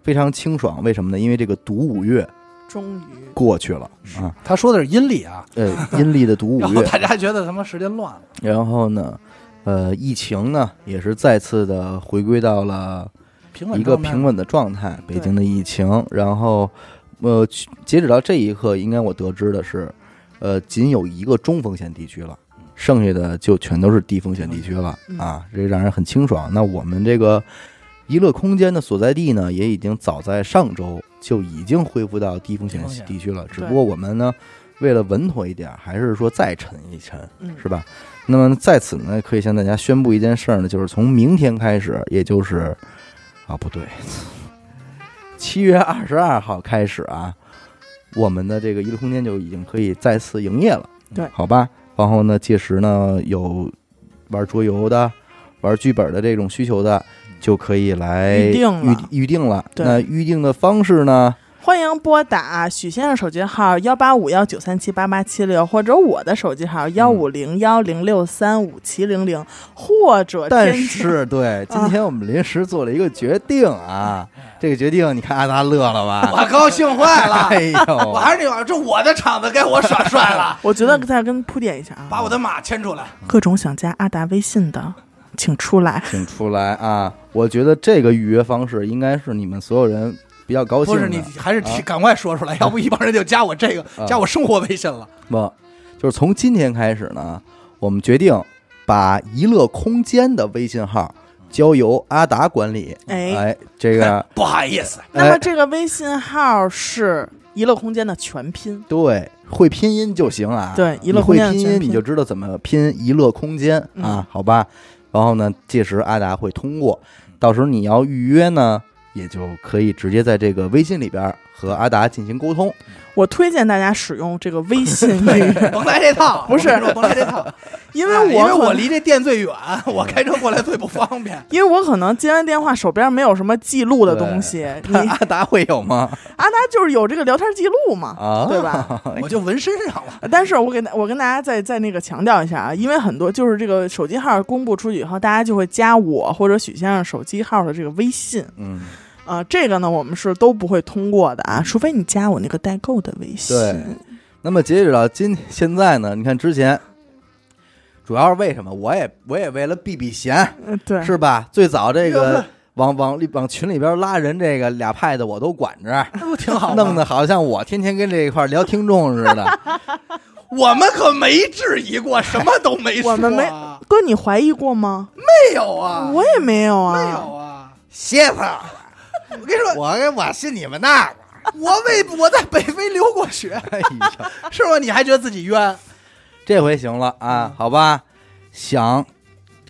Speaker 1: 非常清爽，为什么呢？因为这个独五月
Speaker 3: 终于
Speaker 1: 过去了啊，
Speaker 2: 他说的是阴历啊，
Speaker 1: 呃，阴历的独五
Speaker 2: 然后
Speaker 1: 月，
Speaker 2: 大家觉得他妈时间乱了，
Speaker 1: 然后呢，呃，疫情呢也是再次的回归到了。
Speaker 2: 平稳
Speaker 1: 一个
Speaker 2: 状态
Speaker 1: 平稳的状态，北
Speaker 3: 对
Speaker 1: 京的疫情。然后，呃，去截止到这一刻，应该我得知的是，呃，仅有一个中风险地区了，
Speaker 2: 嗯
Speaker 1: 剩下的就全都是低风险地区了、
Speaker 3: 嗯
Speaker 1: 啊，这让人很清爽。那我们这个娱乐空间的所在地呢，也已经早在上周就已经恢复到低风险
Speaker 2: 低风险
Speaker 1: 地区了，只
Speaker 3: 对
Speaker 1: 不过我们呢，为了稳妥一点，还是说再沉一沉。
Speaker 3: 嗯
Speaker 1: 是吧？那么在此呢，可以向大家宣布一件事儿呢，就是从明天开始，也就是啊，不对，七月二十二号开始啊，我们的这个娱乐空间就已经可以再次营业了，
Speaker 3: 对
Speaker 1: 好吧？然后呢，届时呢，有玩桌游的、玩剧本的这种需求的，就可以来
Speaker 3: 预定了
Speaker 1: 预预定了。
Speaker 3: 对
Speaker 1: 那预定的方式呢？
Speaker 3: 欢迎拨打许先生手机号幺八五幺九三七八八七六，或者我的手机号
Speaker 2: 嗯
Speaker 3: 幺五零幺零六三五七零零，或者
Speaker 1: 但
Speaker 3: 添加，
Speaker 1: 是，对，今天我们临时做了一个决定啊，这个决定你看阿达乐了吧？
Speaker 2: 我高兴坏了。
Speaker 1: 哎呦，
Speaker 2: 我还是那句话，这我的场子该我耍帅了
Speaker 3: 我觉得再跟铺垫一下啊，
Speaker 2: 把我的马牵出来。
Speaker 3: 各种想加阿达微信的，请出来。
Speaker 2: 哎
Speaker 1: 请出来啊！我觉得这个预约方式应该是你们所有人比较高兴
Speaker 2: 不啊
Speaker 1: 的。
Speaker 2: 是你，还是提赶快说出来，要不一帮人就加我这
Speaker 1: 啊
Speaker 2: 个，加我生活微信了。
Speaker 1: 不，就是从今天开始呢，我们决定把娱乐空间的微信号交由阿达管理。
Speaker 3: 哎
Speaker 1: 哎，这 个
Speaker 2: 不好意思，
Speaker 3: 那么
Speaker 1: 哎
Speaker 3: 这个微信号是娱乐空间的全拼，
Speaker 1: 对，会拼音就行啊。
Speaker 3: 对
Speaker 1: 你
Speaker 3: 娱乐空
Speaker 1: 会
Speaker 3: 间的
Speaker 1: 拼
Speaker 3: 全
Speaker 1: 音
Speaker 3: 拼
Speaker 1: 你就知道怎么拼娱乐空间啊
Speaker 3: 嗯，
Speaker 1: 好吧？然后呢，届时阿达会通过，到时候你要预约呢，也就可以直接在这个微信里边儿和阿达进行沟通。
Speaker 3: 我推荐大家使用这个微信预 约，
Speaker 2: 甭来这套，
Speaker 3: 不是
Speaker 2: 我跟你说甭来这套，
Speaker 3: 因
Speaker 2: 哎
Speaker 3: 为
Speaker 2: 因
Speaker 3: 我
Speaker 2: 为
Speaker 3: 可
Speaker 2: 我
Speaker 3: 能
Speaker 2: 离这店最远，我开车过来最不方 便。
Speaker 3: 因为我可能接完电话手边没有什么记录的东西，你
Speaker 1: 阿达会有吗？
Speaker 3: 阿达就是有这个聊天记录嘛，
Speaker 1: 啊
Speaker 3: 对吧？
Speaker 2: 我就纹身上了，
Speaker 3: 但是我给大我跟大家再再那个强调一下啊，因为很多就是这个手机号公布出去以后，大家就会加我或者许先生手机号的这个微信，
Speaker 1: 嗯，
Speaker 3: 啊，这个呢，我们是都不会通过的啊，除非你加我那个代购的微信。
Speaker 1: 对那么截止到今现在呢，你看之前，主要是为什么？我也我也为了避避嫌，
Speaker 3: 呃对，
Speaker 1: 是吧？最早这
Speaker 2: 哎呦
Speaker 1: 个
Speaker 2: 呵
Speaker 1: 往往里往群里边拉人，这个俩派的我都管着，
Speaker 2: 那不挺 好吗？
Speaker 1: 弄得好像我天天跟这一块儿聊听众似的。
Speaker 2: 我们可没质疑过，什么都没说啊，
Speaker 3: 我们没
Speaker 2: 没
Speaker 3: 哥，你怀疑过吗？
Speaker 2: 有啊，
Speaker 3: 我也没有
Speaker 2: 没
Speaker 3: 啊。
Speaker 2: 有啊。
Speaker 1: 歇他！
Speaker 2: 我跟你说，
Speaker 1: 我跟我信你们那个。
Speaker 2: 我为我在北非留过学，
Speaker 1: 哎呀，
Speaker 2: 是吧？你还觉得自己冤？
Speaker 1: 这回行了啊，好吧，想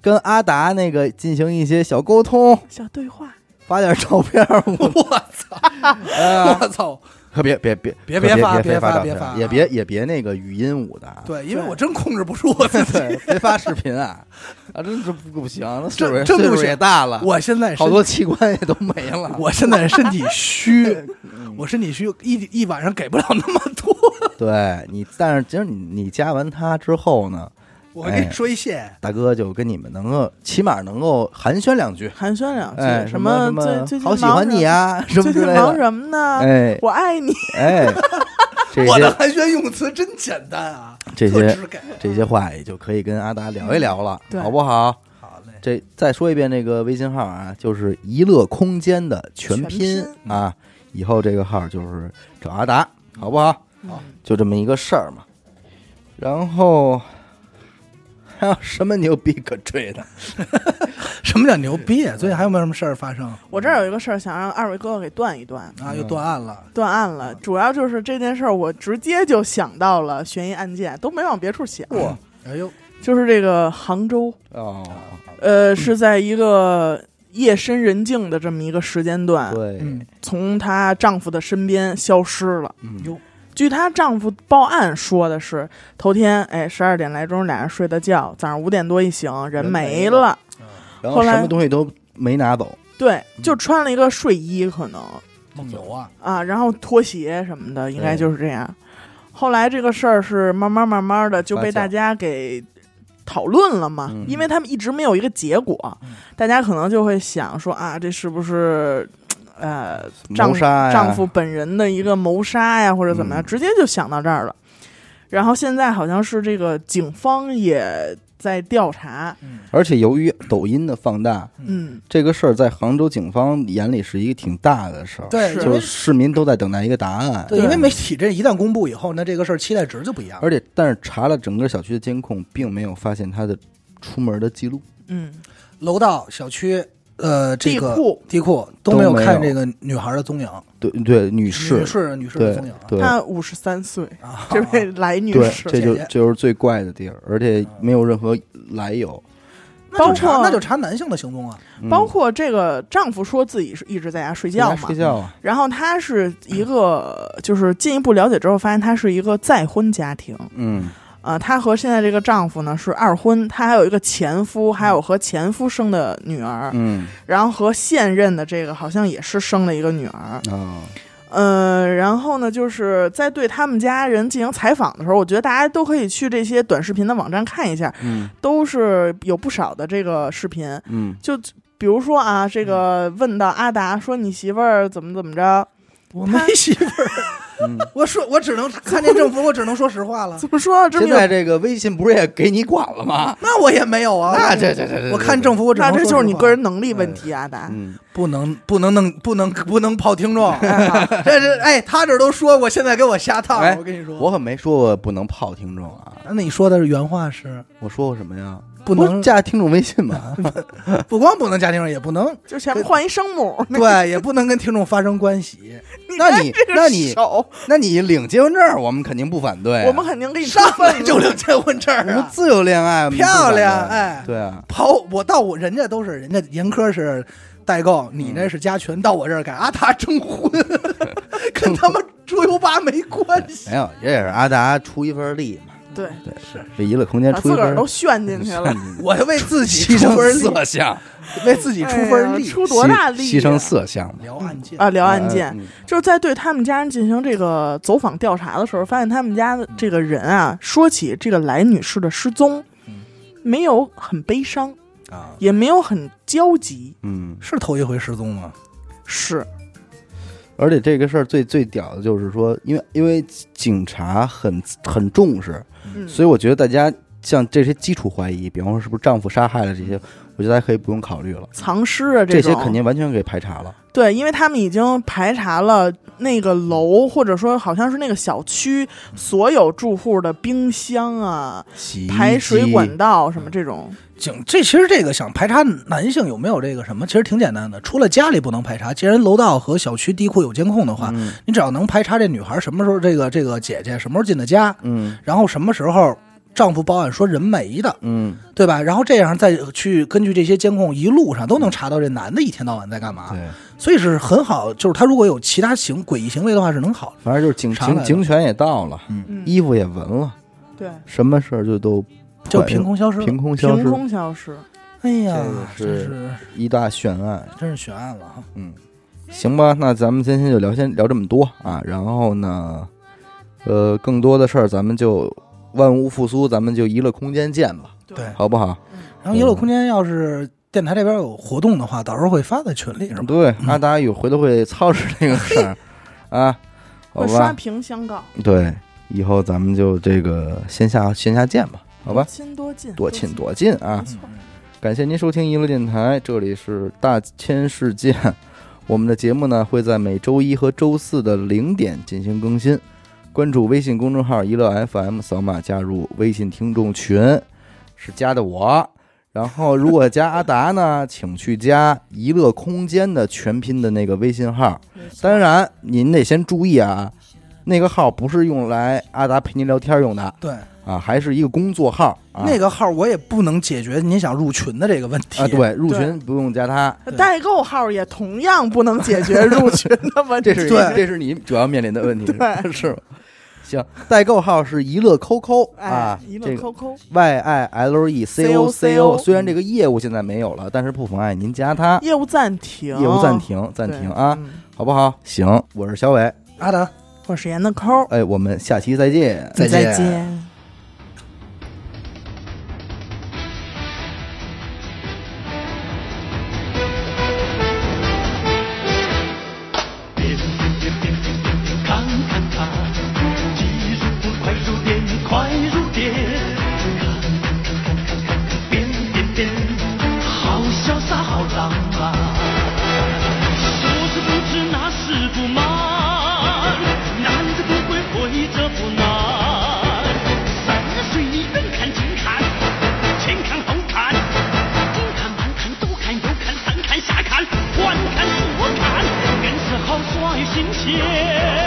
Speaker 1: 跟阿达那个进行一些小沟通，
Speaker 3: 小对话，
Speaker 1: 发点照片儿， 我
Speaker 2: 我操！
Speaker 1: 啊，
Speaker 2: 我操！
Speaker 1: 可别别别
Speaker 2: 别
Speaker 1: 可
Speaker 2: 别
Speaker 1: 别
Speaker 2: 发别
Speaker 1: 别
Speaker 2: 发
Speaker 1: 照
Speaker 2: 别
Speaker 1: 片
Speaker 2: 发啊
Speaker 1: 也别也别那个语音舞的啊，
Speaker 2: 对，因为我真控制不住我自 己。
Speaker 1: 对，别发视频啊，啊，真是不不行，那岁数
Speaker 2: 真不
Speaker 1: 岁数
Speaker 2: 行
Speaker 1: 也大了，
Speaker 2: 我现在身
Speaker 1: 好多器官也都没了，
Speaker 2: 我现在身体 虚，我身体虚，一一晚上给不了那么多。
Speaker 1: 对你，但是其实你你加完他之后呢，
Speaker 2: 我跟你说一谢谢，
Speaker 1: 大哥就跟你们能够起码能够寒暄两句，
Speaker 3: 寒暄
Speaker 2: 啊
Speaker 3: 两句，
Speaker 1: 哎，什
Speaker 3: 么
Speaker 1: 么
Speaker 3: 最最近
Speaker 1: 好喜欢你
Speaker 3: 啊，
Speaker 1: 啊，什
Speaker 3: 最
Speaker 1: 么
Speaker 3: 近
Speaker 1: 之类
Speaker 3: 忙
Speaker 1: 的，
Speaker 3: 什么呢？
Speaker 1: 哎
Speaker 3: 我爱你。
Speaker 1: 哎，这
Speaker 2: 我
Speaker 1: 些
Speaker 2: 的寒暄用词真简单啊，
Speaker 1: 这些
Speaker 2: 特直给。
Speaker 1: 这些话也就可以跟阿达聊一聊了，
Speaker 3: 对
Speaker 1: 好不好？
Speaker 2: 好嘞，
Speaker 1: 这再说一遍，这个微信号啊，就是一乐空间的全拼
Speaker 3: 全
Speaker 1: 啊。以后这个号就是找阿达，好不好？
Speaker 2: 好
Speaker 1: 就这么一个事儿嘛。然后还有什么牛逼可吹的？
Speaker 2: 什么叫牛逼？啊最近还有没有什么事儿发生
Speaker 3: 我这儿有一个事儿，想让二位哥哥给断一断。
Speaker 2: 啊？又断案了，
Speaker 3: 断案了，主要就是这件事儿，我直接就想到了悬疑案件，都没往别处想。
Speaker 2: 哎呦，
Speaker 3: 就是这个杭州，
Speaker 1: 哦，
Speaker 3: 呃，是在一个夜深人静的这么一个时间段，
Speaker 1: 对，
Speaker 2: 嗯，
Speaker 3: 从她丈夫的身边消失了。
Speaker 1: 嗯
Speaker 2: 哟
Speaker 3: 据她丈夫报案说的是，头天哎十二点来钟俩人睡的觉，早上五点多一醒人
Speaker 1: 人没
Speaker 3: 没
Speaker 1: 了
Speaker 3: 了，
Speaker 1: 然
Speaker 3: 后
Speaker 1: 后
Speaker 3: 来
Speaker 1: 什么东西都没拿走，
Speaker 3: 对，
Speaker 1: 嗯
Speaker 3: 就穿了一个睡衣可能
Speaker 2: 梦游啊，
Speaker 3: 啊，然后拖鞋什么的，应该
Speaker 1: 对
Speaker 3: 就是这样。后来这个事儿是慢慢慢慢的就被
Speaker 1: 发酵
Speaker 3: 大家给讨论了嘛，
Speaker 1: 嗯
Speaker 3: 因为他们一直没有一个结果，
Speaker 2: 嗯
Speaker 3: 大家可能就会想说啊，这是不是呃丈
Speaker 1: 谋杀呀，
Speaker 3: 丈夫本人的一个谋杀呀，或者怎么
Speaker 1: 哎
Speaker 3: 样，
Speaker 1: 嗯
Speaker 3: 直接就想到这儿了。然后现在好像是这个警方也在调查，
Speaker 1: 而且由于抖音的放大，
Speaker 3: 嗯，
Speaker 1: 这个事儿在杭州警方眼里是一个挺大的事儿，
Speaker 2: 对，
Speaker 3: 是
Speaker 2: 因
Speaker 1: 就
Speaker 2: 为
Speaker 1: 是市民都在等待一个答案，
Speaker 2: 对，因为媒体这一旦公布以后，那这个事儿期待值就不一样了。
Speaker 1: 而且，但是查了整个小区的监控，并没有发现他的出门的记录。
Speaker 3: 嗯，
Speaker 2: 楼道、小区，呃，这个
Speaker 3: 地库
Speaker 2: 地库都没有
Speaker 1: 都没有
Speaker 2: 看这个女孩的踪影，
Speaker 1: 对对，女士，
Speaker 2: 女士女士的
Speaker 1: 对
Speaker 2: 踪影啊
Speaker 1: 对
Speaker 3: 她五十三岁，
Speaker 2: 啊，
Speaker 3: 这位来女
Speaker 1: 对，
Speaker 3: 士，
Speaker 1: 这就
Speaker 2: 姐姐
Speaker 1: 就是最怪的地儿，而且没有任何来由。
Speaker 2: 那就
Speaker 3: 包
Speaker 2: 查
Speaker 3: 括
Speaker 2: 那就查男性的行踪啊，
Speaker 1: 嗯
Speaker 3: 包括这个丈夫说自己是一直在家睡觉
Speaker 1: 在家
Speaker 3: 嘛
Speaker 1: 睡，觉啊，
Speaker 3: 然后她是一个，就是进一步了解之后发现她是一个再婚家庭，
Speaker 1: 嗯，
Speaker 3: 啊，她和现在这个丈夫呢是二婚，她还有一个前夫，还有和前夫生的女儿，
Speaker 1: 嗯
Speaker 3: 然后和现任的这个好像也是生了一个女儿，
Speaker 1: 啊，
Speaker 3: 呃，然后呢，就是在对他们家人进行采访的时候，我觉得大家都可以去这些短视频的网站看一下，
Speaker 1: 嗯
Speaker 3: 都是有不少的这个视频，
Speaker 1: 嗯
Speaker 3: 就比如说啊，这个问到阿达说你媳妇儿怎么怎么着，
Speaker 2: 我没媳妇儿，
Speaker 1: 嗯。
Speaker 2: 我说我只能看见政府，我只能说实话了
Speaker 3: 怎。么说这么
Speaker 1: 现
Speaker 3: 有
Speaker 1: 在这个微信不是也给你管了吗？
Speaker 2: 那我也没有啊，
Speaker 1: 那这这这这，
Speaker 2: 我看政府，我只
Speaker 3: 那
Speaker 2: 能说
Speaker 3: 这就是
Speaker 2: 实
Speaker 3: 你
Speaker 2: 话
Speaker 3: 个人能力问题啊，阿达。
Speaker 1: 嗯，
Speaker 2: 不能不能弄不能不能泡听众，
Speaker 3: 哎好
Speaker 2: 这是哎，他这都说过，现在给我下套，
Speaker 1: 哎
Speaker 2: 我跟你说，
Speaker 1: 我可没说过不能泡听众啊，
Speaker 2: 那你说的是原话是
Speaker 1: 我说过什么呀？
Speaker 2: 不
Speaker 1: 不是
Speaker 2: 能
Speaker 1: 加听众微信 吗？
Speaker 2: 不光不能加听众，也不能
Speaker 3: 就前面换一声母，
Speaker 2: 对，也不能跟听众发生关系。
Speaker 1: 那你
Speaker 3: 这个
Speaker 1: 那你
Speaker 3: 手，
Speaker 1: 那你领结婚证儿，我们肯定不反对啊。
Speaker 3: 我们肯定给你
Speaker 2: 上
Speaker 3: 出分
Speaker 2: 来就领结婚证
Speaker 1: 我
Speaker 2: 儿
Speaker 1: 们
Speaker 2: 啊！
Speaker 1: 自由恋爱，我们不反
Speaker 2: 漂
Speaker 1: 对
Speaker 2: 亮哎
Speaker 1: 对啊，
Speaker 2: 跑我到我人家都是人家严科是代购，你那是加群，到我这儿给阿达征婚，跟他们桌游吧没关 系。
Speaker 1: 没有，这也是阿达出一份力嘛，
Speaker 3: 对，
Speaker 1: 对，是这娱乐空间
Speaker 3: 把
Speaker 1: 出
Speaker 3: 自
Speaker 1: 一
Speaker 3: 个儿
Speaker 1: 份
Speaker 3: 都炫进去 了，
Speaker 2: 我为自己
Speaker 1: 牺
Speaker 2: 出
Speaker 1: 牲
Speaker 2: 分力，
Speaker 1: 色相，
Speaker 2: 为自己出分
Speaker 3: 哎
Speaker 2: 力
Speaker 3: 呀。出多大力啊，
Speaker 1: 牺牲色相嘛。
Speaker 2: 聊案件
Speaker 3: 啊！聊案件，
Speaker 1: 嗯
Speaker 3: 就是在对他们家人进行这个走访调查的时候，发现他们家的这个人啊，说起这个来女士的失踪，没有很悲伤，
Speaker 1: 啊，
Speaker 3: 也没有很焦急，
Speaker 1: 嗯，
Speaker 2: 是头一回失踪吗？
Speaker 3: 是，
Speaker 1: 而且这个事儿最最屌的就是说，因为因为警察很很重视，
Speaker 3: 嗯，
Speaker 1: 所以我觉得大家像这些基础怀疑，比方说是不是丈夫杀害了这些，我觉得大家可以不用考虑了，
Speaker 3: 藏尸啊
Speaker 1: 这
Speaker 3: 种
Speaker 1: 些肯定完全给排查了。
Speaker 3: 对，因为他们已经排查了那个楼，或者说好像是那个小区所有住户的冰箱啊、
Speaker 1: 洗衣机
Speaker 3: 排水管道什么这种。
Speaker 2: 警这其实这个想排查男性有没有这个什么，其实挺简单的。除了家里不能排查，既然楼道和小区地库有监控的话，
Speaker 1: 嗯
Speaker 2: 你只要能排查这女孩什么时候这个这个姐姐什么时候进的家，
Speaker 1: 嗯
Speaker 2: 然后什么时候丈夫报案说人没的，
Speaker 1: 嗯，
Speaker 2: 对吧？然后这样再去根据这些监控一路上都能查到这男的一天到晚在干
Speaker 3: 啊
Speaker 2: 嘛，
Speaker 1: 对，
Speaker 2: 所以是很好。就是他如果有其他行诡异行为的话是能好的。
Speaker 1: 反正就是警
Speaker 2: 查来
Speaker 1: 警
Speaker 2: 了
Speaker 1: 警犬也到了，
Speaker 3: 嗯，
Speaker 1: 衣服也闻了，
Speaker 3: 对，
Speaker 1: 什么事儿就都
Speaker 2: 就凭空消失了，
Speaker 1: 凭空消
Speaker 3: 嗯凭
Speaker 1: 失，
Speaker 3: 空消失。
Speaker 2: 哎呀，
Speaker 1: 这
Speaker 2: 真
Speaker 1: 个是
Speaker 2: 是
Speaker 1: 一大悬案。
Speaker 2: 真是悬案了啊！
Speaker 1: 嗯，行吧，那咱们今天就聊先聊这么多啊，然后呢，呃，更多的事儿咱们就万物复苏，咱们就娱乐空间见吧，
Speaker 2: 对
Speaker 1: 好不好？
Speaker 2: 然后
Speaker 1: 嗯
Speaker 2: 一乐空间要是电台这边有活动的话，到时候会发在群里，是吧？
Speaker 1: 对，阿达有回头会操持这个事儿啊，好
Speaker 3: 会刷
Speaker 1: 吧？
Speaker 3: 屏相告，
Speaker 1: 对，以后咱们就这个线下线下见吧，好吧？
Speaker 3: 亲多近，
Speaker 1: 多亲多近
Speaker 3: 嗯
Speaker 1: 啊！感谢您收听娱乐电台，这里是大千世界。我们的节目呢会在每周一和周四的零点进行更新。关注微信公众号“一乐 FM”，扫码加入微信听众群，是加的我。然后如果加阿达呢，请去加“一乐空间”的全拼的那个微信号。当然，您得先注意啊，那个号不是用来阿达陪您聊天用的
Speaker 2: 对，
Speaker 1: 啊，还是一个工作号啊。
Speaker 2: 那个号我也不能解决您想入群的这个问题
Speaker 1: 啊，对，入
Speaker 3: 对
Speaker 1: 群不用加他，
Speaker 2: 对
Speaker 3: 代购号也同样不能解决入群的问 题。
Speaker 1: 这是你
Speaker 2: 对
Speaker 1: 这是你主要面临的问题，
Speaker 3: 对
Speaker 1: 是吗？行， 代购号是一乐 QQ
Speaker 3: 哎
Speaker 1: 啊，，
Speaker 3: 一
Speaker 1: 这
Speaker 3: 乐
Speaker 1: 个
Speaker 3: QQ，
Speaker 1: Y I L E C O C O，嗯
Speaker 3: COCO
Speaker 1: 虽然这个业务现在没有了，但是不妨碍您加他，
Speaker 3: 业务暂停，
Speaker 1: 业务暂，停，暂停啊，
Speaker 3: 嗯
Speaker 1: 好不好？行，我是小伟，
Speaker 2: 阿达，
Speaker 3: 我是严的抠，
Speaker 1: 哎，我们下期再见。
Speaker 2: 再见
Speaker 3: 再见。
Speaker 5: 看看它，技术不快如电，快如电，变变变，好潇洒，好浪漫。说是不迟，那是不慢，男子不会会这不难。三十岁你远看近看，前看后看，东看南看东看右看上看下看，环看左看，人是好帅新鲜。